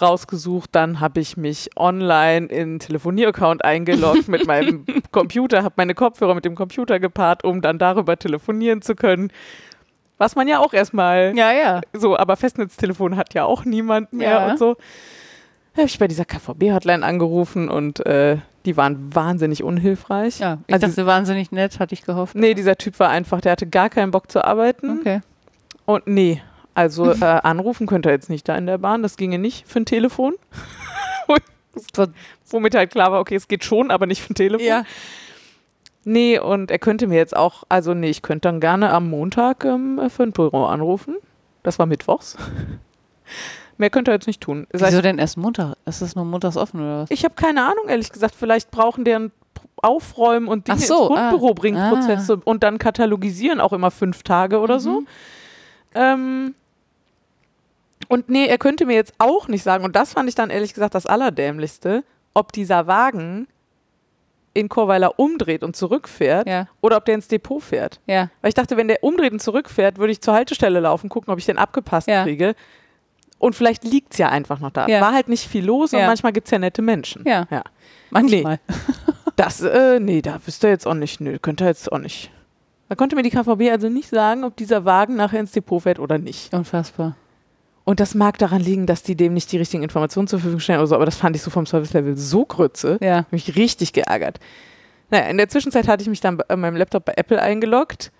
[SPEAKER 2] rausgesucht. Dann habe ich mich online in Telefonieraccount eingeloggt mit meinem Computer, habe meine Kopfhörer mit dem Computer gepaart, um dann darüber telefonieren zu können. Was man ja auch erstmal
[SPEAKER 1] Ja, ja.
[SPEAKER 2] so, aber Festnetztelefon hat ja auch niemand mehr
[SPEAKER 1] Ja.
[SPEAKER 2] und so. Da habe ich bei dieser KVB-Hotline angerufen und äh, Die waren wahnsinnig unhilfreich.
[SPEAKER 1] Ja, ich
[SPEAKER 2] also,
[SPEAKER 1] dachte, wahnsinnig nett, hatte ich gehofft.
[SPEAKER 2] nee, dieser Typ war einfach, der hatte gar keinen Bock zu arbeiten.
[SPEAKER 1] Okay.
[SPEAKER 2] Und nee, also äh, anrufen könnte er jetzt nicht da in der Bahn. Das ginge nicht für ein Telefon. *laughs*
[SPEAKER 1] So-
[SPEAKER 2] Womit halt klar war, okay, es geht schon, aber nicht für ein Telefon. Nee, und er könnte mir jetzt auch, also nee, ich könnte dann gerne am Montag ähm, für ein Büro anrufen. Das war mittwochs. *laughs* Mehr könnte er jetzt nicht tun. Sag
[SPEAKER 1] Wieso denn erst Montag? Ist das nur montags offen oder was?
[SPEAKER 2] ich ich habe keine Ahnung, ehrlich gesagt. Vielleicht brauchen deren Aufräumen und Dinge
[SPEAKER 1] Ach so,
[SPEAKER 2] ins Grundbüro
[SPEAKER 1] ah,
[SPEAKER 2] bringen
[SPEAKER 1] ah.
[SPEAKER 2] Prozesse und dann katalogisieren auch immer fünf Tage oder so.
[SPEAKER 1] Mhm.
[SPEAKER 2] Ähm, und nee, er könnte mir jetzt auch nicht sagen, und das fand ich dann ehrlich gesagt das Allerdämlichste, ob dieser Wagen in Chorweiler umdreht und zurückfährt
[SPEAKER 1] Ja.
[SPEAKER 2] oder ob der ins Depot fährt.
[SPEAKER 1] Ja.
[SPEAKER 2] Weil ich dachte, wenn der umdreht und zurückfährt, würde ich zur Haltestelle laufen, gucken, ob ich den abgepasst
[SPEAKER 1] Ja.
[SPEAKER 2] kriege. Und vielleicht liegt es ja einfach noch da.
[SPEAKER 1] Ja.
[SPEAKER 2] War halt nicht viel los und
[SPEAKER 1] Ja.
[SPEAKER 2] manchmal gibt es ja nette Menschen.
[SPEAKER 1] Ja.
[SPEAKER 2] ja.
[SPEAKER 1] Manchmal.
[SPEAKER 2] Das, äh, nee, da wüsste er jetzt auch nicht. Nö, könnte er jetzt auch nicht. Da konnte mir die KVB also nicht sagen, ob dieser Wagen nachher ins Depot fährt oder nicht.
[SPEAKER 1] Unfassbar.
[SPEAKER 2] Und das mag daran liegen, dass die dem nicht die richtigen Informationen zur Verfügung stellen oder so, aber das fand ich so vom Service-Level so grütze.
[SPEAKER 1] Ja.
[SPEAKER 2] Hab mich richtig geärgert. Naja, in der Zwischenzeit hatte ich mich dann bei- an meinem Laptop bei Apple eingeloggt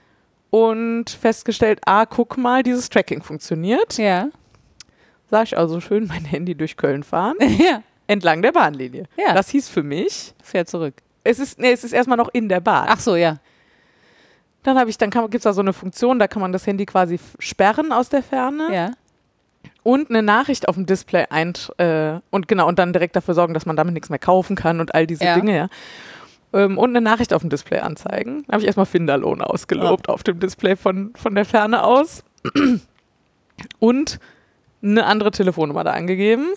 [SPEAKER 2] und festgestellt, ah, guck mal, dieses Tracking funktioniert.
[SPEAKER 1] Ja. *laughs*
[SPEAKER 2] Sah ich also schön *laughs* mein Handy durch Köln fahren,
[SPEAKER 1] ja.
[SPEAKER 2] entlang der Bahnlinie.
[SPEAKER 1] Ja.
[SPEAKER 2] Das hieß für mich,
[SPEAKER 1] Fährt zurück.
[SPEAKER 2] es ist, nee, es ist erstmal noch in der Bahn.
[SPEAKER 1] Ach so, ja.
[SPEAKER 2] Dann habe ich, dann gibt es da so eine Funktion, da kann man das Handy quasi f- sperren aus der Ferne
[SPEAKER 1] Ja.
[SPEAKER 2] und eine Nachricht auf dem Display ein äh, und genau und dann direkt dafür sorgen, dass man damit nichts mehr kaufen kann und all diese
[SPEAKER 1] Ja.
[SPEAKER 2] Dinge. Ja. Ähm, und eine Nachricht auf dem Display anzeigen. Da habe ich erstmal Finderlohn ausgelobt auf dem Display von, von der Ferne aus und eine andere Telefonnummer da angegeben.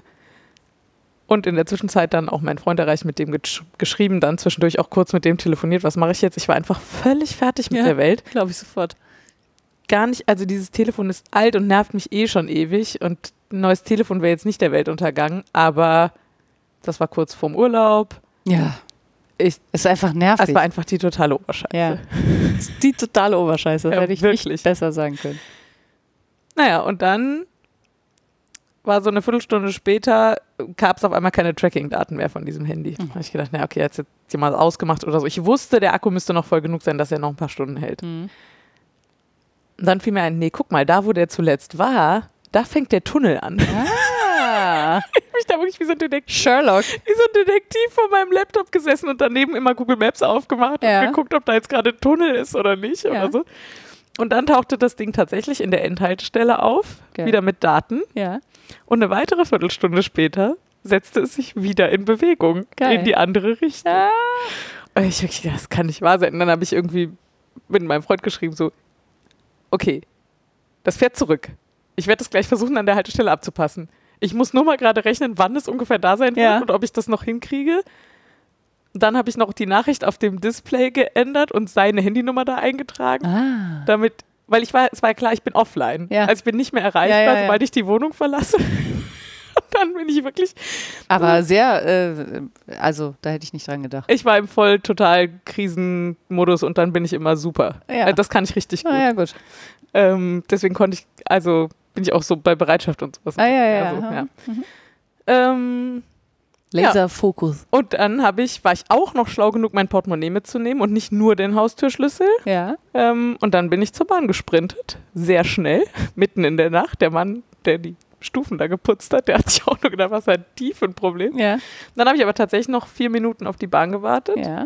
[SPEAKER 2] Und in der Zwischenzeit dann auch meinen Freund erreicht, mit dem gesch geschrieben, dann zwischendurch auch kurz mit dem telefoniert, was mache ich jetzt? Ich war einfach völlig fertig mit
[SPEAKER 1] Ja.
[SPEAKER 2] der Welt
[SPEAKER 1] Glaube ich sofort.
[SPEAKER 2] gar nicht, also dieses Telefon ist alt und nervt mich eh schon ewig und ein neues Telefon wäre jetzt nicht der Weltuntergang, aber das war kurz vorm Urlaub.
[SPEAKER 1] Ja.
[SPEAKER 2] Ich,
[SPEAKER 1] Ist einfach nervig.
[SPEAKER 2] es war einfach die totale Oberscheiße.
[SPEAKER 1] ja. Also, Die totale Oberscheiße. Das
[SPEAKER 2] Ja,
[SPEAKER 1] hätte ich
[SPEAKER 2] wirklich.
[SPEAKER 1] nicht besser sagen können.
[SPEAKER 2] Naja, und dann war so eine Viertelstunde später, gab es auf einmal keine Tracking-Daten mehr von diesem Handy. Da habe ich gedacht, naja, okay, jetzt jetzt jemand ausgemacht oder so. Ich wusste, der Akku müsste noch voll genug sein, dass er noch ein paar Stunden hält.
[SPEAKER 1] Mhm.
[SPEAKER 2] Und dann fiel mir ein, nee, guck mal, da wo der zuletzt war, da fängt der Tunnel an. Ich
[SPEAKER 1] Ah.
[SPEAKER 2] hab mich da wirklich wie so ein Detektiv
[SPEAKER 1] Sherlock.
[SPEAKER 2] wie so ein Detektiv vor meinem Laptop gesessen und daneben immer Google Maps aufgemacht
[SPEAKER 1] Ja.
[SPEAKER 2] und geguckt, ob da jetzt gerade ein Tunnel ist oder nicht oder
[SPEAKER 1] Ja.
[SPEAKER 2] so. Und dann tauchte das Ding tatsächlich in der Endhaltestelle auf,
[SPEAKER 1] Geil.
[SPEAKER 2] wieder mit Daten.
[SPEAKER 1] Ja.
[SPEAKER 2] Und eine weitere Viertelstunde später setzte es sich wieder in Bewegung
[SPEAKER 1] Geil.
[SPEAKER 2] in die andere Richtung.
[SPEAKER 1] Ah.
[SPEAKER 2] Und ich wirklich, das kann nicht wahr sein. Und dann habe ich irgendwie mit meinem Freund geschrieben, so, okay, das fährt zurück. Ich werde das gleich versuchen, an der Haltestelle abzupassen. Ich muss nur mal gerade rechnen, wann es ungefähr da sein wird
[SPEAKER 1] Ja.
[SPEAKER 2] und ob ich das noch hinkriege. Dann habe ich noch die Nachricht auf dem Display geändert und seine Handynummer da eingetragen,
[SPEAKER 1] Ah.
[SPEAKER 2] damit, weil ich war, es war ja klar, ich bin offline.
[SPEAKER 1] Ja.
[SPEAKER 2] Also ich bin nicht mehr erreichbar,
[SPEAKER 1] Ja, ja, ja.
[SPEAKER 2] sobald ich die Wohnung verlasse. *laughs* und dann bin ich wirklich
[SPEAKER 1] Aber sehr, äh, also da hätte ich nicht dran gedacht.
[SPEAKER 2] Ich war im voll total Krisenmodus und dann bin ich immer super.
[SPEAKER 1] Ja.
[SPEAKER 2] Äh, Das kann ich richtig gut.
[SPEAKER 1] Ah ja, gut.
[SPEAKER 2] Ähm, deswegen konnte ich, also bin ich auch so bei Bereitschaft und sowas.
[SPEAKER 1] Ah ja, ja.
[SPEAKER 2] Also,
[SPEAKER 1] ja.
[SPEAKER 2] ja. Ähm,
[SPEAKER 1] Laserfokus.
[SPEAKER 2] und dann habe ich, war ich auch noch schlau genug, mein Portemonnaie mitzunehmen und nicht nur den Haustürschlüssel.
[SPEAKER 1] Ja.
[SPEAKER 2] Ähm, und dann bin ich zur Bahn gesprintet. Sehr schnell, mitten in der Nacht. Der Mann, der die Stufen da geputzt hat, der hat sich auch nur gedacht, was hat die für ein Problem.
[SPEAKER 1] Ja.
[SPEAKER 2] Dann habe ich aber tatsächlich noch vier Minuten auf die Bahn gewartet.
[SPEAKER 1] Ja.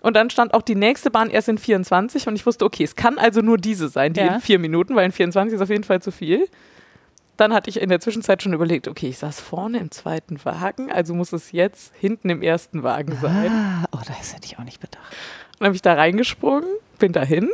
[SPEAKER 2] Und dann stand auch die nächste Bahn erst in 24 und ich wusste, okay, es kann also nur diese sein, die
[SPEAKER 1] Ja.
[SPEAKER 2] in vier Minuten, weil in 24 ist auf jeden Fall zu viel. Dann hatte ich in der Zwischenzeit schon überlegt, okay, ich saß vorne im zweiten Wagen, also muss es jetzt hinten im ersten Wagen sein.
[SPEAKER 1] Ah, oh, das hätte ich auch nicht bedacht.
[SPEAKER 2] Dann habe ich da reingesprungen, bin dahin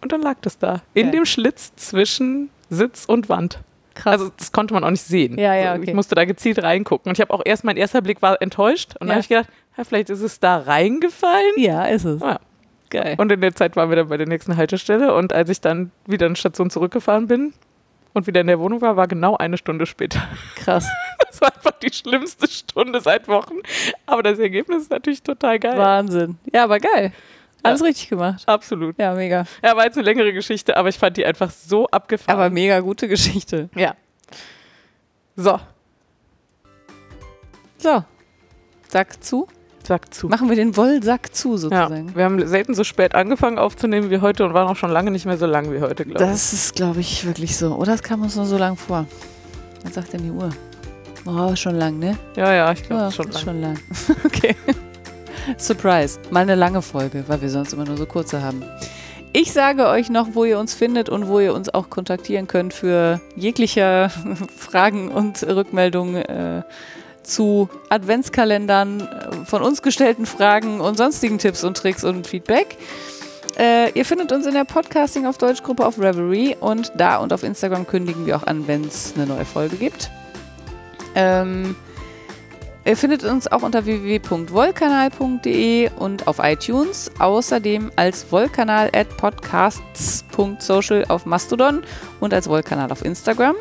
[SPEAKER 2] und dann lag das da. In
[SPEAKER 1] Ja.
[SPEAKER 2] dem Schlitz zwischen Sitz und Wand.
[SPEAKER 1] Krass.
[SPEAKER 2] Also das konnte man auch nicht sehen.
[SPEAKER 1] Ja, ja,
[SPEAKER 2] Also Ich
[SPEAKER 1] okay.
[SPEAKER 2] musste da gezielt reingucken. Und ich habe auch erst, mein erster Blick war enttäuscht. Und dann
[SPEAKER 1] Ja.
[SPEAKER 2] habe ich gedacht, ja, vielleicht ist es da reingefallen.
[SPEAKER 1] ja, ist es.
[SPEAKER 2] Ja.
[SPEAKER 1] Geil.
[SPEAKER 2] Und in der Zeit waren wir dann bei der nächsten Haltestelle und als ich dann wieder in die Station zurückgefahren bin und wieder in der Wohnung war, war genau eine Stunde später. *laughs*
[SPEAKER 1] krass.
[SPEAKER 2] Das war einfach die schlimmste Stunde seit Wochen. Aber das Ergebnis ist natürlich total
[SPEAKER 1] *laughs*
[SPEAKER 2] geil.
[SPEAKER 1] Wahnsinn. Ja, aber geil. Alles richtig gemacht.
[SPEAKER 2] Absolut.
[SPEAKER 1] Ja, mega.
[SPEAKER 2] Ja, war jetzt eine längere Geschichte, aber ich fand die einfach so abgefahren.
[SPEAKER 1] Aber mega gute Geschichte.
[SPEAKER 2] ja. So,
[SPEAKER 1] So, sag zu.
[SPEAKER 2] Sack zu.
[SPEAKER 1] Machen wir den Wollsack zu
[SPEAKER 2] Ja,
[SPEAKER 1] sozusagen.
[SPEAKER 2] wir haben selten so spät angefangen aufzunehmen wie heute und waren auch schon lange nicht mehr so lang wie heute, glaube ich.
[SPEAKER 1] Das ist, glaube ich, wirklich so. Oder es kam uns nur so lang vor. Was sagt denn die Uhr? Oh, schon lang, ne?
[SPEAKER 2] Ja, ja, ich glaube
[SPEAKER 1] Ja,
[SPEAKER 2] schon lang.
[SPEAKER 1] schon lang. *laughs* okay. Surprise. Mal eine lange Folge, weil wir sonst immer nur so kurze haben. Ich sage euch noch, wo ihr uns findet und wo ihr uns auch kontaktieren könnt für jegliche *laughs* Fragen und Rückmeldungen äh, zu Adventskalendern, äh, von uns gestellten Fragen und sonstigen Tipps und Tricks und Feedback. Äh, ihr findet uns in der Podcasting auf Deutsch Gruppe auf Reverie und da und auf Instagram kündigen wir auch an, wenn es eine neue Folge gibt. Ähm, Ihr findet uns auch unter www.wollkanal.de und auf iTunes, außerdem als Wollkanal at podcasts.social auf Mastodon und als Wollkanal auf Instagram.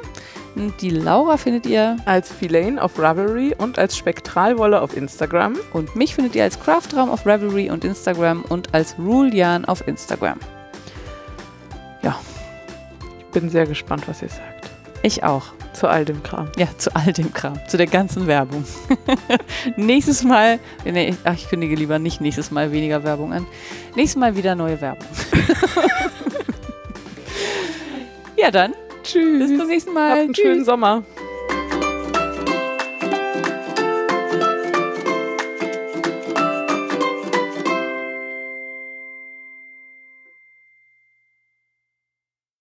[SPEAKER 1] Und Die Laura findet ihr
[SPEAKER 2] Als Filane auf Ravelry und als Spektralwolle auf Instagram.
[SPEAKER 1] und mich findet ihr als Craftraum auf Ravelry und Instagram und als Rulian auf Instagram.
[SPEAKER 2] Ich bin sehr gespannt, was ihr sagt.
[SPEAKER 1] Ich auch.
[SPEAKER 2] Zu all dem Kram.
[SPEAKER 1] Ja, zu all dem Kram, zu der ganzen Werbung. *laughs* nächstes Mal, nee, ich- ach, ich kündige lieber nicht nächstes Mal weniger Werbung an. Nächstes Mal wieder neue Werbung. *laughs* ja, dann.
[SPEAKER 2] Tschüss.
[SPEAKER 1] Bis zum nächsten Mal.
[SPEAKER 2] Habt einen
[SPEAKER 1] Tschüss.
[SPEAKER 2] schönen Sommer.